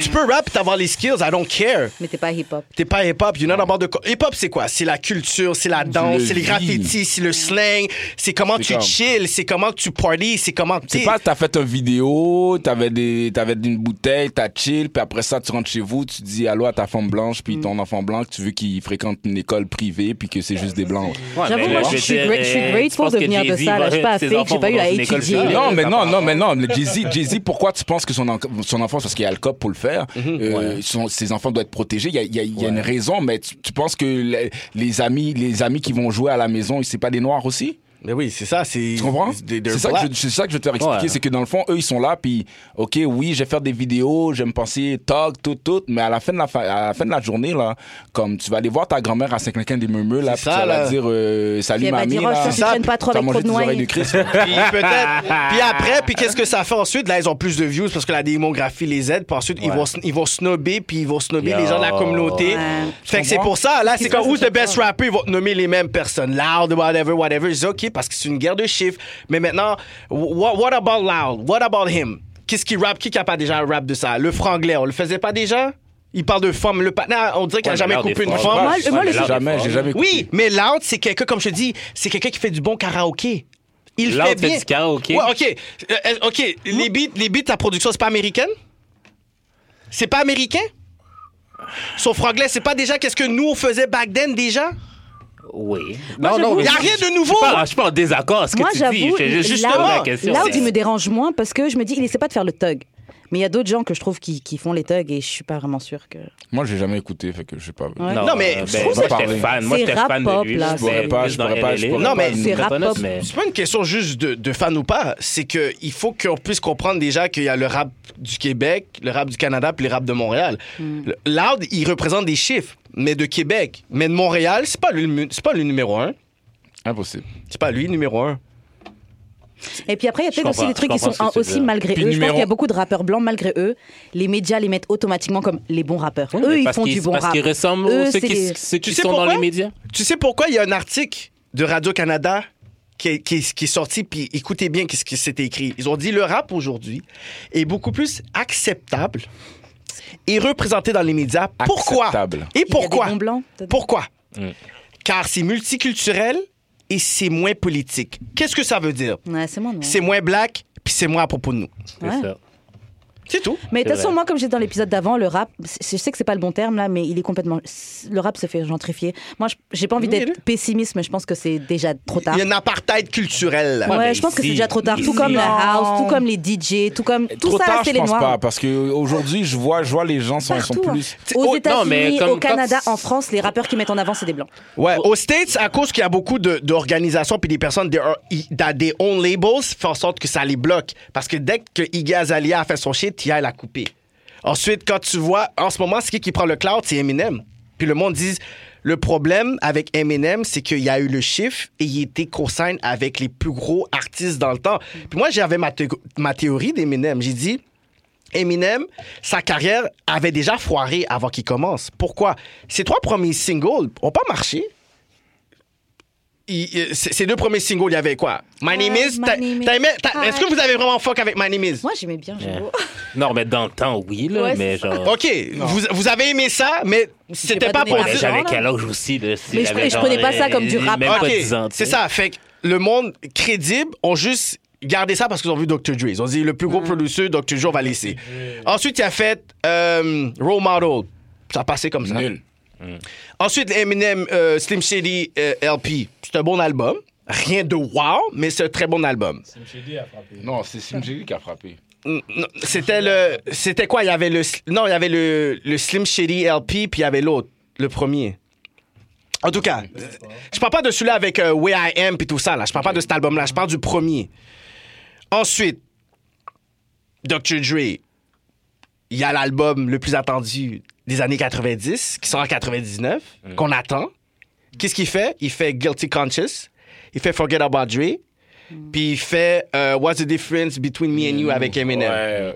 Speaker 4: Tu peux rap et t'avoir les skills, I don't care.
Speaker 2: Mais t'es pas hip-hop.
Speaker 4: T'es pas hip-hop, you know, d'abord de quoi. Hip-hop, c'est quoi? C'est la culture, c'est la danse,
Speaker 5: le
Speaker 4: c'est les
Speaker 5: vis.
Speaker 4: graffitis, c'est le slang, c'est comment
Speaker 5: C'est
Speaker 4: tu
Speaker 5: comme-
Speaker 4: chill, c'est comment tu party, c'est comment tu.
Speaker 5: C'est pas t'as fait une vidéo, t'avais des t'avais une bouteille, t'as chill, puis après ça tu rentres chez vous, tu dis allô à ta femme blanche
Speaker 3: Mm.
Speaker 5: puis ton enfant blanc que tu veux qu'il fréquente une école privée puis que c'est juste des blancs.
Speaker 3: Ouais,
Speaker 2: J'avoue,
Speaker 3: mais
Speaker 2: moi,
Speaker 3: là,
Speaker 2: je suis
Speaker 3: veux dire,
Speaker 2: great- je suis
Speaker 3: euh,
Speaker 2: grateful
Speaker 3: tu penses
Speaker 2: de
Speaker 3: que
Speaker 2: venir de
Speaker 3: Jay-Z
Speaker 2: ça, là.
Speaker 3: va-
Speaker 2: Je suis pas
Speaker 3: ses
Speaker 2: fake, j'ai
Speaker 3: enfants
Speaker 2: pas
Speaker 3: vont
Speaker 2: eu à
Speaker 3: dans une école
Speaker 2: étudier.
Speaker 3: privée,
Speaker 5: Non mais
Speaker 3: ça
Speaker 5: non
Speaker 3: part.
Speaker 5: non mais non, mais Jay-Z Jay-Z, pourquoi tu penses que son en- son enfance parce qu'il y a le cop pour le faire,
Speaker 3: Mm-hmm.
Speaker 5: euh, son- ses enfants doivent être protégés, il y a, il y a- il y a une raison mais tu, tu penses que les, les amis les amis qui vont jouer à la maison, c'est pas des noirs aussi
Speaker 4: Mais oui, c'est ça, c'est.
Speaker 5: Tu comprends?
Speaker 4: they're
Speaker 5: C'est ça, que
Speaker 4: black.
Speaker 5: je- c'est ça que je veux te faire expliquer,
Speaker 3: Ouais.
Speaker 5: c'est que dans le fond, eux, ils sont là, puis, OK, oui, je vais faire des vidéos, je vais me penser talk, tout, tout, mais à la fin de la, fa- à la, fin de la journée, là, comme tu vas aller voir ta grand-mère à Saint-Quentin des Murmures, là, puis
Speaker 4: C'est
Speaker 5: tu
Speaker 4: ça,
Speaker 5: vas
Speaker 4: là.
Speaker 5: la dire euh, Salut,
Speaker 2: Puis elle va
Speaker 5: mamie.
Speaker 2: dire, oh,
Speaker 5: là.
Speaker 2: ça, tu traînes pas trop
Speaker 5: T'as
Speaker 2: avec
Speaker 5: mangé
Speaker 2: trop de
Speaker 5: des
Speaker 2: noyés.
Speaker 5: oreilles de Christ.
Speaker 4: Puis peut-être. Puis après, puis qu'est-ce que ça fait ensuite? Là, ils ont plus de views parce que la démographie les aide. Puis ensuite, ils,
Speaker 3: Ouais.
Speaker 4: vont, sn- ils vont snobber, puis ils vont snobber les
Speaker 3: Yo.
Speaker 4: gens de la communauté.
Speaker 2: Ouais.
Speaker 4: Fait que
Speaker 5: Tu
Speaker 4: c'est
Speaker 5: comprends?
Speaker 4: pour ça. Là, c'est
Speaker 2: Qu'est-ce
Speaker 4: comme
Speaker 2: que
Speaker 4: who's
Speaker 2: ça
Speaker 4: the best rapper? Ils vont te nommer les mêmes personnes. Loud, whatever, whatever. Je dis, OK, parce que c'est une guerre de chiffres. Mais maintenant, wha- what about Loud? What about him? Qu'est-ce qui rappe? Qui n'a pas déjà un rap de ça? Le franglais, on le faisait pas déjà? Il parle de femme. Le patin, on dirait qu'il
Speaker 3: Ouais,
Speaker 4: a jamais
Speaker 3: mais Loud
Speaker 4: coupé
Speaker 3: est
Speaker 4: une
Speaker 3: fort.
Speaker 4: femme.
Speaker 2: Moi,
Speaker 3: Ouais,
Speaker 2: moi,
Speaker 3: mais
Speaker 2: le-
Speaker 3: Loud est
Speaker 5: Jamais,
Speaker 3: fort.
Speaker 5: j'ai jamais
Speaker 4: Oui, mais Loud, c'est quelqu'un, comme je te dis, c'est quelqu'un qui fait du bon karaoké. Il
Speaker 3: Loud
Speaker 4: fait
Speaker 3: fait
Speaker 4: bien.
Speaker 3: du karaoké.
Speaker 4: Ouais, OK. Euh, euh, OK. Les beats, les beats, ta production, c'est pas américaine? C'est pas américain? Son franglais, c'est pas déjà qu'est-ce que nous, on faisait back then déjà?
Speaker 3: Oui.
Speaker 5: Non, non,
Speaker 2: j'avoue-
Speaker 5: mais
Speaker 4: Il a rien de nouveau!
Speaker 3: Je suis pas- je suis pas en désaccord. Ce que
Speaker 2: Moi,
Speaker 3: tu dis,
Speaker 2: j'avoue,
Speaker 3: je fais juste-
Speaker 2: Loud-
Speaker 3: justement la question.
Speaker 2: Loud,
Speaker 3: c'est-
Speaker 2: il me dérange moins parce que je me dis, il essaie pas de faire le thug. Mais il y a d'autres gens que je trouve qui, qui font les thugs et je suis pas vraiment sûre que.
Speaker 5: Moi, j'ai jamais écouté, fait que je sais pas.
Speaker 2: Ouais.
Speaker 3: Non,
Speaker 4: Non, mais
Speaker 3: euh,
Speaker 4: je
Speaker 3: ben,
Speaker 5: trouve
Speaker 3: moi,
Speaker 5: ça-
Speaker 3: j'étais fan. Moi,
Speaker 2: C'est
Speaker 3: j'étais
Speaker 2: rap
Speaker 3: fan
Speaker 2: pop,
Speaker 3: de lui.
Speaker 2: là,
Speaker 3: mais
Speaker 2: Je pourrais
Speaker 5: pas,
Speaker 3: plus
Speaker 5: je
Speaker 3: dans
Speaker 5: pourrais pas,
Speaker 3: LLL.
Speaker 5: je pourrais
Speaker 4: Non, pas. mais-
Speaker 2: C'est rap
Speaker 3: Pas honnête,
Speaker 2: pop.
Speaker 3: mais-
Speaker 4: C'est pas une question juste de, de fan ou pas, c'est que il faut qu'on puisse comprendre déjà qu'il y a le rap du Québec, le rap du Canada, puis le rap de Montréal. Le- Loud, il représente des chiffres, mais de Québec, mais de Montréal, c'est pas lui, le mu- c'est pas lui numéro un,
Speaker 5: Impossible.
Speaker 4: c'est pas lui le numéro un.
Speaker 2: Et puis après, il y a peut-être
Speaker 3: Je
Speaker 2: aussi des
Speaker 3: comprends,
Speaker 2: trucs qui
Speaker 3: je comprends
Speaker 2: sont
Speaker 3: ce que tu veux
Speaker 2: aussi
Speaker 3: dire.
Speaker 2: malgré
Speaker 6: Puis
Speaker 2: eux. Je pense
Speaker 6: numéro-
Speaker 2: qu'il y a beaucoup de rappeurs blancs malgré eux. Les médias les mettent automatiquement comme les bons rappeurs. eux, ils
Speaker 3: Parce
Speaker 2: font
Speaker 3: qu'ils-
Speaker 2: du bon
Speaker 3: Parce
Speaker 2: rap.
Speaker 3: qu'ils ressemblent
Speaker 2: Eux,
Speaker 3: aux ceux
Speaker 2: c'est
Speaker 3: qui,
Speaker 2: des-
Speaker 3: ceux qui
Speaker 4: Tu sais
Speaker 3: sont dans
Speaker 4: pourquoi?
Speaker 3: les médias.
Speaker 4: Tu sais pourquoi il y a un article de Radio-Canada qui est, qui est- qui est sorti, puis écoutez bien ce qui s'était écrit. Ils ont dit le rap aujourd'hui est beaucoup plus acceptable et représenté dans les médias. Pourquoi?
Speaker 5: Acceptable.
Speaker 2: Il
Speaker 4: Et
Speaker 2: y a des
Speaker 4: pourquoi?
Speaker 2: bons blancs.
Speaker 4: Pourquoi?
Speaker 3: Mm.
Speaker 4: Car c'est multiculturel et c'est moins politique. Qu'est-ce que ça veut dire?
Speaker 2: Ouais, c'est moi, non.
Speaker 4: C'est moins black, puis c'est moins à propos de nous.
Speaker 3: C'est
Speaker 2: Ouais.
Speaker 3: ça.
Speaker 4: C'est tout.
Speaker 2: Mais de toute
Speaker 3: C'est
Speaker 2: façon,
Speaker 3: vrai.
Speaker 2: moi, comme j'étais dans l'épisode d'avant, le rap, c'est- je sais que c'est pas le bon terme là, mais il est complètement. Le rap se fait gentrifier. Moi, je- j'ai pas envie
Speaker 4: Oui, il
Speaker 2: d'être pessimiste, mais je pense que c'est déjà trop tard.
Speaker 4: Il y a un apartheid culturel.
Speaker 2: Ouais,
Speaker 3: Ouais, mais
Speaker 2: je pense que c'est
Speaker 3: ici-
Speaker 2: déjà trop tard. Tout
Speaker 3: ici-
Speaker 2: comme la house,
Speaker 5: Non.
Speaker 2: tout comme les DJ, tout comme tout
Speaker 5: Trop
Speaker 2: ça,
Speaker 5: tard,
Speaker 2: c'est
Speaker 5: je
Speaker 2: les
Speaker 5: pense pas,
Speaker 2: noirs.
Speaker 5: parce que aujourd'hui, je vois, je vois les gens sont, sont
Speaker 2: Partout. hein.
Speaker 5: plus.
Speaker 2: Aux
Speaker 3: oh, non, mais
Speaker 2: États-Unis,
Speaker 3: comme-
Speaker 2: au Canada,
Speaker 3: comme-
Speaker 2: en France, les rappeurs qui mettent en avant, c'est des blancs.
Speaker 4: Ouais, aux States, à cause qu'il y a beaucoup de- d'organisations puis des personnes they are- i- dans des own labels, fait en sorte que ça les bloque. Parce que dès que Iggy Azalea a fait son shit, Tia l'a coupé. Ensuite, quand tu vois, en ce moment, ce qui, qui prend le cloud, c'est Eminem. Puis le monde dit, le problème avec Eminem, c'est qu'il y a eu le chiffre et il était consigne avec les plus gros artistes dans le temps. Puis moi, j'avais ma, thé- ma théorie d'Eminem. J'ai dit, Eminem, sa carrière avait déjà foiré avant qu'il commence. Pourquoi? Ses trois premiers singles ont pas marché. Il- il- ses ses deux premiers singles, il y avait quoi? My
Speaker 2: Euh,
Speaker 4: Name Is?
Speaker 2: My
Speaker 4: T'as-
Speaker 2: Name
Speaker 4: t'as
Speaker 2: Is.
Speaker 4: aimé- t'as- Est-ce que vous avez vraiment fuck avec My Name Is?
Speaker 2: Moi, j'aimais bien. j'avoue.
Speaker 3: Non, mais dans le temps, oui, là,
Speaker 2: Ouais,
Speaker 3: mais genre.
Speaker 4: OK, vous, vous avez aimé ça, mais c'était
Speaker 2: pas
Speaker 4: pas,
Speaker 2: donné
Speaker 4: pour
Speaker 3: Ouais,
Speaker 2: la
Speaker 3: mais
Speaker 2: raison.
Speaker 4: dire...
Speaker 3: j'avais
Speaker 2: là.
Speaker 3: quel âge aussi, là, si
Speaker 2: Mais je-
Speaker 3: j'avais
Speaker 2: je prenais pas ça comme du
Speaker 3: genre, euh,
Speaker 2: rap.
Speaker 3: Même pas
Speaker 4: Ok,
Speaker 3: 10 ans, tu
Speaker 4: c'est
Speaker 3: sais.
Speaker 4: ça. Fait que le monde crédible ont juste gardé ça parce qu'ils ont vu Dr. Dre. Ils ont dit le plus gros producteur, Dr. Dre, on va laisser. Ensuite, il a fait euh, Role Model. Ça a passé comme ça. Mm.
Speaker 5: Nul.
Speaker 4: Ensuite, Eminem, euh, Slim Shady, euh, LP. C'est un bon album. Rien de wow, mais c'est un très bon album.
Speaker 5: Non, c'est Simjeli qui a frappé.
Speaker 4: Mm, non, C'était le. C'était quoi Il y avait le. sl- Non, il y avait le, le Slim Shady LP, puis il y avait l'autre, le premier. En tout cas, euh, je parle pas de celui-là avec euh, Where I Am puis tout ça, là. Je parle pas de cet album-là. Je parle du premier. Ensuite, Dr. Dre. Il y a l'album le plus attendu des années 90, qui sort en 99, qu'on attend. Qu'est-ce qu'il fait Il fait Guilty Conscious, il fait Forget About Dre,
Speaker 2: Mm.
Speaker 4: puis il fait euh, What's the Difference Between Me and You avec Eminem.
Speaker 5: Ouais.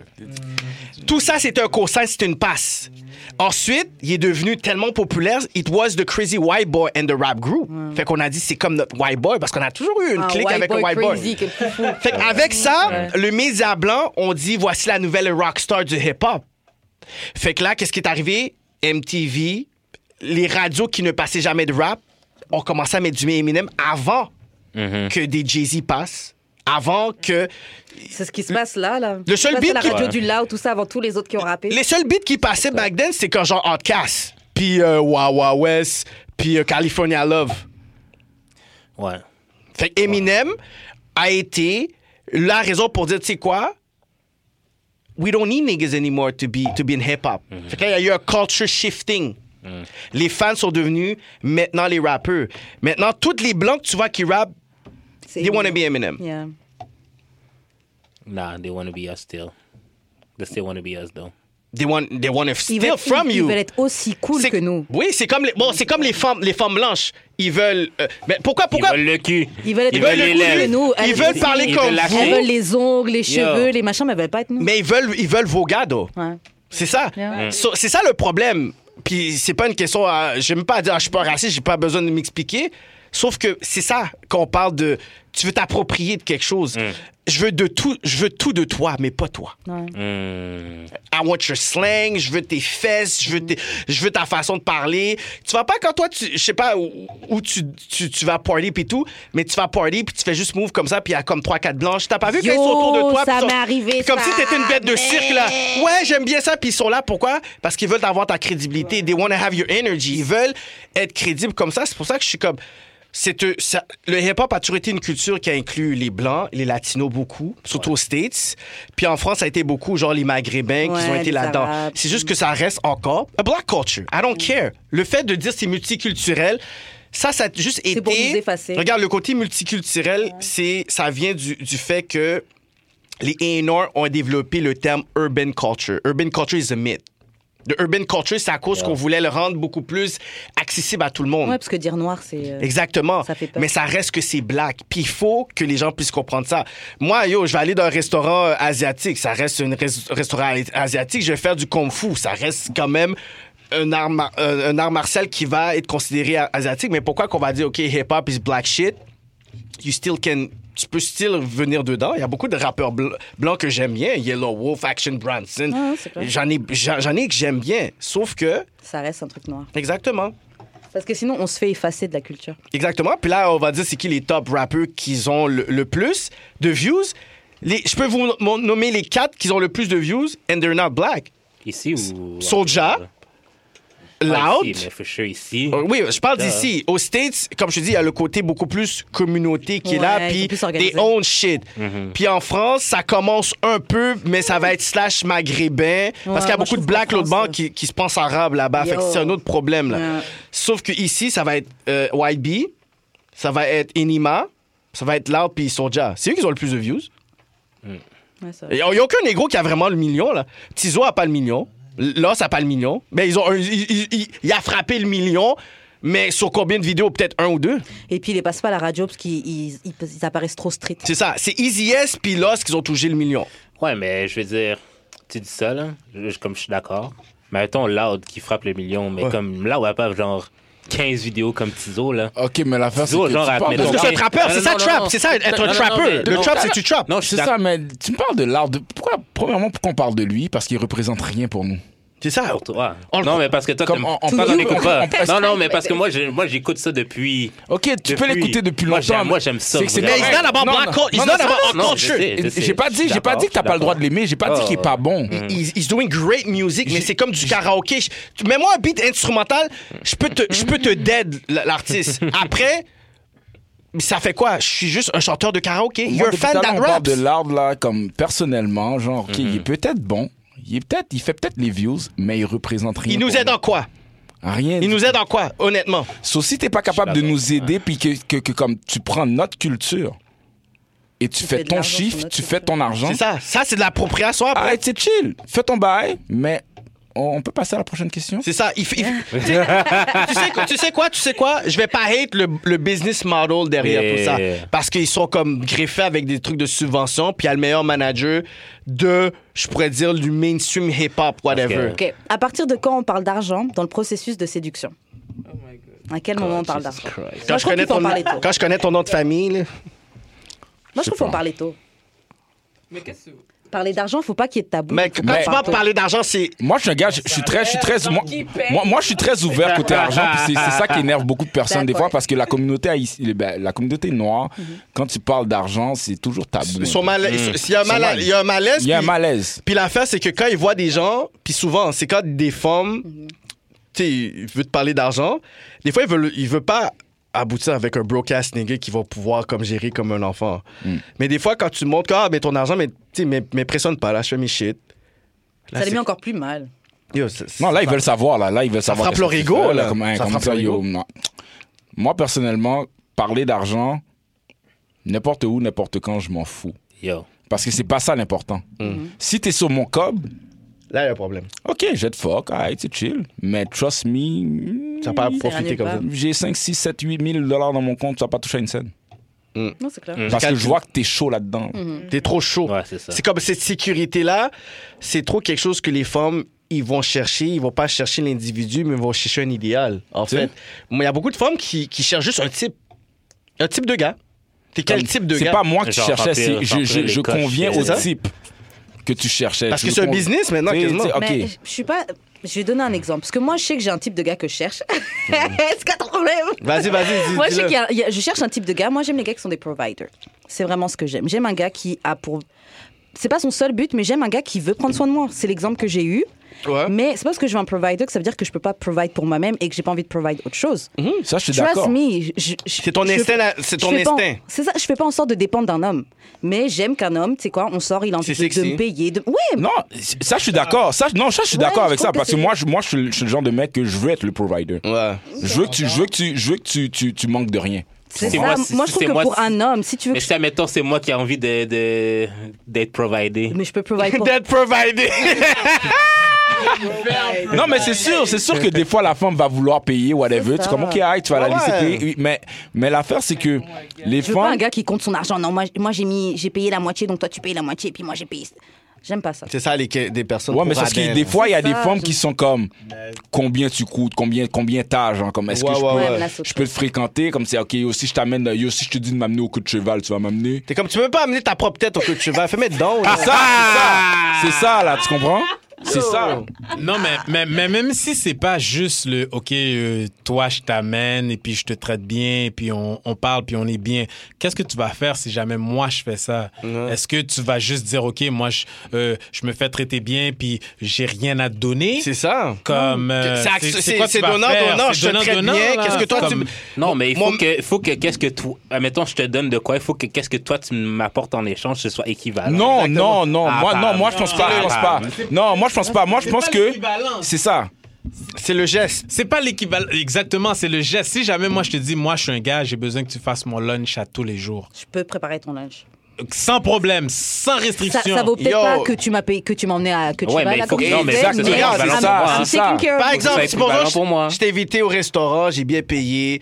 Speaker 4: Tout ça, c'est un cosign, c'est une passe. Ensuite, il est devenu tellement populaire, it was the crazy white boy and the rap group. Fait qu'on a dit c'est comme notre white boy parce qu'on a toujours eu une
Speaker 2: Un
Speaker 4: clique
Speaker 2: Ah, white
Speaker 4: avec
Speaker 2: boy
Speaker 4: un white
Speaker 2: crazy,
Speaker 4: boy.
Speaker 2: quel petit fou.
Speaker 4: Fait qu'avec ça, le média blanc, on dit voici la nouvelle rockstar du hip-hop. Fait que là, qu'est-ce qui est arrivé? MTV, les radios qui ne passaient jamais de rap, ont commencé à mettre du Eminem avant
Speaker 3: Mhm.
Speaker 4: que des Jay-Z passent, avant que
Speaker 2: C'est ce qui se passe là, là.
Speaker 4: Le seul
Speaker 2: Ça,
Speaker 4: beat
Speaker 2: c'est la
Speaker 4: qui-
Speaker 2: radio
Speaker 3: Ouais.
Speaker 2: du loud, tout ça, avant tous les autres qui ont rappé.
Speaker 4: Les seuls beats qui passaient back then, c'est quand genre Outcast, puis euh, Wawa West, puis euh, California Love.
Speaker 3: Ouais.
Speaker 4: Fait que Eminem a été la raison pour dire, tu sais quoi? We don't need niggas anymore to be, to be in hip-hop.
Speaker 3: Mhm.
Speaker 4: Fait que là, il y a eu un culture shifting. Les fans sont devenus maintenant les rappeurs. Maintenant, tous les blancs que tu vois qui rappent,
Speaker 2: C'est-
Speaker 4: they wanna be Eminem.
Speaker 2: Yeah.
Speaker 3: Nah, they want to be us still. They still want to be us, though.
Speaker 4: They want, they wanna
Speaker 2: Ils
Speaker 4: steal
Speaker 2: veulent,
Speaker 4: from
Speaker 2: ils-
Speaker 4: you.
Speaker 2: ils veulent être aussi cool
Speaker 4: C'est-
Speaker 2: que nous.
Speaker 4: Oui, c'est comme les, bon, c'est comme les femmes, les femmes blanches. Ils veulent. euh, mais pourquoi, pourquoi
Speaker 3: Ils veulent le cul.
Speaker 2: Ils veulent être
Speaker 3: Ils
Speaker 2: plus
Speaker 3: veulent les
Speaker 2: cool que
Speaker 3: lèvres.
Speaker 2: nous.
Speaker 4: Ils
Speaker 2: Elles-
Speaker 4: veulent parler
Speaker 3: Ils
Speaker 4: comme
Speaker 3: veulent la
Speaker 4: vous,
Speaker 2: Elles veulent les ongles, les
Speaker 3: Yo.
Speaker 2: cheveux, les machins, mais elles veulent pas être nous.
Speaker 4: mais ils veulent, ils veulent vos gado.
Speaker 2: Ouais.
Speaker 4: C'est ça.
Speaker 2: Yeah.
Speaker 4: So- c'est ça le problème. Puis c'est pas une question. à- J'aime pas à dire, ah, je suis pas raciste, j'ai pas besoin de m'expliquer. Sauf que c'est ça qu'on parle de. Tu veux t'approprier de quelque
Speaker 2: Mm.
Speaker 4: chose. Je veux de tout, je veux tout de toi, mais pas toi.
Speaker 3: Hmm.
Speaker 4: I want your slang, je veux tes fesses, je veux, tes- je veux ta façon de parler. Tu vas pas quand toi, tu, je sais pas où, où tu, tu, tu vas party puis tout, mais tu vas party puis tu fais juste move comme ça puis il y a comme trois quatre blanches. T'as pas vu
Speaker 2: Yo,
Speaker 4: qu'ils sont autour de
Speaker 2: ça
Speaker 4: toi puis ils sont-
Speaker 2: m'est arrivé,
Speaker 4: Comme
Speaker 2: ça,
Speaker 4: si t'étais une bête de
Speaker 2: mais-
Speaker 4: cirque là.
Speaker 2: Eh.
Speaker 4: Ouais, j'aime bien ça puis ils sont là pourquoi Parce qu'ils veulent avoir ta crédibilité. They want to have your energy. Ils veulent être crédibles comme ça. C'est pour ça que je suis comme. C'est un- ça- le hip-hop a toujours été une culture qui a inclus les Blancs, les Latinos beaucoup, surtout aux States. Puis en France, ça a été beaucoup, genre les Maghrébins qui
Speaker 2: Ouais,
Speaker 4: ont été
Speaker 2: les
Speaker 4: là-dedans.
Speaker 2: Arabes. Mm.
Speaker 4: C'est juste que ça reste encore a black culture. I don't care. Le fait de dire c'est multiculturel, ça, ça a juste été.
Speaker 2: pour nous effacer.
Speaker 4: Regarde, le côté multiculturel, c'est, ça vient du, du fait que les A&R ont développé le terme urban culture. Urban culture is a myth. The urban culture, c'est à cause qu'on voulait le rendre beaucoup plus accessible à tout le monde.
Speaker 2: Ouais, parce que dire noir, c'est. euh,
Speaker 4: Exactement.
Speaker 2: Ça fait peur.
Speaker 4: Mais ça reste que c'est black. Puis il faut que les gens puissent comprendre ça. Moi, yo, je vais aller dans un restaurant euh, asiatique. Ça reste un res- restaurant a- asiatique. Je vais faire du kung fu. Ça reste quand même un art, mar- euh, un art martial qui va être considéré a- asiatique. Mais pourquoi qu'on va dire, OK, hip-hop is black shit? You still can... Tu peux still venir dedans. Il y a beaucoup de rappeurs bl- blancs que j'aime bien. Yellow Wolf, Action Bronson.
Speaker 2: Ah, c'est clair.
Speaker 4: J'en ai, j'en j'en ai que j'aime bien. Sauf que...
Speaker 2: Ça reste un truc noir.
Speaker 4: Exactement.
Speaker 2: Parce que sinon, on se fait effacer de la culture.
Speaker 4: Exactement. Puis là, on va dire c'est qui les top rappeurs qui ont le, le plus de views. Les- je peux vous mon- nommer les quatre qui ont le plus de views and they're not black.
Speaker 3: Ici ou.
Speaker 4: Soulja,
Speaker 3: Ah,
Speaker 4: Loud.
Speaker 3: ici, mais for sure, ici.
Speaker 4: Euh, Oui, je parle
Speaker 3: Yeah.
Speaker 4: d'ici. Aux States, comme je te dis, il y a le côté beaucoup plus communauté qui est là,
Speaker 2: Ouais, ils
Speaker 4: puis
Speaker 2: sont plus
Speaker 4: des
Speaker 2: organisés.
Speaker 4: own shit. Puis en France, ça commence un peu, mais ça va être slash maghrébin, parce qu'il y a
Speaker 2: moi,
Speaker 4: beaucoup
Speaker 2: je trouve qu'en
Speaker 4: de blacks l'autre
Speaker 2: France,
Speaker 4: banc qui, qui se pensent arabes là-bas. Fait que
Speaker 2: Yo.
Speaker 4: c'est un autre problème, là.
Speaker 2: Ouais.
Speaker 4: Sauf que ici, ça va être euh, White Bee, ça va être Enima, ça va être Loud, puis Soulja. C'est eux qui ont le plus de views.
Speaker 2: Ouais, ça.
Speaker 4: Il n'y a aucun négro qui a vraiment le million, là. Tizo a pas le million. Loss a pas le million. Mais ils ont un- il, il- il- il a frappé le million, mais sur combien de vidéos? Peut-être un ou deux.
Speaker 2: Et puis, ils les passent pas à la radio parce qu'ils ils- ils- ils apparaissent trop street.
Speaker 4: C'est ça. C'est Easy S puis Loss qui ont touché le million.
Speaker 3: Ouais, mais je veux dire, tu dis ça, là, je- je- comme je suis d'accord. Mais mettons Loud qui frappe le million, mais comme là, on va pas genre 15 vidéos comme Tizo, là.
Speaker 5: Ok, mais l'affaire, c'est
Speaker 3: Tizo,
Speaker 5: que tu
Speaker 3: genre, à-
Speaker 5: parles de...
Speaker 3: mettons,
Speaker 4: Parce que c'est un trappeur,
Speaker 3: Non,
Speaker 4: c'est
Speaker 3: non,
Speaker 4: ça,
Speaker 3: non,
Speaker 4: trap.
Speaker 3: non.
Speaker 4: C'est ça, être un
Speaker 3: Non, non,
Speaker 4: trapper.
Speaker 3: mais-
Speaker 4: Le
Speaker 3: non.
Speaker 4: trap, c'est tu trap.
Speaker 3: Non, je suis
Speaker 5: C'est ça,
Speaker 3: d'accord.
Speaker 5: mais tu me parles de l'art. de- Pourquoi, premièrement, pourquoi on parle de lui Parce qu'il représente rien pour nous.
Speaker 4: C'est ça.
Speaker 3: Pour toi.
Speaker 4: On le-
Speaker 3: Non, mais parce que toi,
Speaker 5: Comme
Speaker 3: t'aimes-
Speaker 5: on- on
Speaker 3: toi,
Speaker 5: peut-
Speaker 3: t'en écoutes
Speaker 5: on-
Speaker 3: pas.
Speaker 5: on peut-
Speaker 3: Non, non, mais parce que moi, je- moi, j'écoute ça depuis.
Speaker 5: Ok, tu peux
Speaker 3: Depuis-
Speaker 5: l'écouter depuis
Speaker 3: Moi,
Speaker 5: longtemps.
Speaker 3: j'aime- moi, j'aime ça,
Speaker 5: C'est que c'est
Speaker 3: vous
Speaker 4: Mais
Speaker 3: Ouais.
Speaker 4: it's
Speaker 5: correct.
Speaker 4: not about
Speaker 5: Non,
Speaker 4: black
Speaker 5: non,
Speaker 4: culture. It's
Speaker 5: non,
Speaker 4: not
Speaker 5: non,
Speaker 4: about
Speaker 3: non,
Speaker 4: our
Speaker 3: non,
Speaker 4: culture.
Speaker 3: je sais.
Speaker 5: Et- J'ai pas
Speaker 3: Je suis
Speaker 5: dit, j'ai pas
Speaker 3: d'accord,
Speaker 5: dit que t'as
Speaker 3: je suis
Speaker 5: pas le droit de
Speaker 3: d'accord.
Speaker 5: l'aimer. J'ai pas dit
Speaker 3: Oh.
Speaker 5: qu'il est pas bon.
Speaker 4: He's, he's doing great music, mais c'est comme du karaoké. Je- Mets-moi un beat instrumental, je peux te, je peux te dead l- l'artiste. Après, ça fait quoi? Je suis juste un chanteur de karaoké.
Speaker 5: Moi,
Speaker 4: You're a
Speaker 5: depuis
Speaker 4: fan
Speaker 5: tout à l'heure,
Speaker 4: that
Speaker 5: on parle
Speaker 4: raps.
Speaker 5: de l'art là, comme personnellement, genre, ok,
Speaker 3: Mm-hmm.
Speaker 5: il est peut-être bon, il est peut-être, il fait peut-être les views, mais il représente rien.
Speaker 4: Il nous
Speaker 5: pour
Speaker 4: aide en quoi?
Speaker 5: Rien.
Speaker 4: Il nous aide en quoi, honnêtement?
Speaker 5: So, si t'es pas capable de
Speaker 3: d'accord.
Speaker 5: nous aider, puis que, que- que comme tu prends notre culture et tu,
Speaker 2: Tu
Speaker 5: fais
Speaker 2: fais de
Speaker 5: ton
Speaker 2: l'argent sur
Speaker 5: chiffre,
Speaker 2: notre
Speaker 5: tu
Speaker 2: culture.
Speaker 5: fais ton argent.
Speaker 4: C'est ça. Ça, c'est de l'appropriation. après.
Speaker 5: Arrête, c'est chill. Fais ton bail, mais on, on peut passer à la prochaine question.
Speaker 4: C'est ça. Il, f- il f- tu, sais, tu sais quoi, tu sais quoi, tu sais quoi? Je vais pas hate le, le business model derrière
Speaker 3: Yeah.
Speaker 4: tout ça. Parce qu'ils sont comme greffés avec des trucs de subvention, puis il y a le meilleur manager de, je pourrais dire, du mainstream hip-hop, whatever.
Speaker 3: Parce
Speaker 2: Ok. À partir de quand on parle d'argent dans le processus de séduction
Speaker 7: Oh my god.
Speaker 2: À quel moment on parle d'argent
Speaker 4: Quand
Speaker 2: Moi,
Speaker 4: je,
Speaker 2: je trouve
Speaker 4: connais
Speaker 2: qu'il faut
Speaker 4: ton,
Speaker 2: en parler tôt.
Speaker 4: quand je connais ton nom de famille, là.
Speaker 2: Moi, je trouve
Speaker 5: sais
Speaker 2: qu'on
Speaker 5: pas.
Speaker 2: parler tôt.
Speaker 7: Mais qu'est-ce que c'est
Speaker 2: Parler d'argent, faut pas qu'il y ait de tabou.
Speaker 4: mec,
Speaker 2: Faut
Speaker 4: quand
Speaker 2: pas
Speaker 5: mais-
Speaker 4: tu vas
Speaker 2: tôt.
Speaker 4: parler d'argent, c'est.
Speaker 5: Moi, je suis un gars, je, je suis très, je suis très, moi, moi, moi, je suis très ouvert côté argent. puis C'est c'est ça qui énerve beaucoup de personnes des fois
Speaker 2: D'accord.
Speaker 5: parce que la communauté haïti- ben, la communauté noire, quand tu parles d'argent, c'est toujours tabou.
Speaker 4: Son mal... S'il y a un
Speaker 5: Son
Speaker 4: mal-
Speaker 5: mal-
Speaker 4: il y a un malaise.
Speaker 5: Mm. Il y a un
Speaker 4: puis-
Speaker 5: malaise.
Speaker 4: Puis l'affaire, c'est que quand ils voient des gens, puis souvent, c'est quand des femmes, tu sais, ils veulent te parler d'argent, des fois, ils veulent, ils veulent pas aboutir avec un broadcast nigga qui va pouvoir comme gérer comme un enfant.
Speaker 5: Mm.
Speaker 4: Mais des fois, quand tu montres que, ah, mais ton argent, mais tu sais, mais, mais pressionne pas, là, je fais mes shit.
Speaker 2: Ça
Speaker 4: Là,
Speaker 2: les
Speaker 4: c'est-
Speaker 2: met encore plus mal.
Speaker 4: Yo, c'est-
Speaker 5: Non, là, ils veulent savoir. Là, là ils veulent
Speaker 4: Ça
Speaker 5: savoir.
Speaker 4: frappe
Speaker 5: qu'est-ce
Speaker 4: leur
Speaker 5: que tu
Speaker 4: ego,
Speaker 5: fais,
Speaker 4: là.
Speaker 5: comme, hein,
Speaker 4: Ça
Speaker 5: comme
Speaker 4: frappe
Speaker 5: ça,
Speaker 4: leur
Speaker 5: yo,
Speaker 4: ego.
Speaker 5: non. Moi, personnellement, parler d'argent, n'importe où, n'importe quand, je m'en fous.
Speaker 3: Yo.
Speaker 5: Parce que c'est pas ça l'important.
Speaker 4: Mhm.
Speaker 5: Si t'es sur mon cob,
Speaker 4: Là, il y a un problème.
Speaker 5: ok, je te fuck, alright, c'est chill. Mais trust me,
Speaker 4: Ça pas à
Speaker 5: mm,
Speaker 4: profiter
Speaker 2: rien
Speaker 4: comme
Speaker 2: pas.
Speaker 4: ça.
Speaker 5: j'ai 5, 6, 7, 8 000 dollars dans mon compte, tu vas pas toucher à une scène.
Speaker 2: Non, c'est clair.
Speaker 3: Mm.
Speaker 5: Parce que
Speaker 4: Calcul.
Speaker 5: je vois que t'es chaud
Speaker 2: Mhm.
Speaker 5: là-dedans.
Speaker 4: T'es trop chaud.
Speaker 3: Ouais, c'est ça.
Speaker 4: C'est comme cette sécurité-là, c'est trop quelque chose que les femmes, ils vont chercher. Ils vont pas chercher l'individu, mais ils vont chercher un idéal, en
Speaker 5: Tu
Speaker 4: fait. Mais il y a beaucoup de femmes qui, qui cherchent juste un type. Un type de gars. T'es quel
Speaker 5: Comme-
Speaker 4: type de
Speaker 5: C'est
Speaker 4: gars?
Speaker 5: pas moi que tu
Speaker 3: Genre,
Speaker 5: cherchais,
Speaker 3: remplir-
Speaker 5: c'est- je,
Speaker 3: remplir
Speaker 5: je,
Speaker 3: les
Speaker 5: je
Speaker 3: coches,
Speaker 5: conviens
Speaker 4: c'est
Speaker 5: au
Speaker 4: ça?
Speaker 5: type que tu cherchais.
Speaker 4: Parce
Speaker 5: Tu
Speaker 4: que
Speaker 5: le
Speaker 4: c'est un
Speaker 5: con-
Speaker 4: business maintenant,
Speaker 5: Tu sais,
Speaker 4: quasiment.
Speaker 5: tu sais, OK.
Speaker 2: Mais je suis pas. Je vais donner un exemple. Parce que moi, je sais que j'ai un type de gars que je cherche. C'est pas ton problème.
Speaker 4: Vas-y, vas-y, dis-
Speaker 2: Moi, je, sais
Speaker 4: dis-le.
Speaker 2: qu'il y a- il y a- je cherche un type de gars. Moi, j'aime les gars qui sont des providers. C'est vraiment ce que j'aime. J'aime un gars qui a pour. C'est pas son seul but, mais j'aime un gars qui veut prendre soin de moi. C'est l'exemple que j'ai eu.
Speaker 4: Ouais.
Speaker 2: Mais c'est pas parce que je veux un provider que ça veut dire que je peux pas provide pour moi-même et que j'ai pas envie de provide autre chose.
Speaker 5: Ça, je suis
Speaker 2: Trust
Speaker 5: d'accord.
Speaker 2: me. je- je-
Speaker 4: Mhm, C'est ton
Speaker 2: je-
Speaker 4: instinct, là, c'est
Speaker 2: je
Speaker 4: ton
Speaker 2: fais pas en-
Speaker 4: instinct.
Speaker 2: C'est ça, je fais pas en sorte de dépendre d'un homme. Mais j'aime qu'un homme, tu sais quoi, on sort, il a envie
Speaker 4: C'est
Speaker 2: de, de
Speaker 4: sexy.
Speaker 2: me payer. De... Ouais,
Speaker 5: Non, c- ça, je suis d'accord. Ça, je- non, ça, je suis
Speaker 2: Ouais,
Speaker 5: d'accord
Speaker 2: je
Speaker 5: avec
Speaker 2: trouve
Speaker 5: ça.
Speaker 2: que
Speaker 5: Parce que
Speaker 2: c'est-
Speaker 5: moi, je, moi je, suis le, je suis le genre de mec que je veux être le provider.
Speaker 4: Ouais.
Speaker 5: Je veux que tu, je veux que tu, je veux que tu, tu, tu manques de rien.
Speaker 2: c'est
Speaker 3: C'est
Speaker 2: ça.
Speaker 3: moi,
Speaker 2: Moi,
Speaker 3: c'est-
Speaker 2: je
Speaker 3: c'est
Speaker 2: trouve que
Speaker 3: moi,
Speaker 2: pour
Speaker 3: c'est-
Speaker 2: un homme, si tu veux que
Speaker 3: Mais si, admettons, c'est moi qui ai envie de, de- d'être providé.
Speaker 2: je- Mais je peux provide pour.
Speaker 4: Dead provided.
Speaker 5: Non, mais c'est sûr, c'est sûr que des fois, la femme va vouloir payer, whatever.
Speaker 2: C'est
Speaker 5: Tu
Speaker 2: ça. Ah
Speaker 5: comme, OK, aïe, tu vas la
Speaker 4: Ouais,
Speaker 5: laisser
Speaker 4: ouais.
Speaker 5: payer. Oui, Mais, mais l'affaire, c'est que les
Speaker 2: Je veux pas un
Speaker 5: femmes.
Speaker 2: gars qui compte son argent. Non, moi, moi j'ai mis, j'ai payé la moitié, donc toi tu payes la moitié, et puis moi j'ai payé. J'aime pas ça.
Speaker 4: C'est ça, les, que- des personnes.
Speaker 5: Ouais, mais c'est parce
Speaker 4: qui
Speaker 5: que des fois, il y a
Speaker 2: C'est
Speaker 5: des
Speaker 2: ça,
Speaker 5: femmes
Speaker 2: je-
Speaker 5: qui sont comme, combien tu coûtes, combien, combien t'as, genre, comme, est-ce
Speaker 4: Ouais,
Speaker 5: que je
Speaker 4: ouais,
Speaker 5: peux
Speaker 4: ouais.
Speaker 2: la sauteuse.
Speaker 5: je peux te fréquenter comme c'est ok aussi je t'amène aussi je te dis de m'amener au coup de cheval tu vas m'amener
Speaker 4: T'es comme, tu peux même pas amener ta propre tête au que tu vas. Fais-moi dedans. là.
Speaker 6: Ah,
Speaker 5: c'est ça c'est ça c'est ça là tu comprends c'est ça
Speaker 6: Non, mais, mais, mais même si c'est pas juste le OK, euh, toi, je t'amène et puis je te traite bien et puis on, on parle puis on est bien. Qu'est-ce que tu vas faire si jamais moi je fais ça? Est-ce que tu vas juste dire OK, moi je, euh, je me fais traiter bien puis j'ai rien à te donner?
Speaker 4: C'est ça.
Speaker 6: Comme. euh,
Speaker 4: C'est axe-
Speaker 6: c'est- c'est
Speaker 4: c'est-
Speaker 6: quoi tu
Speaker 4: c'est
Speaker 6: vas
Speaker 4: donnant,
Speaker 6: faire?
Speaker 4: donnant,
Speaker 6: C'est
Speaker 4: je te
Speaker 6: donnant,
Speaker 4: traite
Speaker 6: donnant,
Speaker 4: bien,
Speaker 6: là.
Speaker 4: qu'est-ce que toi,
Speaker 6: Comme-
Speaker 4: tu-
Speaker 3: Non, mais il faut
Speaker 4: Mon-
Speaker 3: que, faut que qu'est-ce que toi, admettons, je te donne de quoi, il faut que qu'est-ce que toi tu m'apportes en échange, ce soit équivalent.
Speaker 5: non non non
Speaker 3: Ah,
Speaker 5: moi
Speaker 3: bah, Ah,
Speaker 5: non moi je pense pas je pense pas non moi je pense pas moi je
Speaker 6: C'est
Speaker 5: pense
Speaker 6: pas
Speaker 5: que
Speaker 6: l'équivalent.
Speaker 5: c'est ça
Speaker 4: C'est le geste.
Speaker 6: C'est pas l'équivalent. Exactement, c'est le geste. Si jamais moi je te dis, moi je suis un gars, j'ai besoin que tu fasses mon lunch à tous les jours.
Speaker 2: Je peux préparer ton lunch.
Speaker 6: Sans problème,
Speaker 2: Ça,
Speaker 6: sans restriction.
Speaker 2: ça vaut peut-être
Speaker 4: Yo.
Speaker 2: pas que tu m'as payé, que tu m'as emmené à que tu
Speaker 3: Ouais,
Speaker 2: vas
Speaker 3: mais
Speaker 2: là,
Speaker 3: il faut
Speaker 2: comme
Speaker 3: que-
Speaker 2: tu
Speaker 3: non, mais
Speaker 2: disais,
Speaker 3: ça, c'est
Speaker 2: mais
Speaker 5: ça,
Speaker 2: I'm-
Speaker 5: c'est ça,
Speaker 2: I'm
Speaker 5: c'est ça.
Speaker 2: taking care of
Speaker 4: Par
Speaker 2: you.
Speaker 4: exemple,
Speaker 3: être
Speaker 4: c'est pour
Speaker 3: équivalent
Speaker 4: ça, je-
Speaker 3: pour moi.
Speaker 4: je t'ai invité au restaurant, j'ai bien payé,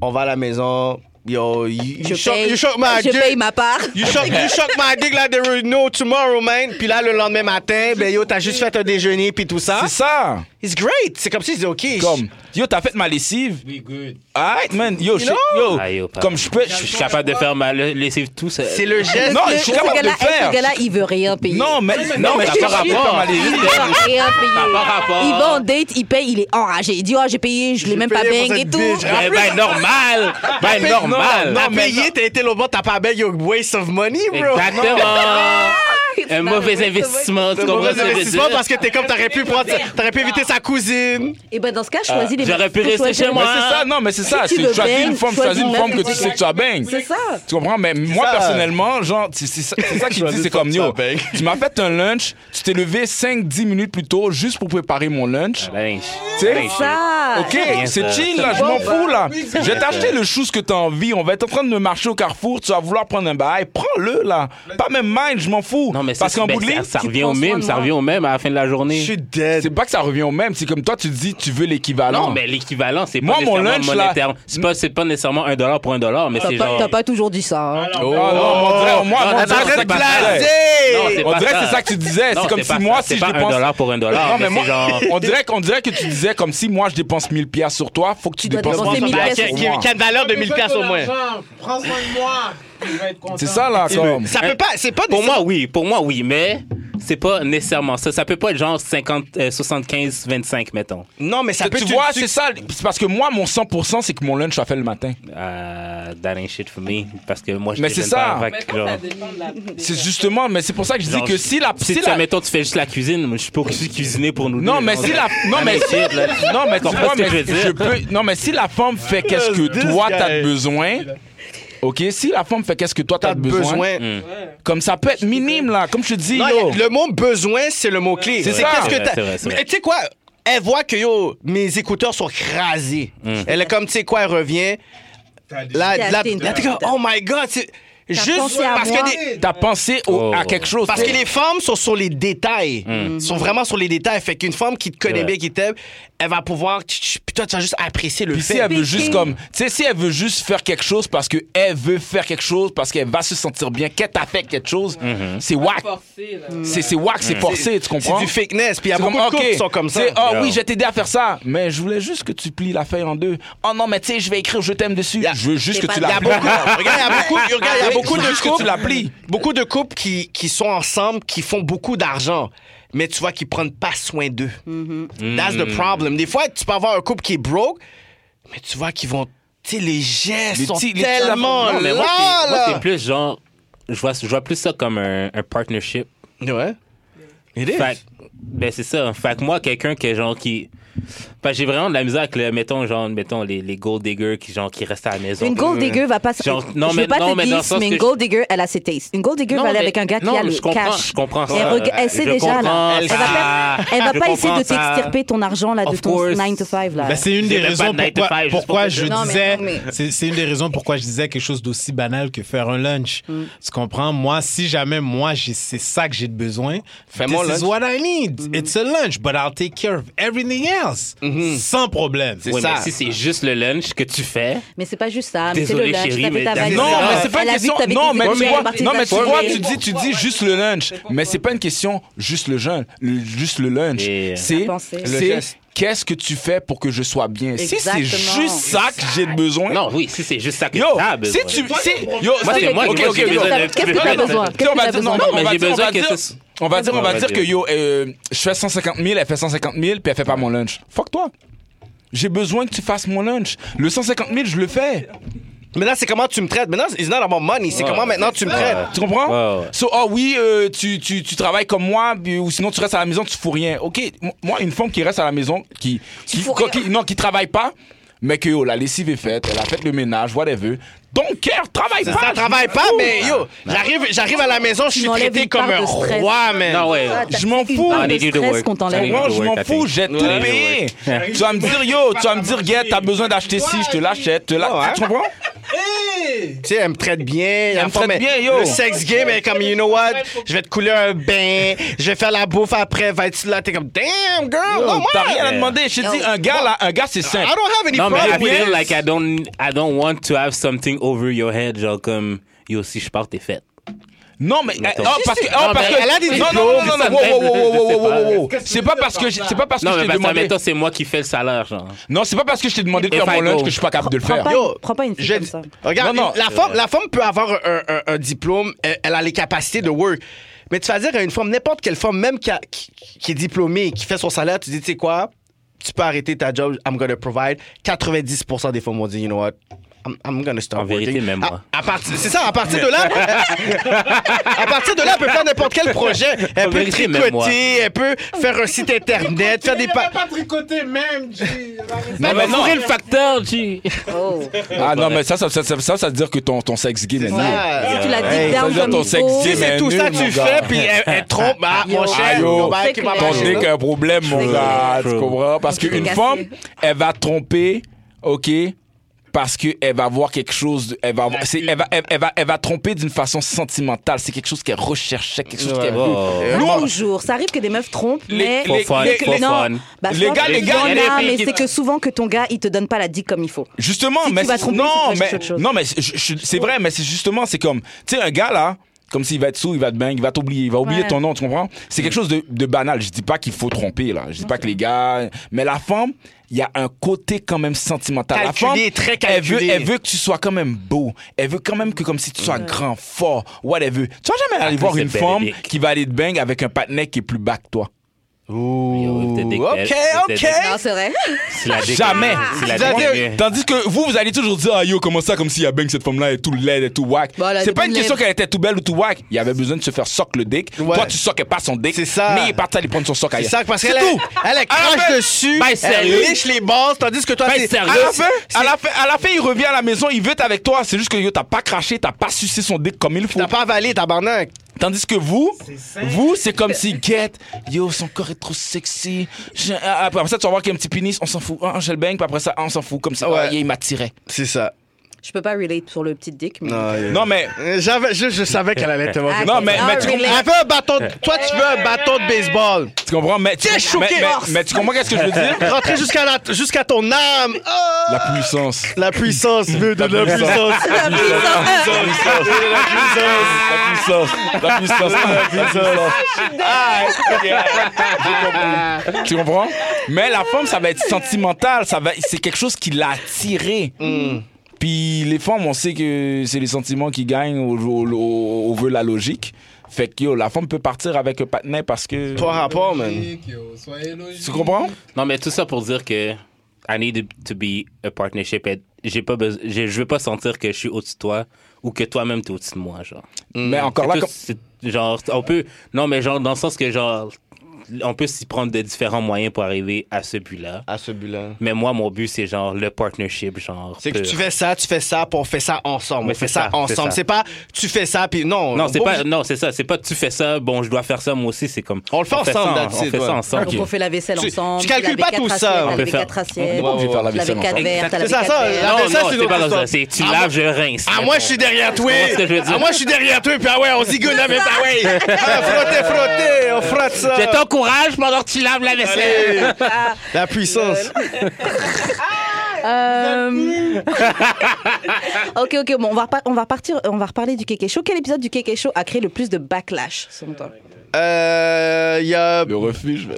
Speaker 4: on va à la maison, yo, you, you
Speaker 2: je
Speaker 4: shock,
Speaker 2: paye,
Speaker 4: you shock my
Speaker 2: je
Speaker 4: dick.
Speaker 2: paye ma part.
Speaker 4: You shock, you shock my dick like there is no tomorrow, man. Puis là, le lendemain matin, ben yo, t'as juste fait un déjeuner puis tout ça.
Speaker 5: c'est ça
Speaker 4: It's great. C'est comme si je disais, OK,
Speaker 5: comme yo t'as fait ma lessive
Speaker 6: Oui, good.
Speaker 5: alright man yo je- yo
Speaker 3: Ah,
Speaker 2: oh,
Speaker 3: yo, pas-
Speaker 5: comme je peux
Speaker 3: Je
Speaker 5: je-
Speaker 3: suis capable de faire ma le- laisser tout ça.
Speaker 4: c'est le geste.
Speaker 5: Non, je suis
Speaker 2: Ce
Speaker 5: capable de
Speaker 2: gars-là-
Speaker 5: le faire.
Speaker 2: Ce gars-là, il veut rien payer.
Speaker 5: non mais non mais
Speaker 3: t'as
Speaker 5: je
Speaker 3: pas
Speaker 5: capable de
Speaker 3: rapport.
Speaker 5: faire ma lessive
Speaker 2: Il veut rien payer.
Speaker 3: pas rapport.
Speaker 2: Il va en date, il paye, il est enragé. Il dit, oh, j'ai payé, je l'ai
Speaker 4: J'ai
Speaker 2: même pas
Speaker 4: payé pour
Speaker 2: bang et
Speaker 4: cette
Speaker 2: tout.
Speaker 4: bitch.
Speaker 3: Ben, ben, normal, ben
Speaker 5: Non,
Speaker 3: normal.
Speaker 5: non,
Speaker 4: T'as
Speaker 5: mais-
Speaker 4: payé, t'as été l'autre, t'as pas belle, yo, waste of money, bro.
Speaker 3: Exactement. Un mauvais investissement, tu
Speaker 4: C'est un
Speaker 3: comprends ce
Speaker 4: mauvais
Speaker 3: que je veux
Speaker 4: investissement
Speaker 3: dire?
Speaker 4: parce que t'es comme, t'aurais pu prendre, t'aurais pu éviter sa cousine.
Speaker 2: Et ben, dans ce cas, choisis les
Speaker 3: Ah, j'aurais pu
Speaker 2: faut
Speaker 3: rester
Speaker 2: choisir
Speaker 3: chez
Speaker 2: les-
Speaker 5: Mais
Speaker 3: moi.
Speaker 5: c'est ça, non, mais c'est ça.
Speaker 2: tu
Speaker 5: C'est-
Speaker 2: veux
Speaker 5: Tu choisis
Speaker 2: bang,
Speaker 5: une forme, tu
Speaker 2: choisis
Speaker 5: choisis une
Speaker 2: une
Speaker 5: forme
Speaker 2: meuf
Speaker 5: que tu sais que tu as bang.
Speaker 2: C'est ça.
Speaker 5: Tu comprends? Mais moi,
Speaker 4: ça.
Speaker 5: personnellement, genre, c'est c'est ça, c'est ça qu'il dit,
Speaker 4: Choisis
Speaker 5: c'est
Speaker 4: une
Speaker 5: comme
Speaker 4: forme que
Speaker 5: yo.
Speaker 4: tu as bang.
Speaker 5: Tu m'as fait un lunch, tu t'es levé 5-10 minutes plus tôt juste pour préparer mon lunch.
Speaker 3: Ben,
Speaker 5: Tu sais?
Speaker 3: ben,
Speaker 2: Ça.
Speaker 5: Ok,
Speaker 3: rien,
Speaker 5: c'est
Speaker 3: ça.
Speaker 5: chill là, je m'en
Speaker 4: bah,
Speaker 5: fous là. Je vais t'acheter le chou ce que t'as envie. On va être en train de marcher au carrefour, tu vas vouloir prendre un bail, prends-le là. Pas même mind, je m'en fous.
Speaker 3: Non, mais
Speaker 5: Parce
Speaker 3: c'est-
Speaker 5: qu'en
Speaker 3: ben,
Speaker 5: bout de ligne,
Speaker 3: ça, ça
Speaker 2: tu
Speaker 3: revient
Speaker 2: prends
Speaker 3: au
Speaker 2: soin
Speaker 3: même,
Speaker 2: de
Speaker 3: ça
Speaker 2: moi.
Speaker 3: revient au même à la fin de la journée.
Speaker 4: Je suis dead.
Speaker 5: c'est pas que ça revient au même. C'est comme toi, tu dis, tu veux l'équivalent.
Speaker 3: Ah Non, mais l'équivalent, c'est pas
Speaker 5: Moi, mon
Speaker 3: nécessairement
Speaker 5: lunch, là-
Speaker 3: monétaire. C'est pas, c'est pas nécessairement un dollar pour un dollar, mais
Speaker 2: T'as
Speaker 3: c'est
Speaker 2: pas-
Speaker 3: genre...
Speaker 2: t'as pas toujours dit ça. hein.
Speaker 5: Oh, non, on dirait, moi,
Speaker 3: non,
Speaker 5: moi, on
Speaker 3: non,
Speaker 5: dirait
Speaker 3: c'est
Speaker 5: que
Speaker 3: pas
Speaker 5: ça
Speaker 3: ça.
Speaker 5: que-
Speaker 3: Non,
Speaker 4: Hey!
Speaker 3: c'est
Speaker 5: On
Speaker 3: pas
Speaker 5: dirait que
Speaker 3: ça.
Speaker 5: c'est ça que tu disais.
Speaker 3: Non,
Speaker 5: C'est comme
Speaker 3: pas
Speaker 5: si
Speaker 3: ça.
Speaker 5: moi,
Speaker 3: C'est
Speaker 5: si je
Speaker 3: pas un
Speaker 5: dépense.
Speaker 3: dollar pour un dollar,
Speaker 5: Non,
Speaker 3: mais,
Speaker 5: mais moi,
Speaker 3: c'est genre...
Speaker 5: on dirait, qu'on dirait que tu disais comme si moi je dépense 1000 pièces sur toi, faut que tu
Speaker 2: Tu dois
Speaker 5: dépenses
Speaker 2: dépenser
Speaker 5: 1000
Speaker 2: 1000
Speaker 5: pièces
Speaker 2: piastres
Speaker 5: sur
Speaker 4: Qui
Speaker 5: moi.
Speaker 4: a une valeur de 1000 piastres au moins.
Speaker 6: Prends soin de moi. Tu vas être content.
Speaker 5: C'est ça là, comme.
Speaker 4: Ça peut pas, c'est pas
Speaker 3: Pour
Speaker 4: des-
Speaker 3: moi, oui. Pour moi, oui, mais c'est pas nécessairement ça. Ça peut pas être genre 50, euh, 75, 25, mettons.
Speaker 4: Non, mais ça peut
Speaker 5: Tu
Speaker 4: être
Speaker 5: vois,
Speaker 4: une-
Speaker 5: c'est ça. C'est parce que moi, mon 100%, c'est que mon lunch a fait le matin.
Speaker 3: Euh, that ain't shit for me. Parce que moi, je
Speaker 5: Mais
Speaker 3: te
Speaker 5: c'est
Speaker 3: gêne
Speaker 5: ça.
Speaker 3: pas, fait
Speaker 7: Mais
Speaker 3: que
Speaker 7: quand
Speaker 3: genre-
Speaker 7: ça dépend de la. des-
Speaker 5: C'est justement, mais c'est pour ça que je dis
Speaker 3: Genre,
Speaker 5: que si la.
Speaker 3: Si,
Speaker 5: si
Speaker 3: tu,
Speaker 5: la-
Speaker 3: mettons, tu fais juste la cuisine, moi, je peux aussi cuisiner pour nous
Speaker 5: Non,
Speaker 3: deux,
Speaker 5: mais
Speaker 3: genre. Ah,
Speaker 5: si la. Non, mais si.
Speaker 3: shit, là.
Speaker 5: Non, mais tu
Speaker 3: Comprends
Speaker 5: vois,
Speaker 3: ce que
Speaker 5: mais
Speaker 3: je veux dire?
Speaker 5: je peux. Non, mais si la femme fait qu'est-ce que
Speaker 4: this
Speaker 5: toi
Speaker 4: guy.
Speaker 5: t'as besoin. Ok, si la femme fait qu'est-ce que toi t'as
Speaker 4: T'as
Speaker 5: besoin.
Speaker 3: Mm.
Speaker 4: besoin.
Speaker 3: hmm.
Speaker 5: Comme ça peut être minime là, comme je te dis.
Speaker 4: Non,
Speaker 5: yo.
Speaker 4: y a- le mot besoin, c'est le mot clé.
Speaker 5: C'est
Speaker 4: C'est
Speaker 5: ça.
Speaker 4: qu'est-ce
Speaker 3: C'est
Speaker 4: que
Speaker 3: vrai, c'est vrai, c'est
Speaker 4: t'as.
Speaker 3: vrai.
Speaker 4: Mais tu sais quoi? Elle voit que yo, mes écouteurs sont crasés.
Speaker 5: Mm.
Speaker 4: Elle est comme, tu sais quoi, elle revient. Là,
Speaker 2: T'as
Speaker 4: là,
Speaker 2: acheté une
Speaker 4: là, t'es comme,
Speaker 2: patate.
Speaker 4: oh my god, c'est. Juste
Speaker 2: pensé à
Speaker 4: parce
Speaker 2: moi.
Speaker 4: que, des-
Speaker 5: T'as pensé au-
Speaker 3: Oh.
Speaker 5: à quelque chose.
Speaker 4: parce que les femmes sont sur les
Speaker 5: Mm.
Speaker 4: détails. Sont vraiment sur les détails. Fait qu'une femme qui te connaît
Speaker 3: Ouais.
Speaker 4: bien, qui t'aime, elle va pouvoir. tch, tch, puis toi, tu as juste apprécié le
Speaker 5: Puis si
Speaker 4: fait.
Speaker 5: elle veut juste comme, tu sais, si elle veut juste faire quelque chose parce que elle veut faire quelque chose parce qu'elle va se sentir bien, qu'elle t'a fait quelque chose, c'est whack.
Speaker 7: Forcé, là.
Speaker 5: C'est c'est whack, c'est forcé, tu comprends?
Speaker 4: C'est du fakeness, puis il y a
Speaker 5: C'est
Speaker 4: beaucoup
Speaker 5: comme,
Speaker 4: de couples
Speaker 5: ok,
Speaker 4: qui sont comme ça.
Speaker 5: t'sais, Ah oui, je t'ai aidé à faire ça, mais je voulais juste que tu plies la feuille en deux. Oh non, mais tu sais, je vais écrire je t'aime dessus.
Speaker 4: Yeah.
Speaker 5: Je veux juste
Speaker 2: C'est
Speaker 5: que tu
Speaker 2: pas-
Speaker 5: la
Speaker 2: y a
Speaker 5: plies.
Speaker 4: beaucoup, regarde, il y a beaucoup, regarde, il y a beaucoup
Speaker 5: Je veux
Speaker 4: de
Speaker 5: juste que tu
Speaker 4: couples,
Speaker 5: la plies.
Speaker 4: beaucoup de couples qui, qui sont ensemble, qui font beaucoup d'argent, mais tu vois qu'ils prennent pas soin d'eux. That's the problem. Des fois, tu peux avoir un couple qui est broke, mais tu vois qu'ils vont, tu sais, les gestes
Speaker 5: Les
Speaker 4: sont
Speaker 5: petits- les petits
Speaker 4: tellement
Speaker 5: affaires.
Speaker 3: Non, mais moi,
Speaker 4: là,
Speaker 3: c'est- moi, c'est
Speaker 4: là.
Speaker 3: plus genre. Je vois, je vois plus ça comme un, un partnership.
Speaker 4: Ouais. It is.
Speaker 3: Fait que- ben c'est ça. Fait que moi, quelqu'un que genre qui. Fait que j'ai vraiment de la misère avec le, mettons, genre, mettons, les, les gold diggers qui, genre, qui restent à la maison.
Speaker 2: Une gold digger va pas.
Speaker 3: Genre,
Speaker 2: non,
Speaker 3: non,
Speaker 2: je
Speaker 3: mais-
Speaker 2: veux pas
Speaker 3: non,
Speaker 2: te
Speaker 3: mais dans le
Speaker 2: dire,
Speaker 3: sens
Speaker 2: mais
Speaker 3: que
Speaker 2: une
Speaker 3: je-
Speaker 2: gold digger, elle a ses tastes. Une gold digger
Speaker 3: Non,
Speaker 2: va aller
Speaker 3: mais-
Speaker 2: avec un gars
Speaker 3: non,
Speaker 2: qui a
Speaker 3: mais
Speaker 2: le
Speaker 3: je comprends,
Speaker 2: cash.
Speaker 3: je comprends ça.
Speaker 2: Elle, rega- elle sait
Speaker 3: Je
Speaker 2: déjà là.
Speaker 3: comprends
Speaker 2: Elle va
Speaker 3: ça.
Speaker 2: pas, elle va
Speaker 3: Je
Speaker 2: pas essayer de
Speaker 3: comprends ça.
Speaker 2: t'extirper ton argent là de
Speaker 3: Of
Speaker 2: ton
Speaker 3: course.
Speaker 2: 9 to 5 là.
Speaker 6: Ben, c'est une
Speaker 3: C'est
Speaker 6: des
Speaker 3: le
Speaker 6: raisons
Speaker 3: bad night
Speaker 6: pourquoi,
Speaker 3: to five, juste
Speaker 6: pourquoi
Speaker 3: pour te
Speaker 6: je
Speaker 3: dire.
Speaker 2: Non, mais-
Speaker 6: disais.
Speaker 2: non, mais-
Speaker 6: C'est c'est une des raisons pourquoi je disais quelque chose d'aussi banal que faire un lunch.
Speaker 2: Mm.
Speaker 6: Tu comprends? Moi, si jamais moi, j'ai- c'est ça que j'ai de besoin,
Speaker 4: Fais-moi
Speaker 6: this
Speaker 4: lunch.
Speaker 6: is what I need.
Speaker 2: Mm-hmm.
Speaker 6: It's a lunch, but I'll take care of everything else. Sans problème.
Speaker 4: C'est
Speaker 3: Ouais,
Speaker 4: ça.
Speaker 3: mais si Mm-hmm. c'est juste le lunch que tu fais.
Speaker 2: Mais c'est pas juste ça. mais C'est le
Speaker 3: Désolé,
Speaker 2: lunch.
Speaker 3: chérie,
Speaker 2: T'as fait
Speaker 3: mais-
Speaker 2: ta valise.
Speaker 5: Non, mais c'est pas
Speaker 2: Elle
Speaker 5: une
Speaker 2: a vu
Speaker 5: question.
Speaker 2: que t'avais
Speaker 5: Non,
Speaker 2: des
Speaker 5: mais tu
Speaker 2: écouteurs,
Speaker 5: vois,
Speaker 2: elle est
Speaker 5: non, mais
Speaker 2: partie
Speaker 5: tu vois,
Speaker 2: dans
Speaker 5: tu
Speaker 2: la
Speaker 5: dis, tu dis juste le lunch,
Speaker 7: pourquoi.
Speaker 5: mais c'est pas une question juste le jeun, le- juste le lunch.
Speaker 3: Yeah.
Speaker 5: C'est
Speaker 2: La pensée.
Speaker 5: c'est
Speaker 4: Le geste.
Speaker 5: qu'est-ce que tu fais pour que je sois bien. Si c'est
Speaker 2: Exactement.
Speaker 5: juste ça que j'ai besoin.
Speaker 3: Non, oui, si c'est juste ça que
Speaker 5: Yo,
Speaker 3: tu as
Speaker 5: si
Speaker 3: besoin.
Speaker 5: tu, si, yo,
Speaker 3: Moi,
Speaker 5: si-
Speaker 3: c'est moi qui-
Speaker 5: ok,
Speaker 3: moi,
Speaker 5: ok,
Speaker 3: j'ai
Speaker 5: ok.
Speaker 2: Qu'est-ce
Speaker 3: besoin de-
Speaker 2: que t'as besoin
Speaker 5: Tu sais, on va dire- non,
Speaker 2: besoin
Speaker 5: mais on
Speaker 3: Mais
Speaker 5: va
Speaker 3: j'ai
Speaker 5: dire- on
Speaker 3: besoin
Speaker 5: va
Speaker 3: que
Speaker 5: dire-
Speaker 3: ce-
Speaker 5: on va dire, on va
Speaker 3: Ouais,
Speaker 5: dire que
Speaker 3: vas-y.
Speaker 5: yo, euh, je fais 150 000, elle fait 150 000, puis elle fait pas mon lunch. Fuck toi. J'ai besoin que tu fasses mon lunch. Le 150 000, je le fais.
Speaker 4: Maintenant, c'est comment tu me traites. Maintenant, it's not about money. C'est
Speaker 3: Ouais.
Speaker 4: comment maintenant tu me traites.
Speaker 5: Tu comprends?
Speaker 3: Ouais, ouais.
Speaker 5: So, ah oui, euh, tu, tu, tu travailles comme moi, puis- ou sinon tu restes à la maison, tu fous rien. OK, m- moi, une femme qui reste à la maison, qui, qui,
Speaker 2: fous rien.
Speaker 5: qui- non, qui travaille pas, mais que yo, la lessive est faite, elle a fait le ménage, whatever. Don't care, travaille pas.
Speaker 4: Ça travaille pas, mais yo, j'arrive, j'arrive à la maison, je suis
Speaker 2: m'enlèves
Speaker 4: traité
Speaker 2: une part
Speaker 4: comme un
Speaker 2: de stress.
Speaker 4: roi, man.
Speaker 3: Non, ouais.
Speaker 2: Ah, t'as-
Speaker 5: Je m'en
Speaker 2: c'est une
Speaker 5: fous.
Speaker 2: part
Speaker 3: I
Speaker 2: de
Speaker 3: need you to
Speaker 2: stress
Speaker 3: work.
Speaker 2: qu'on
Speaker 3: I need
Speaker 2: t'enlève.
Speaker 3: you
Speaker 5: Moi,
Speaker 3: to
Speaker 5: je
Speaker 3: work,
Speaker 5: m'en
Speaker 3: I
Speaker 5: fous,
Speaker 3: think.
Speaker 5: j'ai tout
Speaker 3: Ouais.
Speaker 5: payé.
Speaker 3: Ouais.
Speaker 5: Tu vas me dire, yo, tu vas me dire, Guette, t'as besoin d'acheter ci, je te l'achète, te la-
Speaker 4: Ouais.
Speaker 5: Tu comprends?
Speaker 4: Tu sais, elle me traite bien. Elle,
Speaker 5: me traite
Speaker 4: fait-
Speaker 5: bien, yo.
Speaker 4: Le sex game, elle est comme, you know what, je vais te couler un bain, je vais faire la bouffe après, va être là. T'es comme, damn, girl, non, moi,
Speaker 5: T'as rien à
Speaker 3: Ouais.
Speaker 5: demander. Je te dis, un gars, là, un gars, c'est
Speaker 4: I
Speaker 5: simple.
Speaker 4: don't have any
Speaker 3: Non, mais I
Speaker 4: problem.
Speaker 3: feel like I don't, I don't want to have something over your head, genre comme, yo, si je pars, t'es faite.
Speaker 5: Non, mais.
Speaker 3: Mettons.
Speaker 5: Oh, parce que. Oh,
Speaker 3: Non,
Speaker 5: parce
Speaker 3: mais
Speaker 5: que
Speaker 4: elle a des
Speaker 5: non, non,
Speaker 4: diplômes,
Speaker 5: non, non,
Speaker 3: ça
Speaker 5: non,
Speaker 3: me
Speaker 5: wow,
Speaker 3: fait-
Speaker 5: wow, wow,
Speaker 3: je
Speaker 5: wow,
Speaker 3: sais
Speaker 5: wow,
Speaker 3: pas.
Speaker 5: wow, wow. C'est pas parce que j'ai- c'est pas parce que
Speaker 3: Non,
Speaker 5: je
Speaker 3: mais
Speaker 5: t'ai
Speaker 3: parce que,
Speaker 5: demandé.
Speaker 3: mettons, c'est moi qui fais le salaire, genre.
Speaker 5: Non, c'est pas parce que je t'ai demandé de
Speaker 3: If
Speaker 5: faire
Speaker 3: I
Speaker 5: mon lunch
Speaker 3: go.
Speaker 5: que je suis pas capable de le faire.
Speaker 2: Prends pas-
Speaker 4: Yo,
Speaker 2: prends pas une fille
Speaker 4: je-
Speaker 2: comme ça.
Speaker 4: Regarde,
Speaker 5: Non, non.
Speaker 4: La, femme, la femme peut avoir un, un- un diplôme, elle, elle a les capacités de work. Mais tu vas dire à une femme, n'importe quelle femme, même qui, a- qui- qui est diplômée, qui fait son salaire, tu dis, tu sais quoi, tu peux arrêter ta job, I'm gonna provide. 90% des femmes vont dire, you know what, I'm, I'm gonna stop
Speaker 3: En vérité,
Speaker 4: working.
Speaker 3: même
Speaker 4: À-
Speaker 3: moi.
Speaker 4: à partir- c'est ça, à partir de là, à partir de là, elle peut faire n'importe quel projet. Elle
Speaker 3: En
Speaker 4: peut
Speaker 3: vérité, même moi.
Speaker 4: tricoter, elle peut faire un site internet, faire des... pa-
Speaker 6: tricoté même,
Speaker 3: Non, mais non, le facteur, tu.
Speaker 2: Oh.
Speaker 5: Ah non, mais ça, ça, ça, ça, ça, ça veut dire que ton, ton sex game est nul.
Speaker 4: Ah.
Speaker 2: Si tu l'as
Speaker 5: Hey,
Speaker 2: dit
Speaker 5: ça veut
Speaker 2: down
Speaker 5: dire
Speaker 2: comme
Speaker 5: ton
Speaker 2: il
Speaker 5: sexe
Speaker 2: faut.
Speaker 5: dit,
Speaker 4: Si c'est
Speaker 5: Mais
Speaker 4: tout ça que
Speaker 5: nul, mon
Speaker 4: tu
Speaker 5: gars.
Speaker 4: fais, puis elle, elle te trompe, ah, mon
Speaker 2: Yo.
Speaker 4: cher,
Speaker 5: Yo.
Speaker 4: yo, bah, qui m'a
Speaker 2: Ton
Speaker 5: Ton
Speaker 4: mangé,
Speaker 5: dick
Speaker 4: là.
Speaker 5: a un problème, mon
Speaker 2: True.
Speaker 5: gars. Tu
Speaker 3: True.
Speaker 5: comprends? Parce
Speaker 2: True.
Speaker 5: qu'une
Speaker 2: Cassé.
Speaker 5: femme, elle va tromper, OK? Parce qu'elle va voir quelque chose, de- elle va, avoir- c'est- elle va, elle, elle va, elle va tromper d'une façon sentimentale. C'est quelque chose qu'elle recherchait, quelque chose qu'elle
Speaker 3: Oh.
Speaker 5: veut.
Speaker 2: Pas
Speaker 5: Lourd.
Speaker 2: toujours. Ça arrive que des meufs trompent,
Speaker 5: Les-
Speaker 2: mais.
Speaker 5: les-
Speaker 3: Pour fun,
Speaker 5: les-
Speaker 3: pour
Speaker 5: les-
Speaker 3: fun.
Speaker 2: Bah,
Speaker 5: les
Speaker 2: je pense
Speaker 5: gars, les
Speaker 2: qu'il
Speaker 5: gars,
Speaker 2: y en
Speaker 5: les
Speaker 2: a,
Speaker 5: filles
Speaker 2: mais
Speaker 5: qui-
Speaker 2: c'est que souvent que ton gars, il te donne pas la dick comme il faut.
Speaker 5: Justement,
Speaker 2: Si
Speaker 5: mais
Speaker 2: tu vas
Speaker 5: c'est-
Speaker 2: tromper,
Speaker 5: non,
Speaker 2: c'est
Speaker 5: mais
Speaker 2: presque autre chose.
Speaker 5: non, mais je- je- c'est vrai, mais c'est justement, c'est comme, tu sais, un gars là, comme s'il va être sous, il va te bang, il va t'oublier, il va oublier
Speaker 2: Ouais.
Speaker 5: ton nom, tu comprends C'est quelque chose de, de banal. Je dis pas qu'il faut tromper là, je dis pas que les gars, mais la femme, il y a un côté quand même sentimental. la femme,
Speaker 4: Calculé, très
Speaker 5: elle veut,
Speaker 4: calculé.
Speaker 5: elle veut que tu sois quand même beau. Elle veut quand même que comme si tu sois grand, fort, whatever. Tu vas jamais aller
Speaker 3: plus,
Speaker 5: voir
Speaker 3: c'est
Speaker 5: une femme
Speaker 3: bénéfique.
Speaker 5: qui va aller te bang avec un patinet qui est plus bas que toi.
Speaker 3: Yo, if the dick
Speaker 4: Ok,
Speaker 3: bad- if the
Speaker 4: ok.
Speaker 3: dick-
Speaker 2: Non, c'est vrai.
Speaker 3: si la dick-
Speaker 5: Jamais.
Speaker 4: Ah.
Speaker 3: si la
Speaker 5: Vous
Speaker 3: dick-
Speaker 5: avez- Tandis que vous, vous allez toujours dire, ah yo, comment ça, comme s'il y a bang cette femme-là, elle est tout laide, elle est tout whack.
Speaker 2: Bah, elle a
Speaker 5: c'est
Speaker 2: des
Speaker 5: pas une
Speaker 2: bonnes
Speaker 5: question
Speaker 2: lèvres.
Speaker 5: qu'elle était tout belle ou tout whack. Il y avait besoin de se faire soc le dick.
Speaker 4: Ouais.
Speaker 5: Toi, tu soquais pas son dick.
Speaker 4: C'est ça.
Speaker 5: Mais il est parti aller prendre son soc
Speaker 4: C'est
Speaker 5: ailleurs.
Speaker 4: ça, parce qu'elle
Speaker 5: tout.
Speaker 4: elle, elle crache
Speaker 5: Ah, ben,
Speaker 4: dessus,
Speaker 5: ben,
Speaker 4: elle
Speaker 5: sérieux.
Speaker 4: liche les bases, tandis que toi, Ah,
Speaker 5: Ben,
Speaker 4: t'es
Speaker 5: sérieux,
Speaker 4: à la fin,
Speaker 5: c'est- à la, fin, à la fin, il revient à la maison, il veut être avec toi. C'est juste que yo, t'as pas craché, t'as pas sucé son dick comme il faut.
Speaker 4: t'as pas avalé, tabarnak.
Speaker 5: Tandis que vous, vous, c'est comme si Get, yo, son corps est trop sexy. Je- ah, Après ça, tu vas voir qu'il y a un petit pénis, on s'en fout. Ah, je le bang, puis après ça, ah, on s'en fout. Comme ça,
Speaker 4: Ouais.
Speaker 5: Ah, yeah, il m'attirait.
Speaker 4: C'est ça.
Speaker 2: Je peux pas relate sur le petit dick, mais.
Speaker 5: Non, mais.
Speaker 4: Euh, j'avais- je, je savais qu'elle allait te manger.
Speaker 5: Non, mais- mais tu
Speaker 2: relate.
Speaker 4: Elle veut un bâton. de- Toi, tu veux un bâton de baseball.
Speaker 5: Tu comprends? Mais tu,
Speaker 4: Tiens, je suis
Speaker 5: mais,
Speaker 4: choqué. Oh,
Speaker 5: mais- mais tu comprends qu'est-ce que je veux dire?
Speaker 4: Rentrer jusqu'à la- jusqu'à ton âme. Ah!
Speaker 5: La puissance.
Speaker 4: La puissance, veut de la puissance.
Speaker 2: La puissance.
Speaker 5: La puissance. La puissance. La puissance. Ah, yeah. J'ai compris. Tu comprends? Mais la femme, ça va être sentimental. Ça va... C'est quelque chose qui l'a attiré.
Speaker 4: Hmm.
Speaker 5: Puis les femmes, on sait que c'est les sentiments qui gagnent au, au, au- au vœu de la logique. Fait que yo, la femme peut partir avec un patinet parce que.
Speaker 4: Pas rapport, man.
Speaker 5: Tu comprends?
Speaker 3: Non, mais tout ça pour dire que I need to be a partnership. Et J'ai pas besoin, j'ai- je veux pas sentir que je suis au-dessus de toi ou que toi-même t'es au-dessus de moi, genre.
Speaker 4: Hmm.
Speaker 5: Mais encore là,
Speaker 3: C'est tout-
Speaker 5: comme-
Speaker 3: c'est- genre, on peut, non, mais genre, dans le sens que genre, on peut s'y prendre de différents moyens pour arriver à ce but-là.
Speaker 4: À ce but-là.
Speaker 3: Mais moi, mon but, c'est genre le partnership, genre.
Speaker 4: C'est que
Speaker 3: pur.
Speaker 4: tu fais ça, tu fais ça, puis on fait ça ensemble.
Speaker 3: Mais
Speaker 4: on fait
Speaker 3: c'est
Speaker 4: ça,
Speaker 3: ça, c'est
Speaker 4: ensemble.
Speaker 3: ça.
Speaker 4: C'est pas tu fais ça, puis non.
Speaker 3: Non, c'est
Speaker 4: Bon,
Speaker 3: pas, non, c'est ça. C'est pas tu fais ça, bon, je dois faire ça moi aussi. C'est comme.
Speaker 4: On le fait
Speaker 3: ça
Speaker 4: ensemble,
Speaker 3: en-
Speaker 4: that's
Speaker 3: On
Speaker 4: it,
Speaker 3: fait
Speaker 4: ouais.
Speaker 3: ça ensemble.
Speaker 2: Donc on fait la vaisselle
Speaker 4: Tu-
Speaker 2: ensemble.
Speaker 4: tu calcules
Speaker 2: elle
Speaker 4: pas
Speaker 2: avait
Speaker 4: tout
Speaker 2: quatre
Speaker 4: ça.
Speaker 2: assiettes,
Speaker 4: On
Speaker 2: Elle
Speaker 3: peut
Speaker 2: avait
Speaker 3: faire-
Speaker 2: quatre
Speaker 5: on
Speaker 2: assiettes.
Speaker 5: peut pas obligé de faire la
Speaker 2: Elle avait
Speaker 5: vaisselle
Speaker 2: quatre
Speaker 5: ensemble.
Speaker 2: verres.
Speaker 4: C'est ça, euh, ça.
Speaker 3: Non,
Speaker 4: Ah, Mais ça,
Speaker 3: non,
Speaker 4: c'est une
Speaker 3: c'est
Speaker 4: autre
Speaker 3: pas dans
Speaker 4: histoire.
Speaker 3: ça. C'est tu
Speaker 4: Ah, moi-
Speaker 3: laves, je rince.
Speaker 4: Ah, moi, je suis derrière toi.
Speaker 3: ce que je veux dire?
Speaker 4: Ah, moi, je suis derrière toi, puis ah ouais, on zigoune avec ah ouais. Ah, frottez, frottez, on frotte ça.
Speaker 3: Je t'encourage pendant que tu laves
Speaker 4: Euh,
Speaker 3: la vaisselle.
Speaker 4: Allez. La puissance.
Speaker 2: Euh, ok, ok, bon, on va, repa- on va partir, on va reparler du Kéké Show. Quel épisode du Kéké Show a créé le plus de backlash, selon toi
Speaker 5: Ah,
Speaker 4: Euh, Il y a
Speaker 5: Le refuge.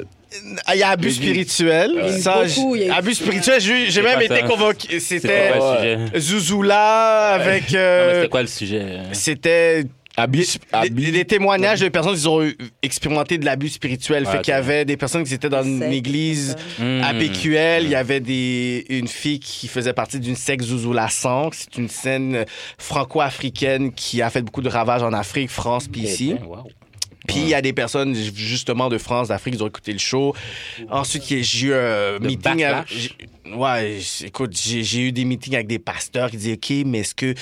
Speaker 4: Ah, Il y a abus spirituel.
Speaker 2: y a eu
Speaker 4: Ça,
Speaker 2: beaucoup, il y a eu
Speaker 4: j- abus spirituel, j'ai j'ai
Speaker 3: C'est
Speaker 4: même
Speaker 3: pas
Speaker 4: été
Speaker 3: ça.
Speaker 4: convoqué. C'était
Speaker 3: pas le sujet.
Speaker 4: euh, Zouzoula avec. euh,
Speaker 3: Non, mais C'était quoi le sujet?
Speaker 4: C'était
Speaker 5: Habillé.
Speaker 4: des- des,
Speaker 5: Habillé.
Speaker 4: témoignages de personnes qui ont eu- expérimenté de l'abus spirituel.
Speaker 3: Ouais,
Speaker 4: fait qu'il y
Speaker 3: ok.
Speaker 4: avait des personnes qui étaient dans une
Speaker 2: Secte,
Speaker 4: église
Speaker 3: Mm.
Speaker 4: APQL. Il y avait des, une fille qui faisait partie d'une secte Zouzoula Sang. C'est une scène franco-africaine qui a fait beaucoup de ravages en Afrique, France, puis ici.
Speaker 3: Eh ben, wow.
Speaker 4: Puis il y a des personnes justement de France, d'Afrique, qui ont écouté le show. Ensuite, il y a- j'ai eu un
Speaker 3: Le
Speaker 4: meeting. avec-
Speaker 3: backlash.
Speaker 4: j'ai- ouais, j'- écoute, j'ai j'ai eu des meetings avec des pasteurs qui disaient OK, mais est-ce que tu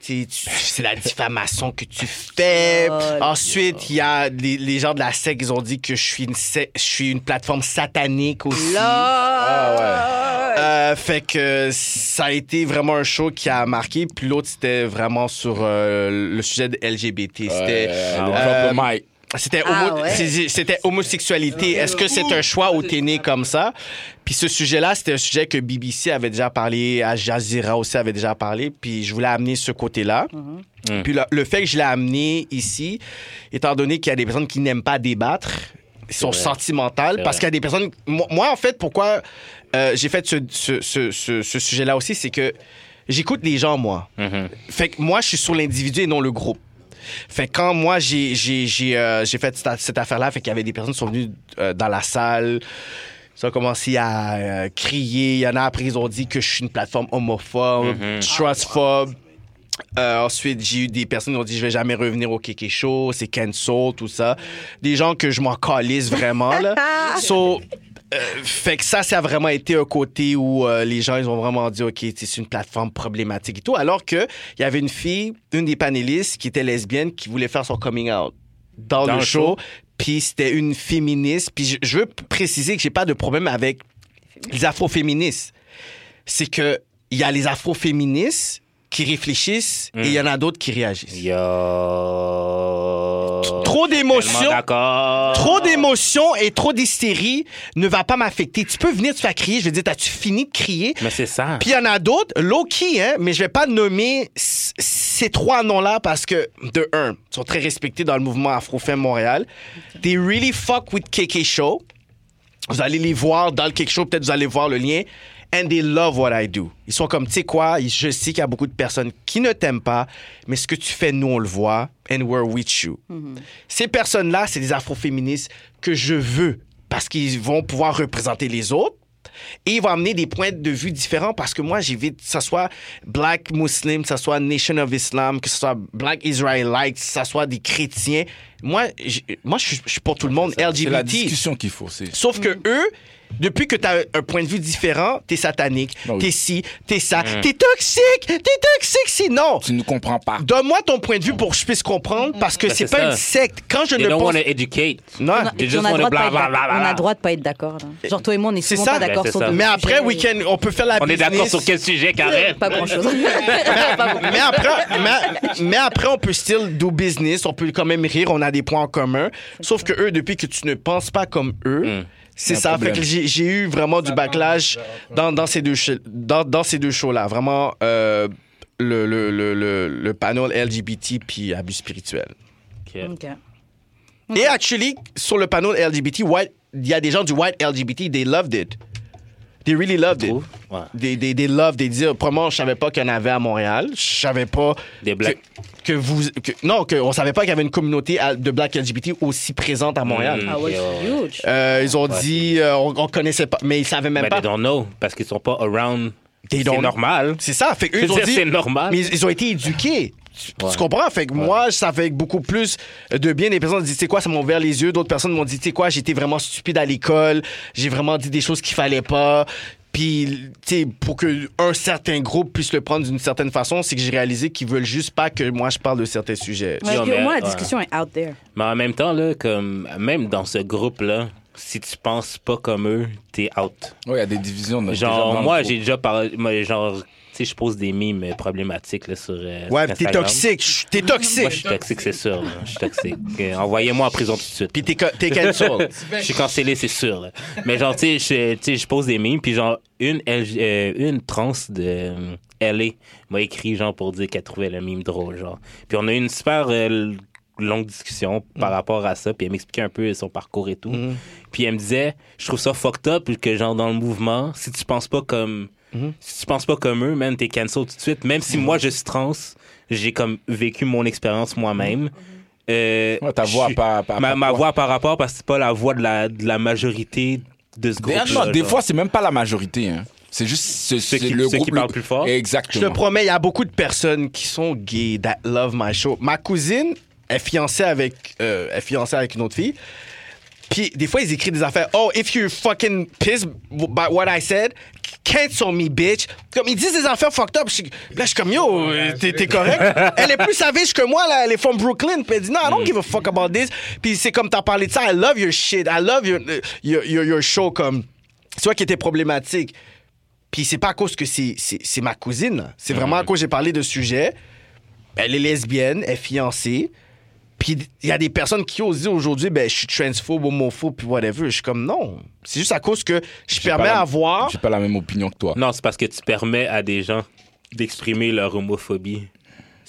Speaker 4: sais, tu- c'est la diffamation que tu fais
Speaker 2: Oh,
Speaker 4: Ensuite, il y a les, les gens de la secte ils ont dit que je suis une sec- je suis une plateforme satanique aussi. Euh, fait que ça a été vraiment un show qui a marqué. Puis l'autre, c'était vraiment sur euh, le sujet de LGBT. C'était
Speaker 5: Le
Speaker 4: euh,
Speaker 5: Mike.
Speaker 4: c'était
Speaker 2: Ah
Speaker 4: homo-
Speaker 2: ouais.
Speaker 4: c'est- c'était homosexualité. Est-ce que c'est un choix ou t'es né comme ça? Puis ce sujet-là, c'était un sujet que BBC avait déjà parlé, Al Jazeera aussi avait déjà parlé. Puis je voulais amener ce côté-là.
Speaker 3: Mm.
Speaker 4: Puis le, le fait que je l'ai amené ici, étant donné qu'il y a des personnes qui n'aiment pas débattre, ils sont
Speaker 3: vrai.
Speaker 4: sentimentales,
Speaker 3: C'est
Speaker 4: parce
Speaker 3: vrai.
Speaker 4: qu'il y a des personnes... Moi, moi, en fait, pourquoi euh, j'ai fait ce, ce- ce- ce- ce sujet-là aussi, c'est que j'écoute les gens, moi.
Speaker 3: Mhm.
Speaker 4: Fait que moi, je suis sur l'individu et non le groupe. Fait que quand moi, j'ai, j'ai, j'ai, euh, j'ai fait cette, a- cette affaire-là, fait qu'il y avait des personnes qui sont venues euh, dans la salle. Ils ont commencé à euh, crier. Il y en a après, ils ont dit que je suis une plateforme homophobe, transphobe. Euh, ensuite, j'ai eu des personnes qui ont dit je vais jamais revenir au Kéké Show, c'est cancel, tout ça. Des gens que je m'en calisse vraiment, là. So, euh, fait que ça, ça a vraiment été un côté où euh, les gens, ils ont vraiment dit, OK, tu sais, c'est une plateforme problématique et tout. Alors que il y avait une fille, une des panélistes, qui était lesbienne, qui voulait faire son coming out dans, le,
Speaker 3: le
Speaker 4: show. Puis c'était une féministe. Puis je, je veux préciser que j'ai pas de problème avec les afroféministes. C'est que il y a les afroféministes qui réfléchissent et il y en a d'autres qui réagissent.
Speaker 3: Yo.
Speaker 4: Trop
Speaker 3: Tellement
Speaker 4: d'émotions.
Speaker 3: D'accord.
Speaker 4: Trop d'émotions et trop d'hystérie ne va pas m'affecter. Tu peux venir te faire crier. Je veux dire, t'as-tu fini de crier?
Speaker 3: Mais c'est ça.
Speaker 4: Puis il y en a d'autres, low-key, hein, mais je vais pas nommer c- ces trois noms-là parce que, de un, ils sont très respectés dans le mouvement Afrofem Montréal. They really fuck with KK Show. Vous allez les voir dans le KK Show, peut-être vous allez voir le lien. And they love what I do. Ils sont comme, tu sais quoi, je sais qu'il y a beaucoup de personnes qui ne t'aiment pas, mais ce que tu fais, nous, on le voit, and we're with you. Ces personnes-là, c'est des afroféministes que je veux parce qu'ils vont pouvoir représenter les autres. Et ils vont amener des points de vue différents parce que moi, j'évite que ce soit Black Muslim, que ce soit Nation of Islam, que ce soit Black Israelite, que ce soit des chrétiens. Moi, j- moi je suis- je suis pour tout le monde
Speaker 5: C'est la
Speaker 4: LGBT.
Speaker 5: discussion qu'il faut. C'est
Speaker 4: Sauf que eux, Depuis que t'as un point de vue différent, t'es satanique,
Speaker 3: Bah
Speaker 5: Ah oui.
Speaker 4: t'es ci, t'es ça,
Speaker 3: Mm.
Speaker 4: t'es toxique, t'es toxique, sinon.
Speaker 5: Tu ne comprends pas.
Speaker 4: Donne-moi ton point de vue pour que je puisse comprendre, parce que
Speaker 3: Ben,
Speaker 4: c'est
Speaker 3: c'est
Speaker 4: pas
Speaker 3: ça.
Speaker 4: une secte. Quand je
Speaker 3: They
Speaker 4: ne
Speaker 3: don't
Speaker 4: pense...
Speaker 3: want to educate.
Speaker 2: On
Speaker 4: Non.
Speaker 2: a,
Speaker 3: They
Speaker 2: et puis
Speaker 3: just
Speaker 2: on a
Speaker 3: wanna
Speaker 2: droit de pas être
Speaker 3: blah, blah,
Speaker 2: d'accord.
Speaker 3: blah,
Speaker 2: On a
Speaker 3: blah.
Speaker 2: droit de pas être d'accord. là. Genre toi et moi, on est
Speaker 4: C'est
Speaker 2: souvent
Speaker 4: ça.
Speaker 2: pas
Speaker 4: Ben,
Speaker 2: d'accord
Speaker 3: c'est
Speaker 2: sur
Speaker 3: ça.
Speaker 2: d'autres
Speaker 4: Mais après,
Speaker 2: sujets.
Speaker 4: week-end, on peut faire la
Speaker 3: On est d'accord
Speaker 4: business.
Speaker 3: sur quel sujet, Karen?
Speaker 2: Pas grand-chose. Pas beaucoup.
Speaker 4: mais après, mais, mais après, on peut still do business, on peut quand même rire, on a des points en commun. Sauf que eux, depuis que tu ne penses pas comme eux,
Speaker 3: Mm.
Speaker 4: c'est
Speaker 5: Un
Speaker 4: ça. Fait
Speaker 5: problème.
Speaker 4: que j'ai j'ai eu vraiment du backlash dans, dans ces deux ch- dans, dans ces deux shows-là. Vraiment, euh, le, le, le, le, le panel LGBT puis abus spirituel.
Speaker 3: Ok.
Speaker 2: Ok.
Speaker 4: Et actually, sur le panel LGBT, white- il y a des gens du white LGBT, they loved it. They really loved it.
Speaker 3: Trouve? Ouais.
Speaker 4: Des, des, des loves, des dires. Premièrement, je savais pas qu'il y en avait à Montréal. Je savais pas.
Speaker 3: Des blacks.
Speaker 4: Que, que vous. que- non, que on savait pas qu'il y avait une communauté à- de black LGBT aussi présente à Montréal.
Speaker 3: Mm.
Speaker 2: Ah ouais, c'est huge.
Speaker 4: Euh, ils ont dit. euh, on, on connaissait pas. Mais ils savaient même
Speaker 3: Ben,
Speaker 4: pas.
Speaker 3: they don't know, parce qu'ils sont pas around.
Speaker 4: They
Speaker 3: C'est
Speaker 4: don't-
Speaker 3: normal.
Speaker 4: C'est ça. Fait que eux,
Speaker 3: Je
Speaker 4: ils
Speaker 3: veux
Speaker 4: ont
Speaker 3: dire,
Speaker 4: dit.
Speaker 3: c'est normal.
Speaker 4: Mais ils, ils ont été éduqués. Tu, tu
Speaker 3: Ah, Ouais.
Speaker 4: comprends? Fait que moi, ça fait beaucoup plus de bien. Des personnes ont dit, tu sais quoi, ça m'a ouvert les yeux. D'autres personnes m'ont dit, tu sais quoi, j'étais vraiment stupide à l'école. J'ai vraiment dit des choses qu'il fallait pas. Puis, tu sais, pour que un certain groupe puisse le prendre d'une certaine façon, c'est que j'ai réalisé qu'ils veulent juste pas que moi je parle de certains sujets.
Speaker 2: Ouais,
Speaker 3: Yo,
Speaker 2: puis au
Speaker 3: mais-
Speaker 2: moins, la
Speaker 3: ouais.
Speaker 2: discussion est out there.
Speaker 3: Mais en même temps, là, comme, même dans ce groupe-là, si tu penses pas comme eux, t'es out.
Speaker 5: Ouais, il y a des divisions. dans- dans
Speaker 3: Genre,
Speaker 5: le
Speaker 3: moi,
Speaker 5: groupe.
Speaker 3: j'ai déjà parlé. moi, Genre, tu sais, je pose des mimes euh, problématiques là, sur. euh,
Speaker 4: Ouais,
Speaker 3: sur
Speaker 4: pis t'es
Speaker 3: Instagram.
Speaker 4: toxique. Chut, T'es
Speaker 3: Moi, je suis
Speaker 4: toxique.
Speaker 3: toxique, c'est sûr. là. Je suis toxique. Euh, Envoyez-moi en prison tout de suite.
Speaker 4: Puis t'es co- t'es cancel.
Speaker 3: Je suis cancellé, c'est sûr. là. Mais genre, tu sais, je- tu sais, je pose des mimes, puis genre, une, LG euh, une trans de euh, LA m'a écrit, genre, pour dire qu'elle trouvait le mime drôle, genre. Puis on a eu une super euh, l- longue discussion par
Speaker 5: Mm.
Speaker 3: rapport à ça, puis elle m'expliquait un peu son parcours et tout. Puis elle me disait, je trouve ça fucked up que, genre, dans le mouvement, si tu penses pas comme...
Speaker 5: Mm-hmm.
Speaker 3: Si tu penses pas comme eux, man, t'es cancel tout de suite. Même si moi, je suis trans, j'ai comme vécu mon expérience moi-même. Euh,
Speaker 5: Mm-hmm. Ouais, ta
Speaker 3: je
Speaker 5: voix
Speaker 3: suis-
Speaker 5: par- par-
Speaker 3: ma,
Speaker 5: par
Speaker 3: ma
Speaker 5: quoi?
Speaker 3: voix Ah, par rapport parce que c'est pas la voix de la, de la majorité de ce groupe.
Speaker 5: Des, non, des fois, c'est même pas la majorité. Hein. C'est juste ce,
Speaker 3: Ceux
Speaker 5: c'est
Speaker 3: qui-
Speaker 5: le
Speaker 3: ceux qui
Speaker 5: groupe le-
Speaker 3: parlent plus fort.
Speaker 4: Je te
Speaker 5: Exactement.
Speaker 4: promets, il y a beaucoup de personnes qui sont gays that love my show. Ma cousine est fiancée avec, euh, est fiancée avec une autre fille. Puis des fois, ils écrivent des affaires. Oh, if you fucking pissed by what I said, cancel me, bitch. Comme ils disent des affaires fucked up. Je suis- là, je suis comme yo, euh, t'es t'es correct. elle est plus savage que moi, là. Elle est from Brooklyn. Puis elle dit, non, I don't give a fuck about this. Puis c'est comme t'as parlé de ça. I love your shit. I love your, your, your, your show. Comme, c'est toi qui était problématique. Puis c'est pas à cause que c'est, c'est, c'est ma cousine. là.
Speaker 5: Mm-hmm.
Speaker 4: C'est vraiment à cause que j'ai parlé de ce sujet. Elle est lesbienne, elle est fiancée. Puis il y a des personnes qui osent dire aujourd'hui, ben, je suis transphobe, homophobe, puis whatever. Je suis comme, non. C'est juste à cause que je permets
Speaker 5: pas la-
Speaker 4: à voir.
Speaker 5: J'ai pas la même opinion que toi.
Speaker 3: Non, c'est parce que tu permets à des gens d'exprimer leur homophobie.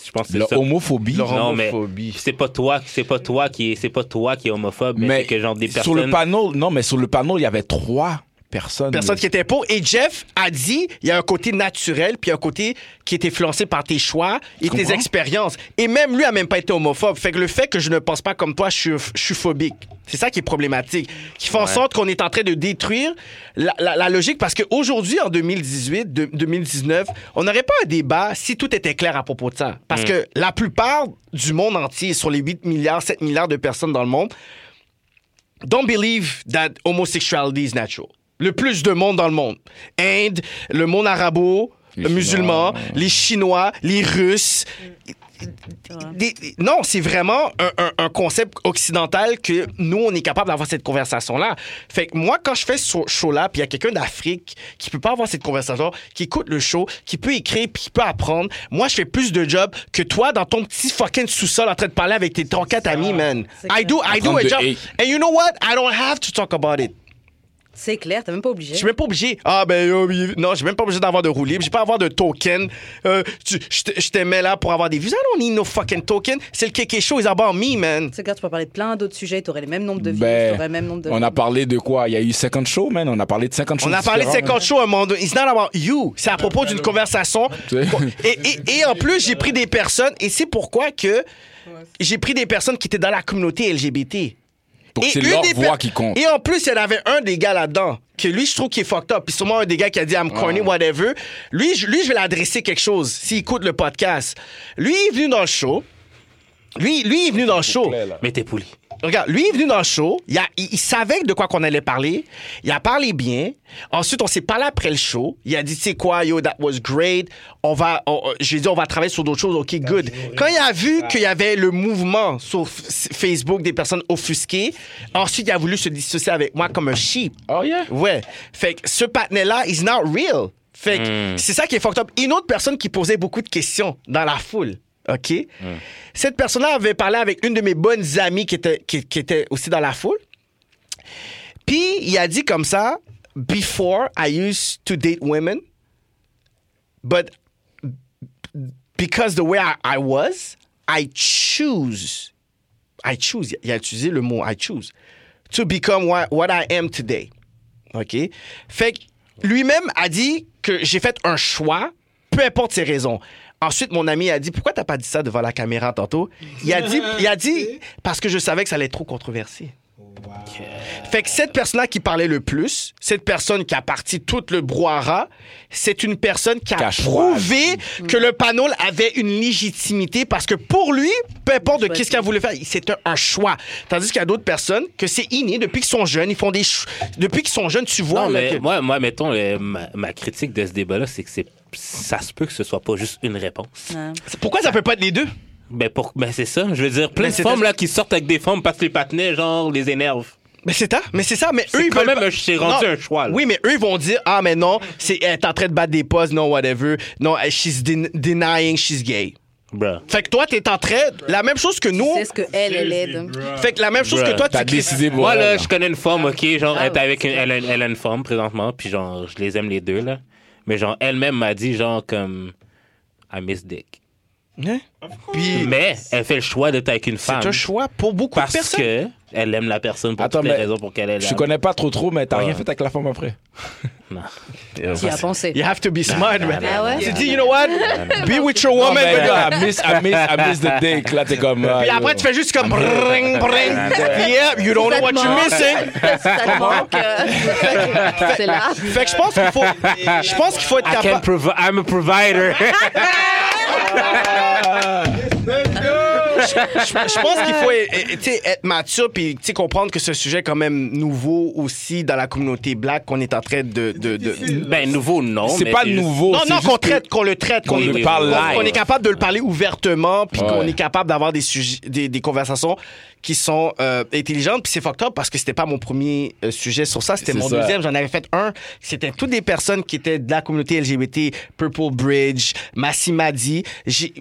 Speaker 3: Je pense que c'est
Speaker 5: La
Speaker 3: ça.
Speaker 5: homophobie.
Speaker 4: Leur
Speaker 3: Non, mais
Speaker 4: homophobie.
Speaker 3: c'est pas toi, c'est pas toi qui est, c'est pas toi qui est homophobe, mais, c'est que genre des
Speaker 5: sur
Speaker 3: personnes.
Speaker 5: le panneau, non, mais sur le panneau, il y avait trois personnes.
Speaker 4: Personne qui était pour. Et Jeff a dit, il y a un côté naturel, puis un côté qui est influencé par tes choix et tes
Speaker 5: comprends?
Speaker 4: expériences. Et même lui a même pas été homophobe. Fait que le fait que je ne pense pas comme toi, je suis, je suis phobique. C'est ça qui est problématique. Qui fait en sorte qu'on est en train de détruire la, la- la logique. Parce qu'aujourd'hui, en 2018, de- 2019, on n'aurait pas un débat si tout était clair à propos de ça. Parce que la plupart du monde entier, sur les 8 milliards, 7 milliards de personnes dans le monde, don't believe that homosexuality is natural. Le plus de monde dans le monde. Inde, le monde arabo,
Speaker 5: Les
Speaker 4: musulman,
Speaker 5: Chinois.
Speaker 4: les Chinois, les Russes. Des- des- non, c'est vraiment un, un- un concept occidental que nous, on est capable d'avoir cette conversation-là. Fait que moi, quand je fais ce show-là, puis il y a quelqu'un d'Afrique qui peut pas avoir cette conversation, qui écoute le show, qui peut écrire, puis qui peut apprendre, moi, je fais plus de job que toi dans ton petit fucking sous-sol en train de parler avec tes 34 amis, man.
Speaker 2: C'est clair.
Speaker 4: I do, I do a
Speaker 5: Apprendre de
Speaker 4: job.
Speaker 5: hate.
Speaker 4: And you know what? I don't have to talk about it.
Speaker 2: C'est clair, t'es même pas obligé.
Speaker 4: Je suis même pas obligé. Ah, ben, euh, oui, non, je suis même pas obligé d'avoir de roue libre. Je pas à avoir de token. Euh, tu- je te- je t'aimais là pour avoir des vues. I don't need no fucking token. C'est le kéké show is about me, man.
Speaker 2: C'est clair, tu peux parler de plein d'autres sujets, t'aurais le même nombre de vues,
Speaker 5: Ben,
Speaker 2: t'aurais le même nombre de.
Speaker 5: On a parlé de quoi Il y a eu 50 shows, man. On a parlé de 50 shows.
Speaker 4: On a parlé de
Speaker 5: différents,
Speaker 4: 50 shows à un moment donné. It's not about you. C'est à propos d'une conversation.
Speaker 5: Tu sais.
Speaker 4: Et, et- et en plus, j'ai pris des personnes, et c'est pourquoi que j'ai pris des personnes qui étaient dans la communauté LGBT.
Speaker 5: man. Donc,
Speaker 4: Et
Speaker 5: c'est
Speaker 4: une
Speaker 5: leur
Speaker 4: des
Speaker 5: voix
Speaker 4: per-
Speaker 5: qui compte.
Speaker 4: Et en plus, il y en avait un des gars là-dedans, que lui, je trouve qu'il est fucked up. Puis sûrement un des gars qui a dit I'm corny, whatever. Lui, je, lui, je vais l'adresser quelque chose s'il écoute le podcast. Lui, il est venu dans le show. Lui, lui il est venu dans le show.
Speaker 3: Mais t'es poli.
Speaker 4: Regarde, lui est venu dans le show, il, a- il- il savait de quoi qu'on allait parler, il a parlé bien. Ensuite, on s'est parlé après le show. Il a dit, tu sais quoi, yo, that was great. On va, on- on- j'ai dit, on va travailler sur d'autres choses. OK, good. Quand il a vu qu'il y avait le mouvement sur f- Facebook des personnes offusquées, ensuite, il a voulu se dissocier avec moi comme un sheep.
Speaker 5: Oh yeah.
Speaker 4: Ouais. Fait que ce patinet-là is not real. Fait
Speaker 5: Hmm.
Speaker 4: que c'est ça qui est fucked up. Une autre personne qui posait beaucoup de questions dans la foule. OK?
Speaker 5: Hmm.
Speaker 4: Cette personne-là avait parlé avec une de mes bonnes amies qui était, qui, qui était aussi dans la foule. Puis il a dit comme ça Before, I used to date women, but because the way I, I was, I choose. I choose. Il a utilisé le mot I choose. To become what, what I am today. OK? Fait que lui-même a dit que j'ai fait un choix, peu importe ses raisons. Ensuite, mon ami a dit Pourquoi t'as pas dit ça devant la caméra tantôt Il a dit, il a dit Parce que je savais que ça allait être trop controversé. Fait que cette personne-là qui parlait le plus, cette personne qui a parti tout le brouhaha, c'est une personne qui a
Speaker 5: Qui a
Speaker 4: prouvé que le panel avait une légitimité parce que pour lui, peu importe de qu'est-ce qu'il a voulu faire, c'était un choix. Tandis qu'il y a d'autres personnes que c'est inné depuis qu'ils sont jeunes, ils font des ch- depuis qu'ils sont jeunes, tu vois.
Speaker 3: Non,
Speaker 4: là,
Speaker 3: mais
Speaker 4: que-
Speaker 3: moi, moi, mettons, le- ma, ma critique de ce débat-là, c'est que c'est ça se peut que ce soit pas juste une réponse.
Speaker 4: C'est- Pourquoi ça peut pas être les deux
Speaker 3: Ben, pour, ben c'est ça. Je veux dire,
Speaker 4: Mais
Speaker 3: plein de
Speaker 4: c'est-
Speaker 3: femmes là, qui sortent avec des femmes parce que les patinets, genre, les énervent.
Speaker 4: Mais c'est ça, mais c'est ça, mais
Speaker 3: C'est
Speaker 4: eux ils
Speaker 3: quand
Speaker 4: veulent
Speaker 3: même
Speaker 4: pas-
Speaker 3: un- c'est rendu un choix, là.
Speaker 4: Oui, mais eux ils vont dire ah mais non, c'est elle est en train de battre des pauses, non whatever, non eh, she's den- denying she's gay.
Speaker 3: Bruh.
Speaker 4: Fait que toi t'es en train la même chose que nous.
Speaker 2: C'est ce que elle, elle est. donc.
Speaker 4: Fait que la même chose
Speaker 3: Bruh.
Speaker 4: que toi tu
Speaker 5: T'as
Speaker 4: crées-
Speaker 5: décidé pour
Speaker 3: Moi,
Speaker 5: elle,
Speaker 3: là,
Speaker 5: là.
Speaker 3: je connais une femme, OK? Genre,
Speaker 4: Ah
Speaker 3: elle, est
Speaker 2: ouais,
Speaker 3: avec
Speaker 2: c'est
Speaker 3: une, elle, a une- elle a une femme présentement, puis genre, je les aime les deux, là. Mais genre, elle-même m'a dit, genre, comme, I miss dick.
Speaker 4: Hein? Puis
Speaker 3: Mais elle fait le choix d'être avec une femme.
Speaker 4: c'est un choix pour beaucoup de
Speaker 3: Parce
Speaker 4: personnes.
Speaker 3: que elle aime la personne pour
Speaker 5: Attends,
Speaker 3: toutes les
Speaker 5: mais
Speaker 3: raisons pour qu'elle est là.
Speaker 5: Je te connais pas trop trop, mais t'as rien
Speaker 3: Ouais.
Speaker 5: fait avec la femme après.
Speaker 2: Qui a pensé
Speaker 4: You have to be smart, man.
Speaker 2: Ah ouais?
Speaker 4: Tu dis you know what? Be with your
Speaker 5: Non,
Speaker 4: woman.
Speaker 5: mais
Speaker 4: but-
Speaker 5: là, I miss, I miss, I miss the dick. Là, t'es comme. ah,
Speaker 4: Puis après tu fais juste comme bring bring. Yeah, you don't know what you're missing.
Speaker 2: Ça te manque. euh, C'est là.
Speaker 4: Fait que je pense qu'il faut, je pense qu'il faut être
Speaker 3: I can
Speaker 4: capable.
Speaker 3: provi- I'm a provider.
Speaker 4: Je pense qu'il faut eh, eh, tu sais, être mature puis tu sais, comprendre que ce sujet est quand même nouveau aussi dans la communauté black qu'on est en train de. de, de-
Speaker 3: ben, nouveau, non.
Speaker 5: C'est
Speaker 3: mais
Speaker 5: pas
Speaker 3: juste-
Speaker 5: nouveau.
Speaker 4: Non,
Speaker 5: c'est
Speaker 4: non,
Speaker 5: juste
Speaker 4: qu'on
Speaker 5: que-
Speaker 4: traite, qu'on le traite, qu'on
Speaker 5: qu'on
Speaker 4: est,
Speaker 5: le parle
Speaker 4: qu'on-
Speaker 5: live.
Speaker 4: qu'on est capable de le parler ouvertement, puis qu'on
Speaker 5: Ouais.
Speaker 4: est capable d'avoir des, sujets, des, des conversations qui sont euh, intelligentes. Puis c'est fucked up parce que c'était pas mon premier euh, sujet sur ça, c'était
Speaker 5: C'est
Speaker 4: mon
Speaker 5: ça.
Speaker 4: deuxième. J'en avais fait un. C'était toutes des personnes qui étaient de la communauté LGBT, Purple Bridge, Massimadi. J'ai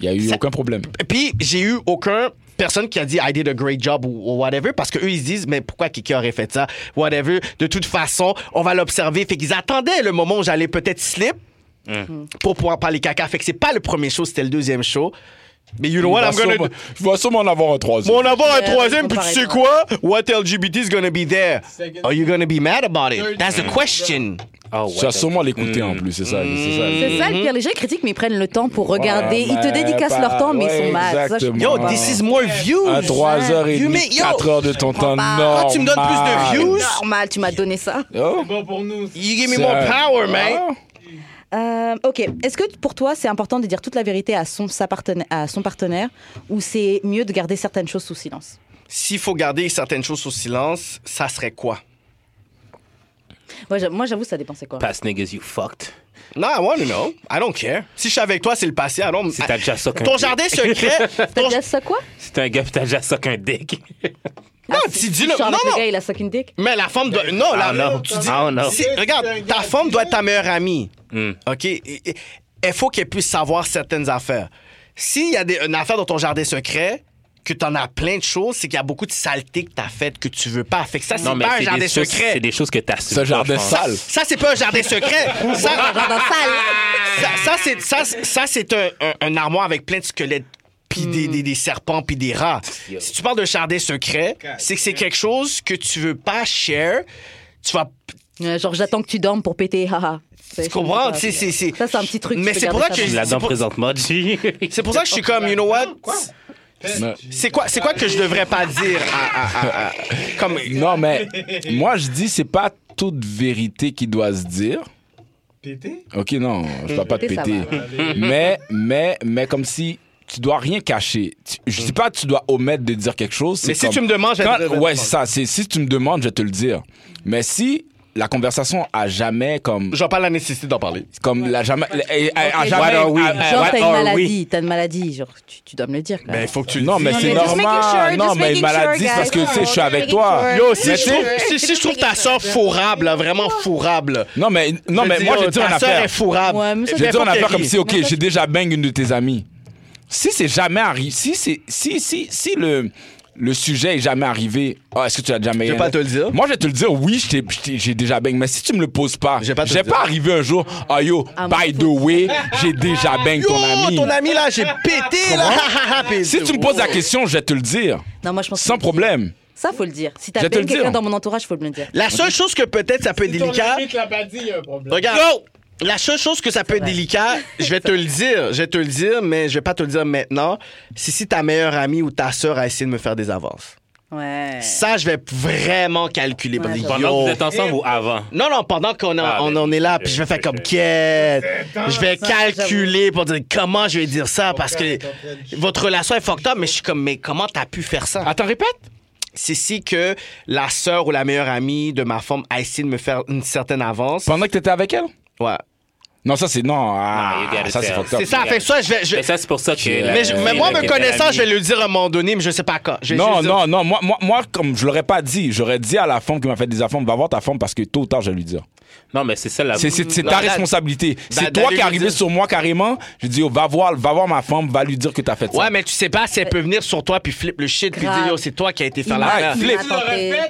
Speaker 5: Il y a eu
Speaker 4: Ça-
Speaker 5: aucun problème.
Speaker 4: puis j'ai eu aucun personne qui a dit I did a great job ou, ou whatever parce que eux ils se disent mais pourquoi Kiki aurait fait ça whatever de toute façon on va l'observer fait qu'ils attendaient le moment où j'allais peut-être slip pour pouvoir parler caca fait que c'est pas le premier show c'était le deuxième show mais you know what
Speaker 5: Il va
Speaker 4: I'm gonna
Speaker 5: sûrement-
Speaker 4: do
Speaker 5: Je vais sûrement en avoir un troisième.
Speaker 4: on va avoir un
Speaker 2: Yeah,
Speaker 4: troisième puis tu sais
Speaker 2: comparaison.
Speaker 4: quoi what LGBT is gonna be there are you gonna be mad about it that's the question
Speaker 3: Oh,
Speaker 5: Tu vas
Speaker 3: ouais,
Speaker 5: sûrement l'écouter en plus, c'est ça. C'est
Speaker 4: Mm.
Speaker 5: ça.
Speaker 2: C'est
Speaker 4: Mhm.
Speaker 2: ça le pire. Les gens critiquent, mais ils prennent le temps pour regarder. Ils te
Speaker 5: ben,
Speaker 2: dédicacent
Speaker 5: bah,
Speaker 2: leur temps, mais ils
Speaker 5: ouais,
Speaker 2: sont mal. Ça, je
Speaker 5: exactement.
Speaker 4: yo
Speaker 2: comprends pas.
Speaker 4: this is more views
Speaker 5: À 3h30,
Speaker 4: You may- yo,
Speaker 5: 4h de ton temps normal.
Speaker 4: quand tu me donnes plus de views
Speaker 2: Normal, tu m'as donné ça.
Speaker 5: Oh,
Speaker 6: Bon pour nous.
Speaker 4: you give me
Speaker 5: c'est
Speaker 4: more
Speaker 5: un-
Speaker 4: power man
Speaker 5: Ah.
Speaker 2: Euh, ok. Est-ce que pour toi, c'est important de dire toute la vérité à son, sa partena- à son partenaire ou c'est mieux de garder certaines choses sous silence
Speaker 4: s'il faut garder certaines choses sous silence, ça serait quoi?
Speaker 2: Moi, j'a- Moi, j'avoue, ça dépend, c'est quoi
Speaker 3: Pass niggas, you fucked.
Speaker 4: Non, I want to know. I don't care. Si je suis avec toi, c'est le passé. I don't... Ah,
Speaker 3: Si t'as déjà ça qu'un
Speaker 4: Ton
Speaker 3: dick.
Speaker 4: jardin secret. ton...
Speaker 2: T'as déjà ça quoi
Speaker 3: Si t'es un gars, pis t'as déjà ça qu'un dick.
Speaker 4: Non,
Speaker 2: Ah,
Speaker 4: tu
Speaker 2: si-
Speaker 4: dis
Speaker 2: si
Speaker 4: le.
Speaker 2: je sors
Speaker 4: Non,
Speaker 2: avec le gars,
Speaker 4: non.
Speaker 2: il a suck une dick
Speaker 4: Mais la femme doit. Non, la.
Speaker 3: Ah non.
Speaker 4: Tu dis.
Speaker 3: Ah non. Hmm.
Speaker 4: C'est- Regarde, ta femme doit être ta meilleure amie. OK? Et- et- Il faut qu'elle puisse savoir certaines affaires. S'il y a des... une affaire dans ton jardin secret, que t'en as plein de choses, c'est qu'il y a beaucoup de saletés que t'as faites que tu veux pas. Fait que ça, c'est
Speaker 3: Non, mais
Speaker 4: pas un
Speaker 3: c'est
Speaker 4: jardin
Speaker 3: des, choses-
Speaker 4: secret.
Speaker 3: c'est des choses que t'assumes.
Speaker 5: Ce genre de
Speaker 4: Ça,
Speaker 5: sale.
Speaker 4: ça, c'est pas un jardin secret. ça,
Speaker 2: Dans salle
Speaker 4: ça, ça, c'est ça, c'est- ça, c'est un, un- un armoire avec plein de squelettes puis des, des- des serpents puis des rats.
Speaker 3: Yo.
Speaker 4: Si tu parles de jardin secret, c'est que c'est quelque chose que tu veux pas share. Tu vas
Speaker 2: Euh, Genre, j'attends que tu dormes pour péter, haha.
Speaker 4: tu comprends, tu sais, c'est c'est-
Speaker 2: Ça, c'est un petit truc, tu
Speaker 4: Mais
Speaker 2: peux
Speaker 4: c'est pour ça
Speaker 2: garder
Speaker 4: que
Speaker 2: ça
Speaker 3: Je la
Speaker 4: c'est
Speaker 3: donne
Speaker 4: pour,
Speaker 3: présentement, G.
Speaker 4: c'est pour ça que je suis comme you know what.
Speaker 5: Non.
Speaker 4: C'est quoi c'est quoi que je devrais pas dire à- à- à- à- comme
Speaker 5: Non, mais moi, je dis, c'est pas toute vérité qui doit se dire.
Speaker 6: Pété?
Speaker 5: Ok, non, je parle pas de
Speaker 2: Péter, ça
Speaker 5: péter. Mais, mais, mais comme si tu dois rien cacher. Tu- Je dis pas que tu dois omettre de dire quelque chose. c'est
Speaker 4: Mais si
Speaker 5: comme-
Speaker 4: tu me demandes, je vais
Speaker 5: Quand-
Speaker 4: te répondre.
Speaker 5: Ouais, c'est ça. C'est, si tu me demandes, je vais te le dire. Mais si la conversation a jamais comme.
Speaker 4: J'en parle la nécessité d'en parler.
Speaker 5: Comme la jamais. a- a- a
Speaker 2: Ok,
Speaker 5: jamais-
Speaker 4: bah
Speaker 2: genre,
Speaker 5: a- a-
Speaker 2: Genre,
Speaker 5: what
Speaker 2: t'as une
Speaker 5: are
Speaker 2: maladie, t'as une maladie, genre, tu, tu dois me le dire. Quand
Speaker 5: Ben,
Speaker 2: même.
Speaker 5: faut que tu Non, oh, mais
Speaker 8: Non,
Speaker 5: c'est
Speaker 8: mais just making
Speaker 5: normal.
Speaker 8: sure,
Speaker 5: non,
Speaker 8: just
Speaker 5: mais
Speaker 8: making
Speaker 5: maladie,
Speaker 8: sure,
Speaker 5: c'est parce que
Speaker 8: guys.
Speaker 5: tu sais, je suis avec
Speaker 8: Making
Speaker 5: toi.
Speaker 8: sure.
Speaker 4: Yo, si
Speaker 5: Mais
Speaker 4: je
Speaker 5: tu-
Speaker 4: trouve, si, si je trouve ta soeur fourrable, là, vraiment fourrable.
Speaker 5: Non, mais, non,
Speaker 4: je
Speaker 5: mais
Speaker 4: dis,
Speaker 5: moi,
Speaker 4: oh,
Speaker 5: je vais te dire une
Speaker 4: Ta soeur
Speaker 5: affaire.
Speaker 4: est fourrable.
Speaker 2: Ouais, mais ça,
Speaker 5: Je
Speaker 2: c'est
Speaker 5: vais te dire une
Speaker 2: pas
Speaker 5: affaire
Speaker 2: terrible.
Speaker 5: comme si, OK,
Speaker 2: Mais ça,
Speaker 5: j'ai déjà bang une de tes amies. Si c'est jamais arrivé, si, c'est- si, si, si le, le sujet est jamais arrivé, ah, est-ce que tu as jamais...
Speaker 4: Je vais pas te le dire.
Speaker 5: Moi, je vais te le dire, oui, je t'ai- je t'ai- j'ai déjà bang, mais si tu me le poses pas,
Speaker 4: Je vais pas te
Speaker 5: j'ai
Speaker 4: le dire.
Speaker 5: pas arrivé un jour, ah yo,
Speaker 2: Ah, moi,
Speaker 5: by the way, j'ai déjà bang
Speaker 4: Yo,
Speaker 5: ton ami.
Speaker 4: ton ami là, j'ai pété là. Puis-
Speaker 5: Si tu me poses la question, je vais te le dire,
Speaker 2: Non, moi, je pense
Speaker 5: sans
Speaker 2: que-
Speaker 5: problème.
Speaker 2: Ça, faut le dire. Si
Speaker 5: Je
Speaker 2: t'as
Speaker 5: vais te
Speaker 2: bien
Speaker 5: le hein.
Speaker 2: quelqu'un
Speaker 5: dire.
Speaker 2: dans mon entourage, faut me le dire.
Speaker 4: La seule chose que peut-être ça peut être délicat,
Speaker 6: l'a pas dit, il y a un problème.
Speaker 4: regarde. La seule chose que ça peut être
Speaker 2: vrai.
Speaker 4: délicat, je vais te le dire, je vais te le dire, mais je vais pas te le dire maintenant. C'est si ta meilleure amie ou ta sœur a essayé de me faire des avances.
Speaker 2: Ouais.
Speaker 4: Ça, je vais vraiment calculer.
Speaker 2: Ouais,
Speaker 4: Yo.
Speaker 2: attends.
Speaker 3: Pendant que vous êtes ensemble ou avant?
Speaker 4: Non, non, pendant qu'on est-
Speaker 3: Ah,
Speaker 4: on,
Speaker 3: ben,
Speaker 4: on est là, puis
Speaker 3: je-
Speaker 4: je vais faire
Speaker 3: je-
Speaker 4: comme quête. Je vais
Speaker 2: ça, j'avoue.
Speaker 4: calculer pour dire comment je vais dire ça parce que votre relation est fucked up, mais je suis comme, mais comment t'as pu faire ça?
Speaker 5: Attends, répète.
Speaker 4: C'est si que la sœur ou la meilleure amie de ma femme a essayé de me faire une certaine avance.
Speaker 5: Pendant que t'étais avec elle?
Speaker 4: Ouais.
Speaker 5: Non, ça, c'est... Non, ah,
Speaker 3: you gotta
Speaker 5: ça, c'est
Speaker 3: tell.
Speaker 5: fucked up.
Speaker 4: C'est ça, fait que ça, je vais. je-
Speaker 3: Mais ça, c'est pour ça que.
Speaker 4: Mais, je- mais moi, me connaissant, je vais le dire à un moment donné, mais je sais pas quand. Je- je
Speaker 5: Non,
Speaker 4: vais dire-
Speaker 5: non, non, moi, moi, moi, comme je l'aurais pas dit, j'aurais dit à la femme qui m'a fait des affaires, va voir ta femme parce que tôt ou tard, je vais lui dire.
Speaker 3: Non, mais c'est ça la.
Speaker 5: C'est, c'est, c'est
Speaker 4: Non,
Speaker 5: ta
Speaker 4: là-
Speaker 5: responsabilité. C'est
Speaker 4: d'aller
Speaker 5: toi qui
Speaker 4: lui
Speaker 5: es arrivé
Speaker 4: dire.
Speaker 5: sur moi carrément. Je dis, oh, va voir, va voir ma femme, va lui dire que t'as fait ça.
Speaker 4: Ouais, mais tu sais pas si elle peut venir sur toi puis flip le shit puis
Speaker 2: Grave.
Speaker 4: dire yo, c'est toi qui a été faire
Speaker 2: Il
Speaker 4: la
Speaker 2: m'a-
Speaker 5: merde.
Speaker 2: il m'a
Speaker 5: Tu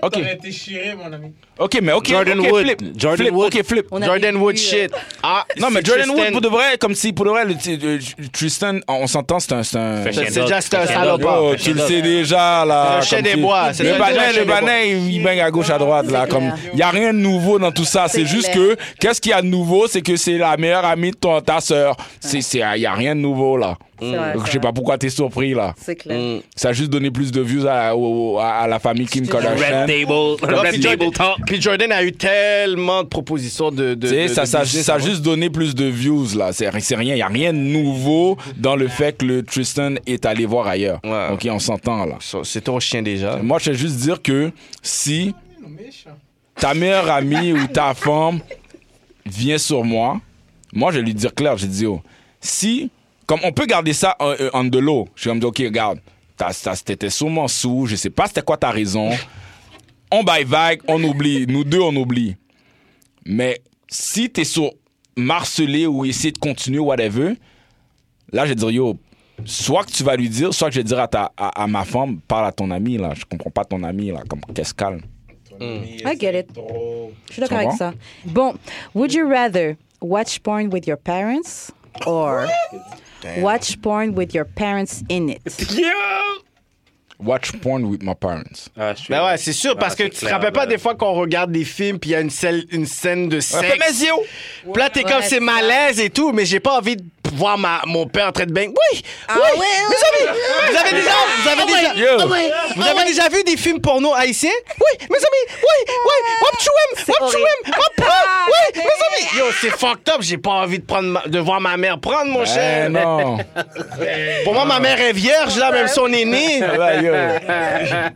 Speaker 2: tenté.
Speaker 5: Ok.
Speaker 6: été chiré, mon ami.
Speaker 5: Ok, mais ok,
Speaker 4: Jordan
Speaker 5: ok,
Speaker 4: Wood.
Speaker 5: flip.
Speaker 4: Jordan
Speaker 5: flip,
Speaker 4: Wood.
Speaker 5: ok, flip.
Speaker 2: On a
Speaker 4: Jordan
Speaker 2: vécu,
Speaker 4: Wood
Speaker 2: euh,
Speaker 4: shit. Ah,
Speaker 5: Non, mais
Speaker 4: c'est
Speaker 5: Jordan Wood,
Speaker 4: Tristan-
Speaker 5: pour de vrai, comme si, pour de vrai, le, t- le- Tristan, on, on s'entend, c'est un. C'est un...
Speaker 3: Fait
Speaker 4: C'est c'est
Speaker 3: Shandog,
Speaker 4: juste un
Speaker 3: Shandog.
Speaker 4: salopard.
Speaker 5: Oh, tu le sais déjà, là.
Speaker 4: C'est le chien
Speaker 5: comme
Speaker 4: des
Speaker 5: tu-
Speaker 4: bois, c'est
Speaker 5: Le
Speaker 4: le
Speaker 5: banin,
Speaker 4: chien
Speaker 5: le
Speaker 4: des
Speaker 5: banin, il il baigne à gauche, à droite, là.
Speaker 2: C'est
Speaker 5: Comme,
Speaker 2: clair.
Speaker 5: il n'y a rien de nouveau dans tout ça. C'est
Speaker 2: C'est
Speaker 5: juste que,
Speaker 2: clair.
Speaker 5: qu'est-ce qu'il y a de nouveau? C'est que c'est la meilleure amie de ton, ta sœur. C'est, c'est, il n'y a rien de nouveau, là.
Speaker 2: C'est vrai,
Speaker 5: Je
Speaker 2: c'est
Speaker 5: sais
Speaker 2: vrai.
Speaker 5: pas pourquoi t'es surpris, là.
Speaker 2: C'est clair.
Speaker 4: Mm.
Speaker 5: Ça a juste donné plus de views à, au- au- à- à la famille Kim Kardashian.
Speaker 3: Red Table.
Speaker 4: Ah,
Speaker 3: Red
Speaker 4: puis, Jordan,
Speaker 3: Table Talk.
Speaker 4: puis Jordan a eu tellement de propositions de. de,
Speaker 5: Tu sais,
Speaker 4: de-
Speaker 5: ça,
Speaker 4: de
Speaker 5: ça,
Speaker 4: business,
Speaker 5: ça a
Speaker 4: hein.
Speaker 5: juste donné plus de views, là. C'est c'est rien. Il n'y a rien de nouveau dans le fait que le Tristan est allé voir ailleurs.
Speaker 4: Ouais.
Speaker 5: OK, on s'entend, là.
Speaker 4: Ça, C'est ton chien déjà.
Speaker 5: Euh, Moi, je vais juste dire que si ta meilleure amie ou ta femme vient sur moi, moi, je vais lui dire clair. Je dis, oh, si, comme on peut garder ça en, euh, en de l'eau, je vais me dire, OK, regarde, t'as- t'as- t'étais sûrement sous, je sais pas c'était quoi ta raison. On baille vague, on oublie. Nous deux, on oublie. Mais si t'es sur marceler ou essayer de continuer, whatever, là, je vais dire, yo, soit que tu vas lui dire, soit que je vais dire à, ta, à, à ma femme, parle à ton ami, là. Je comprends pas ton ami, là. Comme, qu'est-ce calme.
Speaker 2: I get it. Je suis
Speaker 5: Tu
Speaker 2: d'accord avec
Speaker 5: comprends?
Speaker 2: ça. Bon, would you rather watch porn with your parents or watch porn with your parents in it?
Speaker 5: Watch porn with my parents.
Speaker 3: Ah, je suis-
Speaker 4: Ben ouais, c'est sûr, parce
Speaker 3: Ah,
Speaker 4: que
Speaker 3: c'est
Speaker 4: tu te
Speaker 3: clair,
Speaker 4: rappelles pas
Speaker 3: ben.
Speaker 4: des fois qu'on regarde des films puis il y a une, scène- une scène de sexe.
Speaker 5: Fais mes yeux.
Speaker 4: Puis là, t'es comme,
Speaker 2: Ouais,
Speaker 4: c'est
Speaker 2: c'est
Speaker 4: malaise et tout, mais j'ai pas envie de voir ma, mon père en train de bang. Oui! oui!
Speaker 2: Ah ouais, Ah
Speaker 4: mes amis! Vous avez déjà, vous avez déjà,
Speaker 5: Yo.
Speaker 4: vous avez déjà vu des films porno haïtiens? Oui! Mes amis! Oui! Oui! Wap chouem! Wap
Speaker 2: Ah, horrible. Ah,
Speaker 4: chouem! Wap prend! ah, Oui! Mes amis! Yo, c'est fucked up, j'ai pas envie de, prendre ma- de voir ma mère prendre, mon
Speaker 5: Eh
Speaker 4: cher.
Speaker 5: non.
Speaker 4: Pour moi, ma mère est vierge, là, même si on est né.
Speaker 5: Ouais, yo.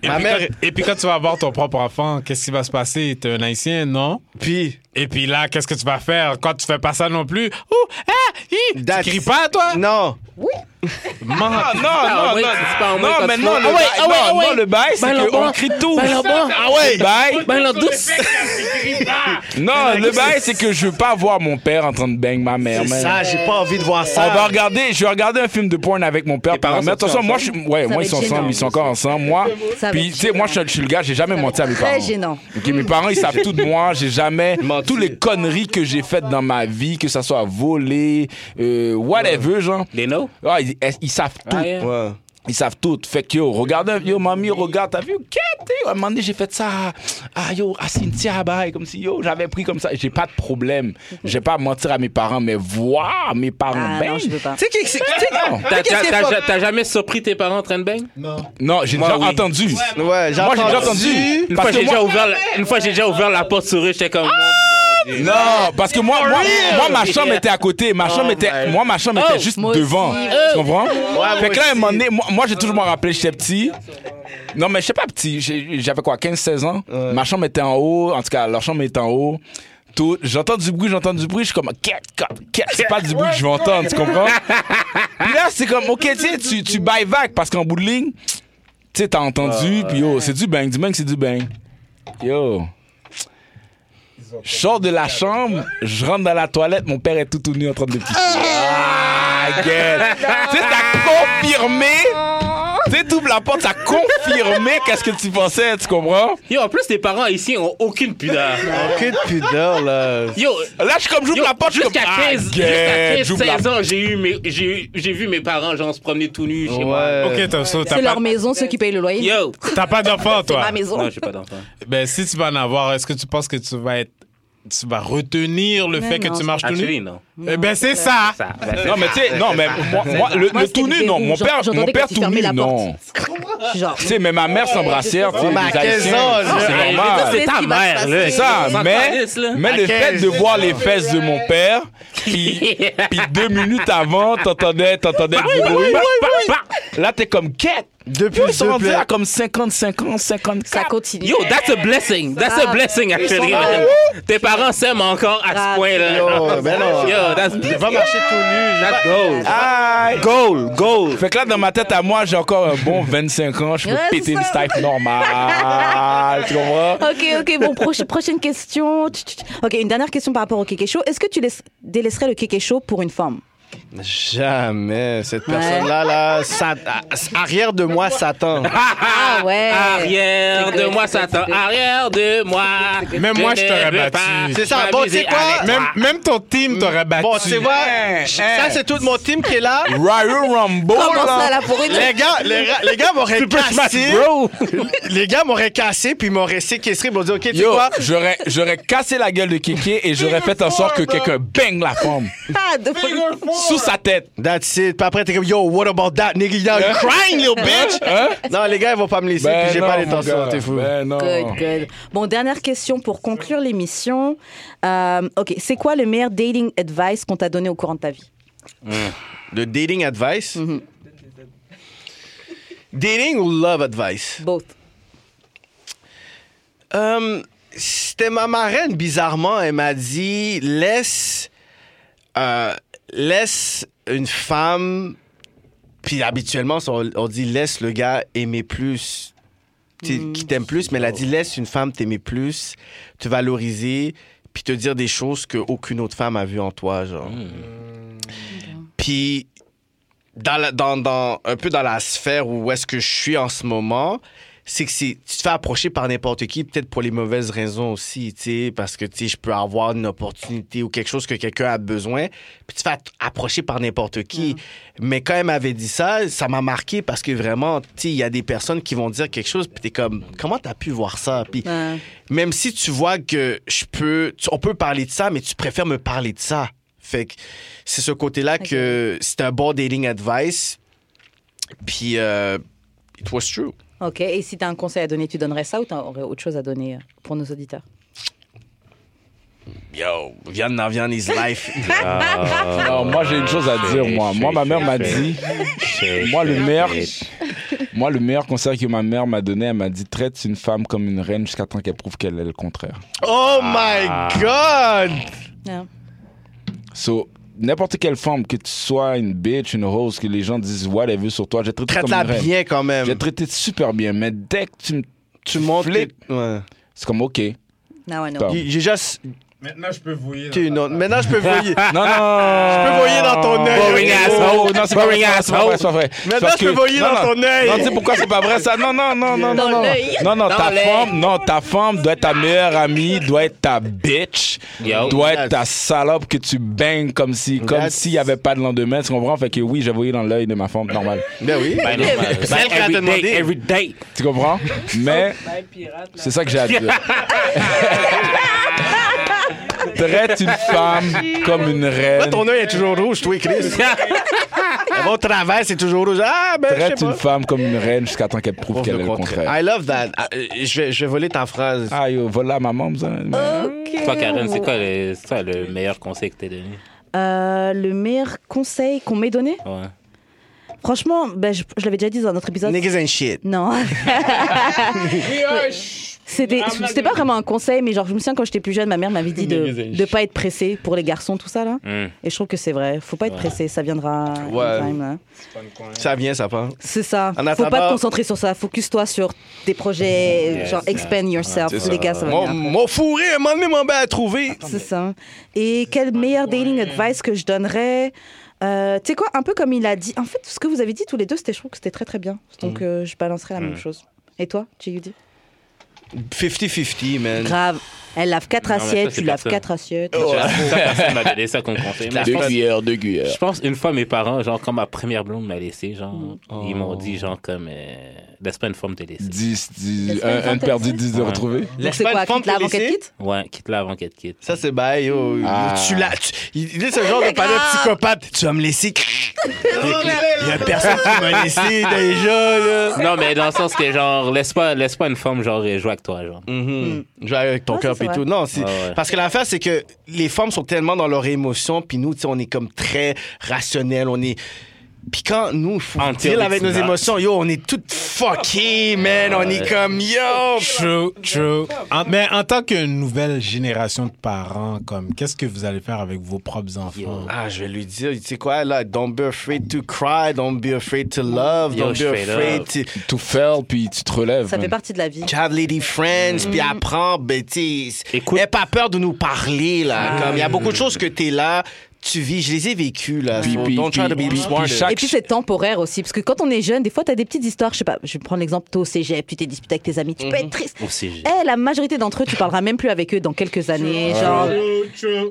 Speaker 4: Ma mère.
Speaker 6: Et puis quand tu vas avoir ton propre enfant, qu'est-ce qui va se passer? T'es un haïtien, non?
Speaker 4: Puis.
Speaker 6: Et puis là, qu'est-ce que tu vas faire quand tu fais pas ça non plus? Ouh, ah, hi,
Speaker 4: that's-
Speaker 6: tu cries pas, toi?
Speaker 5: Ah,
Speaker 4: Non.
Speaker 5: non, non, non. Non, mais non, le
Speaker 4: Ah ouais,
Speaker 5: bail-
Speaker 4: ah ouais, ah
Speaker 5: non,
Speaker 4: ouais.
Speaker 5: non, le bail, c'est qu'on crie tous.
Speaker 4: Ah ouais!
Speaker 5: Le bail- Ben Non, le bail, c'est que je veux pas voir mon père en train de bang ma mère.
Speaker 4: C'est
Speaker 5: man.
Speaker 4: ça, j'ai pas envie de voir
Speaker 5: On
Speaker 4: ça.
Speaker 5: va regarder, je vais regarder un film de porn avec mon père.
Speaker 3: parents
Speaker 5: par mais
Speaker 3: sont-ils
Speaker 5: attention, moi, je, ouais,
Speaker 2: Ça
Speaker 5: moi
Speaker 2: va
Speaker 5: ils sont
Speaker 2: être gênant.
Speaker 5: ensemble, ils sont encore ensemble. Moi,
Speaker 2: Ça va
Speaker 5: puis
Speaker 2: être
Speaker 5: tu sais, moi, je suis- je suis le gars, j'ai jamais menti à mes
Speaker 2: très
Speaker 5: parents.
Speaker 2: gênant.
Speaker 5: Ok, mes parents, ils savent tout de moi. J'ai jamais
Speaker 4: Menti.
Speaker 5: toutes les conneries que j'ai faites dans ma vie, que ça soit voler, euh, whatever, genre.
Speaker 3: They know?
Speaker 5: Ah, ils, ils savent tout.
Speaker 3: Ah, yeah.
Speaker 4: Ouais.
Speaker 5: Ils savent tout. Fait que yo, regarde, un- yo, mamie, regarde, t'as vu, qu'est-ce que t'es? un moment donné, j'ai fait ça. Ah, yo, à Cynthia, bye. Comme si, yo, j'avais pris comme ça. J'ai pas de problème.
Speaker 3: Mhm.
Speaker 5: J'ai pas à mentir à mes parents, mais voir mes parents,
Speaker 2: Ah
Speaker 5: ben.
Speaker 2: non, je veux pas.
Speaker 4: Tu sais qui c'est- tu sais-
Speaker 5: non.
Speaker 3: T'as- T'as t'as- t'as jamais surpris tes parents en train de baigner?
Speaker 5: Non, j'ai
Speaker 3: Moi,
Speaker 5: déjà
Speaker 3: oui.
Speaker 5: entendu.
Speaker 4: Ouais, j'ai
Speaker 5: Moi, j'ai déjà
Speaker 4: entendu.
Speaker 5: entendu.
Speaker 3: Une
Speaker 5: Parce
Speaker 3: fois,
Speaker 5: que
Speaker 3: j'ai déjà
Speaker 5: moi,
Speaker 3: ouvert la, une fois, j'ai déjà ouvert la porte sur eux, j'étais comme.
Speaker 5: Non, parce que moi, moi, moi, ma chambre était à côté. Ma chambre était,
Speaker 4: man.
Speaker 5: moi, ma chambre était juste
Speaker 2: Oh moi
Speaker 5: devant.
Speaker 2: aussi. Oh.
Speaker 5: Tu comprends? fait
Speaker 4: moi
Speaker 5: que là,
Speaker 4: aussi.
Speaker 5: à un moment donné, moi, moi, j'ai toujours m'en rappelé, j'étais petit. Non, mais je sais pas petit. j'ai- J'avais quoi, 15-16 ans? Ma chambre était en haut. En tout cas, leur chambre était en haut. Tout- J'entends du bruit, j'entends du bruit, je suis comme, Quête, quête, quête. c'est pas du bruit que je vais entendre, tu comprends? Puis là, c'est comme, ok, tu sais, tu, tu bailles vague parce qu'en bout de ligne, tu sais, t'as entendu, puis yo, c'est du bang, du bang, c'est du bang. Yo. Je sors de la chambre, je rentre dans la toilette, mon père est tout, tout nu en train de pisser. Ah, gueule. Tu sais, t'as confirmé. Tu sais, t'ouvres la porte, t'as confirmé qu'est-ce que tu pensais, tu comprends?
Speaker 3: Yo, en plus, tes parents ici ont aucune pudeur.
Speaker 4: Que de pudeur, là.
Speaker 3: Yo,
Speaker 5: Là, je suis comme, j'ouvre
Speaker 3: yo,
Speaker 5: la porte, je suis comme,
Speaker 3: jusqu'à
Speaker 5: ah,
Speaker 3: 15, jusqu'à
Speaker 5: gueule,
Speaker 3: 15,
Speaker 5: j'ouvre la
Speaker 3: 16 ans, j'ai eu mes- j'ai eu- j'ai vu mes parents genre se promener tout nus chez moi.
Speaker 6: Ah, Ok, t'as so, t'as
Speaker 2: Euh, C'est
Speaker 6: pas,
Speaker 2: leur maison, ceux qui payent le loyer.
Speaker 3: Yo.
Speaker 6: t'as pas d'enfant,
Speaker 2: C'est ma
Speaker 6: toi.
Speaker 2: maison.
Speaker 5: Ah,
Speaker 3: Non, j'ai pas d'enfant.
Speaker 6: Ben, si tu vas en avoir, est-ce que tu penses que tu vas être. Tu vas retenir le
Speaker 2: Mais
Speaker 6: fait
Speaker 2: non,
Speaker 6: que tu
Speaker 2: c'est-
Speaker 6: marches tout
Speaker 3: Actually,
Speaker 6: nu?
Speaker 3: non.
Speaker 6: Eh ben, c'est ça!
Speaker 3: Ça, ben, c'est-
Speaker 5: Non, mais tu sais, non, mais moi, moi, le,
Speaker 2: Moi,
Speaker 5: le
Speaker 2: c'était
Speaker 5: tout nu,
Speaker 2: le
Speaker 5: non.
Speaker 2: verrou.
Speaker 5: Mon père,
Speaker 2: J'entendais
Speaker 5: mon
Speaker 2: quand
Speaker 5: père
Speaker 2: il
Speaker 5: tout
Speaker 2: fermait
Speaker 5: nu,
Speaker 2: la
Speaker 5: non.
Speaker 2: Je suis Genre,
Speaker 5: Tu sais, mais ma mère s'embrassière, tu sais,
Speaker 4: Ouais,
Speaker 6: Bah,
Speaker 4: mais à
Speaker 5: les Haïtiens,
Speaker 4: 15 ans, je-
Speaker 5: c'est
Speaker 3: Hey,
Speaker 5: normal.
Speaker 3: mais
Speaker 2: C'est
Speaker 3: ta
Speaker 2: ce qui va
Speaker 3: mère,
Speaker 2: se
Speaker 3: là.
Speaker 2: passer.
Speaker 5: C'est ça,
Speaker 3: Sans
Speaker 5: mais,
Speaker 3: calice, là.
Speaker 5: mais le fait
Speaker 4: 15.
Speaker 5: de voir les fesses de mon père, puis, puis deux minutes avant, t'entendais, t'entendais du bruit. Bah, Là, t'es comme quête.
Speaker 4: Depuis
Speaker 5: Puis ils sont
Speaker 4: s'il te
Speaker 5: rendus
Speaker 4: plaît.
Speaker 5: à comme 55 ans, 54.
Speaker 2: ça continue.
Speaker 3: Yo, that's a blessing. That's a
Speaker 2: Ah.
Speaker 3: blessing, actually. man. Tes parents s'aiment encore à ce
Speaker 2: Grave.
Speaker 3: point-là.
Speaker 4: Yo, ben non.
Speaker 3: Yo, that's
Speaker 4: Va marcher tout nu.
Speaker 3: That
Speaker 2: Ah,
Speaker 3: goes.
Speaker 5: Aïe.
Speaker 4: Goal, goal.
Speaker 5: Fait que là, dans ma tête à moi, j'ai encore un bon 25 ans, je peux
Speaker 2: Ouais, c'est
Speaker 5: péter une
Speaker 2: ça.
Speaker 5: stack normale. Tu comprends?
Speaker 2: Ok, ok, bon, proche- prochaine question. Tch, tch, tch. Ok, une dernière question par rapport au kéké show. Est-ce que tu laisses- délaisserais le kéké show pour une femme
Speaker 4: Jamais. Cette personne-là, là, ça- à- arrière de moi, Satan.
Speaker 2: Ah ouais
Speaker 3: Arrière
Speaker 2: C'est
Speaker 3: de
Speaker 2: good,
Speaker 3: moi,
Speaker 2: c'est good,
Speaker 3: Satan.
Speaker 2: c'est good.
Speaker 3: Arrière de moi.
Speaker 6: Même moi, je t'aurais
Speaker 3: ne veux
Speaker 6: battu.
Speaker 3: pas
Speaker 4: C'est ça, bon, tu sais
Speaker 3: m'amuser
Speaker 4: quoi?
Speaker 3: avec toi.
Speaker 6: Même, même ton team t'aurait battu.
Speaker 4: Bon, tu vois, ça, c'est tout mon team qui est là.
Speaker 5: Royal Rumble,
Speaker 2: Comment
Speaker 5: Oh
Speaker 2: ça,
Speaker 5: là.
Speaker 2: là, pour une
Speaker 4: Les gars, les, ra- les gars m'auraient cassé.
Speaker 5: Bro.
Speaker 4: Les gars m'auraient cassé, puis ils m'auraient séquestré. Ils m'ont dit, OK, tu sais
Speaker 5: Yo,
Speaker 4: quoi?
Speaker 5: j'aurais, j'aurais cassé la gueule de Kéké et j'aurais fait en sorte que quelqu'un bang la femme
Speaker 2: Ah, de
Speaker 5: sous sa tête.
Speaker 4: That's it. Puis après, t'es comme, yo, what about that, nigga? Now you're crying, little bitch.
Speaker 5: Hein?
Speaker 4: Non, les gars, ils vont pas me laisser, puis j'ai
Speaker 5: Ben non,
Speaker 4: pas
Speaker 5: mon
Speaker 4: l'intention,
Speaker 5: gars.
Speaker 4: t'es fou.
Speaker 5: Ben non.
Speaker 2: Good, good. Bon, dernière question pour conclure l'émission. Euh, ok, c'est quoi le meilleur dating advice qu'on t'a donné au courant de ta vie
Speaker 4: Le dating advice? Dating ou love advice?
Speaker 2: Both.
Speaker 4: Hum, C'était ma marraine, bizarrement. Elle m'a dit laisse, euh, laisse une femme. Puis habituellement, on, on dit laisse le gars aimer plus, t'sais, qui t'aime plus. Mais elle a dit laisse une femme t'aimer plus, te valoriser, puis te dire des choses qu'aucune autre femme a vues en toi. Genre. Puis dans, la- dans, dans- un peu dans la sphère où est-ce que je suis en ce moment, c'est que c'est- tu te fais approcher par n'importe qui, peut-être pour les mauvaises raisons aussi, tu sais, parce que tu sais, je peux avoir une opportunité ou quelque chose que quelqu'un a besoin, puis tu te fais at- approcher par n'importe qui. Mais quand elle m'avait dit ça, ça m'a marqué parce que vraiment, tu sais, il y a des personnes qui vont dire quelque chose, puis t'es comme, comment t'as pu voir ça? Puis
Speaker 2: Ouais.
Speaker 4: même si tu vois que je peux, tu- on peut parler de ça, mais tu préfères me parler de ça. Fait que c'est ce côté-là que c'est un bon dating advice. Puis, euh, it was true.
Speaker 2: Ok, et si t'as un conseil à donner, tu donnerais ça ou t'aurais autre chose à donner euh, pour nos auditeurs
Speaker 4: Yo, viens now, viens is life.
Speaker 5: Non, moi j'ai une chose à dire moi. Moi ma mère m'a dit moi le meilleur moi le meilleur conseil que ma mère m'a donné, elle m'a dit traite une femme comme une reine jusqu'à temps qu'elle prouve qu'elle est le contraire.
Speaker 4: oh my God!
Speaker 2: Non.
Speaker 5: So n'importe quelle femme que tu sois une bitch, une rose que les gens disent what elle veut sur toi, j'ai traité comme une
Speaker 4: Traite-la
Speaker 5: reine.
Speaker 4: bien quand
Speaker 5: J'ai
Speaker 4: même.
Speaker 5: traité super bien, mais dès que tu me
Speaker 4: Tu montres.
Speaker 5: Flip.
Speaker 4: que- Ouais.
Speaker 5: c'est comme OK.
Speaker 2: Now I know.
Speaker 5: Top.
Speaker 4: J'ai juste.
Speaker 6: Maintenant, je peux vous
Speaker 4: une autre. Maintenant, je peux voyer.
Speaker 5: Non non. Je
Speaker 4: peux voyer dans ton œil.
Speaker 5: Boring asshole. oh, Non, c'est pas
Speaker 3: Boring
Speaker 5: vrai, c'est pas vrai, c'est pas vrai. C'est
Speaker 4: Maintenant,
Speaker 5: parce
Speaker 4: je peux
Speaker 5: que-
Speaker 4: voyer
Speaker 5: non,
Speaker 4: dans
Speaker 5: non.
Speaker 4: ton œil.
Speaker 5: Non, tu sais pourquoi c'est pas vrai ça Non, non, non, non, non,
Speaker 2: Dans
Speaker 5: non.
Speaker 2: l'œil.
Speaker 5: Non, non, ta
Speaker 3: l'œil.
Speaker 5: femme, non, ta femme doit être ta meilleure amie, doit être ta bitch,
Speaker 3: Yo.
Speaker 5: doit être ta salope que tu baignes comme si, comme
Speaker 4: That's-
Speaker 5: s'il y avait pas de lendemain, tu comprends Fait que oui, j'ai voyé dans l'œil de ma femme, normal.
Speaker 4: Ben oui.
Speaker 3: Ben, normal.
Speaker 4: C'est elle qui a
Speaker 3: every
Speaker 4: te demandé.
Speaker 3: day, every day.
Speaker 5: Tu comprends Mais c'est ça que j'ai à dire. Traite une femme comme une
Speaker 4: Là,
Speaker 5: reine
Speaker 4: ton œil est toujours rouge, toi, Chris. Mon travers, c'est toujours rouge. Ah, ben, je sais
Speaker 5: Traite
Speaker 4: pas.
Speaker 5: une femme comme une reine jusqu'à temps qu'elle prouve
Speaker 4: Prouve
Speaker 5: qu'elle
Speaker 4: le
Speaker 5: est le contraire.
Speaker 4: I love that. Ah, euh, Je vais, je vais voler ta phrase.
Speaker 5: Ah, yo, voilà ma maman. ça.
Speaker 3: Toi, Karen, c'est quoi, le, c'est quoi le meilleur conseil que t'es donné?
Speaker 2: Euh, le meilleur conseil qu'on m'ait donné
Speaker 3: Ouais.
Speaker 2: Franchement, ben, je, je l'avais déjà dit dans notre épisode.
Speaker 4: Niggas and shit.
Speaker 2: Non. C'était c'était pas vraiment un conseil, mais genre, je me souviens quand j'étais plus jeune, ma mère m'avait dit de ne pas être pressé pour les garçons, tout ça là.
Speaker 3: Hum.
Speaker 2: Et je trouve que c'est vrai. Faut pas être
Speaker 3: Ouais.
Speaker 2: pressé, ça viendra.
Speaker 4: Ouais.
Speaker 2: in time, là.
Speaker 4: Ça vient, ça part.
Speaker 2: C'est ça.
Speaker 4: En
Speaker 2: Faut
Speaker 4: attendant-
Speaker 2: pas te concentrer sur ça. Focus-toi sur tes projets,
Speaker 3: Yes.
Speaker 2: genre expand yourself.
Speaker 5: C'est ça.
Speaker 2: les gars, ça va
Speaker 4: Mon,
Speaker 2: bien.
Speaker 4: mon fourré, un moment donné, mon bain à trouver.
Speaker 2: C'est ça. Et quel meilleur dating advice que je donnerais Euh, Tu sais quoi, un peu comme il a dit. En fait, ce que vous avez dit tous les deux, c'était, je trouve que c'était très très bien. Donc euh, je balancerai la même chose. Et toi, J.U.D.
Speaker 4: 50-50, man.
Speaker 2: Grave. Elle lave quatre
Speaker 3: Non, mais ça,
Speaker 2: assiettes,
Speaker 3: c'est
Speaker 2: tu laves
Speaker 3: personne.
Speaker 2: quatre assiettes.
Speaker 3: Ça, personne m'a donné ça comme conseil. Mais je pense-
Speaker 5: cuillères, deux cuillères.
Speaker 3: Je pense une fois mes parents, genre quand ma première blonde m'a laissé, genre
Speaker 4: Oh.
Speaker 3: ils m'ont dit genre comme euh, laisse pas une forme te laisser.
Speaker 5: 10,
Speaker 2: Laisse
Speaker 5: 10,
Speaker 2: pas une
Speaker 5: un, un
Speaker 2: femme
Speaker 5: de perdu,
Speaker 2: t'aider.
Speaker 5: 10 de
Speaker 3: Ouais.
Speaker 5: retrouvé.
Speaker 2: Donc
Speaker 4: Laisse
Speaker 2: c'est
Speaker 4: pas
Speaker 2: quoi,
Speaker 4: une femme
Speaker 2: quitte la
Speaker 4: te
Speaker 2: avant qu'elle
Speaker 4: laisser?
Speaker 2: quitte
Speaker 3: Ouais, quitte la avant qu'elle te quitte.
Speaker 4: Ça, c'est bail, yo.
Speaker 5: Ah.
Speaker 4: Tu l'as. tu- Il il est ce genre de panneau psychopathe. Tu vas me laisser. Il y a personne qui m'a laissé déjà, là.
Speaker 3: Non mais dans le sens que genre laisse pas laisse pas une femme genre euh, jouer avec toi genre.
Speaker 4: Mhm. Jouer avec ton
Speaker 2: Mm. Ouais,
Speaker 4: cœur
Speaker 2: c'est
Speaker 4: et
Speaker 2: vrai.
Speaker 4: tout. Non, c'est
Speaker 3: Ouais, Ah ouais.
Speaker 4: parce que l'affaire c'est que les femmes sont tellement dans leurs émotions, puis nous, tu sais, on est comme très rationnel, on est. Puis quand nous, il faut
Speaker 3: Until
Speaker 4: deal avec
Speaker 3: it's
Speaker 4: nos
Speaker 3: not.
Speaker 4: émotions, yo, on est toutes fuckées, man. On est comme yo.
Speaker 6: True, true. En- mais en tant que nouvelle génération de parents, comme qu'est-ce que vous allez faire avec vos propres
Speaker 3: Mm.
Speaker 6: enfants
Speaker 4: Ah, je vais lui dire, tu sais quoi, là, don't be afraid to cry, don't be afraid to love,
Speaker 3: Yo,
Speaker 4: don't
Speaker 3: je
Speaker 4: be
Speaker 3: fais
Speaker 4: afraid
Speaker 3: là.
Speaker 4: to
Speaker 5: Tout fell, puis tu te relèves.
Speaker 2: Ça fait
Speaker 5: man.
Speaker 2: partie de la vie.
Speaker 4: to have lady friends, puis apprends, ben, tu sais,
Speaker 3: Écoute.
Speaker 4: aie pas peur de nous parler, là.
Speaker 5: Ah.
Speaker 4: Comme, il y a beaucoup de choses que t'es là, tu vis, je les ai vécues, là.
Speaker 5: Puis-
Speaker 4: So
Speaker 5: puis-
Speaker 4: don't try to
Speaker 5: puis-
Speaker 4: be
Speaker 5: puis
Speaker 4: smarter.
Speaker 5: chaque-
Speaker 2: Et puis c'est temporaire aussi, parce que quand on est jeune, des fois t'as des petites histoires, je sais pas, je vais prendre l'exemple, toi au cégep, tu t'es disputé avec tes amis, tu peux
Speaker 3: Mhm.
Speaker 2: être triste.
Speaker 3: Au CG.
Speaker 2: Eh, la majorité d'entre eux, tu parleras même plus avec eux dans quelques années. Genre,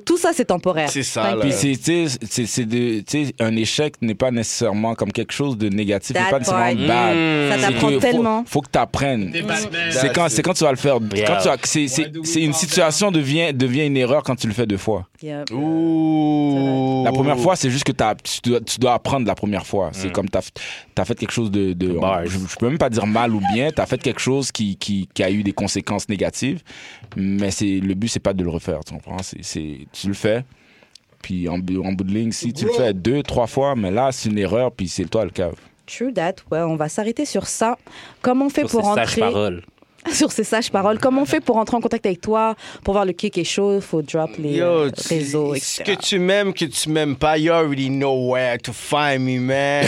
Speaker 2: tout ça c'est temporaire.
Speaker 4: C'est ça,
Speaker 2: T'inquiète.
Speaker 4: là.
Speaker 5: Puis c'est, tu sais, c'est, c'est de, tu sais, un échec n'est pas nécessairement comme quelque chose de négatif, n'est
Speaker 2: That
Speaker 5: pas nécessairement
Speaker 2: part.
Speaker 5: bad.
Speaker 3: Mmh.
Speaker 2: Ça
Speaker 5: C'est
Speaker 2: t'apprend
Speaker 5: que faut-
Speaker 2: tellement.
Speaker 5: Faut, que t'apprennes. C'est quand, c'est quand tu vas le faire.
Speaker 3: Yeah.
Speaker 5: Quand tu vas- c'est, c'est, c'est une situation devient, devient une erreur quand tu le fais deux fois.
Speaker 2: Yeah.
Speaker 4: Ouh.
Speaker 5: La première fois, c'est juste que t'as- tu, dois, tu dois apprendre la première fois. C'est comme t'as, as fait quelque chose de, de-
Speaker 3: Bars.
Speaker 5: je, je peux même pas dire mal ou bien. T'as fait quelque chose qui, qui, qui a eu des conséquences négatives, mais c'est le but, c'est pas de le refaire. Tu comprends C'est, c'est- tu le fais. Puis en, bu- en bout de ligne, si tu le fais deux, trois fois, mais là, c'est une erreur, puis c'est toi le cave.
Speaker 2: True that. Ouais, on va s'arrêter sur ça. Comment on fait pour
Speaker 3: Sur ces sages
Speaker 2: entrer
Speaker 3: paroles.
Speaker 2: sur ces sages paroles Comment on fait pour entrer en contact avec toi Pour voir le kick est chaud, faut drop les
Speaker 4: Yo,
Speaker 2: euh,
Speaker 4: tu-
Speaker 2: réseaux,
Speaker 4: ce
Speaker 2: etc.
Speaker 4: que tu m'aimes, que tu m'aimes pas, you already know where to find me, man.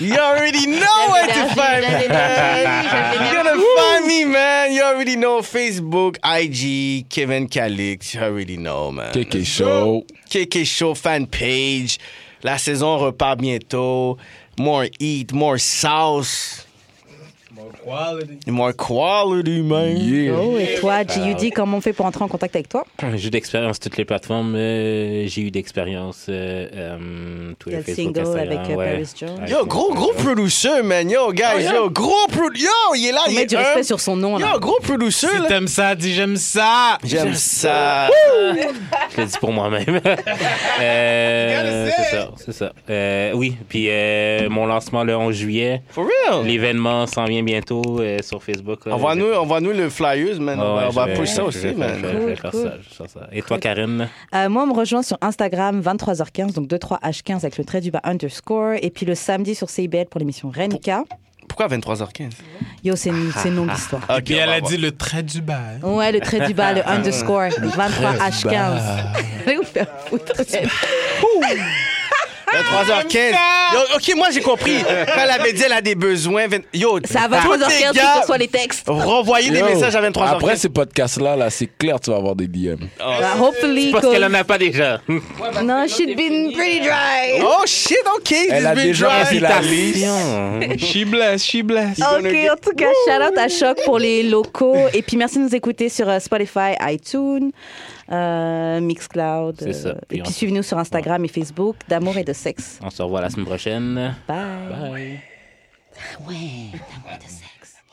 Speaker 4: you already know where to find me, man. You're gonna find me, man. You already know Facebook, IG, Kevin Calix. You already know, man.
Speaker 5: Kéké show.
Speaker 4: KK Show fan page. La saison repart bientôt. More eat, more sauce. More quality, man.
Speaker 5: Yeah.
Speaker 2: Oh, et toi, J.U.D., comment on fait pour entrer en contact avec toi
Speaker 3: J'ai eu d'expérience toutes les plateformes. euh, j'ai eu d'expérience euh, euh,
Speaker 2: Il y a
Speaker 3: Twitter,
Speaker 2: le
Speaker 3: Facebook,
Speaker 2: single
Speaker 3: Instagram.
Speaker 2: avec euh,
Speaker 3: ouais.
Speaker 2: Paris Jones.
Speaker 3: Ouais,
Speaker 4: Yo, gros, gros producer, man. Yo,
Speaker 3: Oh,
Speaker 4: guys, yo, gros producer. Yo, il est là,
Speaker 2: Faut
Speaker 4: il est
Speaker 2: mettre du
Speaker 4: humble.
Speaker 2: respect sur son nom. là.
Speaker 4: euh, Yo, gros producer,
Speaker 6: Si
Speaker 4: là.
Speaker 6: t'aimes ça, dis j'aime ça.
Speaker 4: J'aime ça.
Speaker 3: Je le dis pour moi-même. Euh,
Speaker 4: Gotta
Speaker 3: c'est
Speaker 4: say.
Speaker 3: ça, c'est ça. Euh, oui, puis euh, mon lancement le 11 juillet.
Speaker 4: For real.
Speaker 3: L'événement s'en vient bientôt euh, sur Facebook. là.
Speaker 4: Envoie-nous, envoie-nous le flyers, man.
Speaker 3: Ah ouais,
Speaker 4: on va- on va
Speaker 3: je vais-
Speaker 4: push ça
Speaker 3: je
Speaker 4: aussi,
Speaker 3: vais faire- je
Speaker 4: man.
Speaker 3: vais- je vais
Speaker 2: Cool,
Speaker 3: faire
Speaker 2: cool.
Speaker 3: ça, je vais faire ça. Et toi, Karine?
Speaker 2: Euh, moi, on me rejoint sur Instagram 23h15, donc 23h15 avec le trait du bas underscore. Et puis le samedi sur CIBL pour l'émission Renka.
Speaker 4: Pourquoi 23h15?
Speaker 2: Yo, c'est une, c'est une longue histoire.
Speaker 4: Ok,
Speaker 6: Puis
Speaker 4: on
Speaker 6: elle
Speaker 4: va
Speaker 6: a
Speaker 4: voir.
Speaker 6: dit le trait du bas. hein.
Speaker 2: Ouais, le trait du bas, le underscore, 23H15. Allez vous faire foutre.
Speaker 4: 23h15.
Speaker 3: Ah!
Speaker 4: Yo, ok, moi j'ai compris. Quand elle avait dit elle a des besoins. vingt- Yo,
Speaker 2: C'est à
Speaker 4: tous les
Speaker 2: 23h15
Speaker 4: gars,
Speaker 2: que tu reçois les textes.
Speaker 4: Renvoyez des
Speaker 5: Yo.
Speaker 4: messages à 23h15.
Speaker 5: Après ces podcasts-là, là, c'est clair, tu vas avoir des DM.
Speaker 2: Bah, hopefully,
Speaker 3: Parce
Speaker 2: que-
Speaker 3: qu'elle en a pas déjà.
Speaker 2: non, she's been pretty dry.
Speaker 4: Oh shit, ok.
Speaker 5: Elle a déjà rempli la liste.
Speaker 3: Félicitations.
Speaker 6: She bless, she bless.
Speaker 2: Ok, en tout cas, shout out à Choc pour les locaux. Et puis merci de nous écouter sur euh, Spotify, iTunes, euh, Mixcloud.
Speaker 3: C'est ça.
Speaker 2: euh,
Speaker 3: Puis
Speaker 2: et
Speaker 3: on-
Speaker 2: puis suivez-nous sur Instagram et Facebook d'amour et de sexe.
Speaker 3: On se revoit la semaine prochaine.
Speaker 2: Bye.
Speaker 3: Bye.
Speaker 2: Ouais, d'amour et de sexe.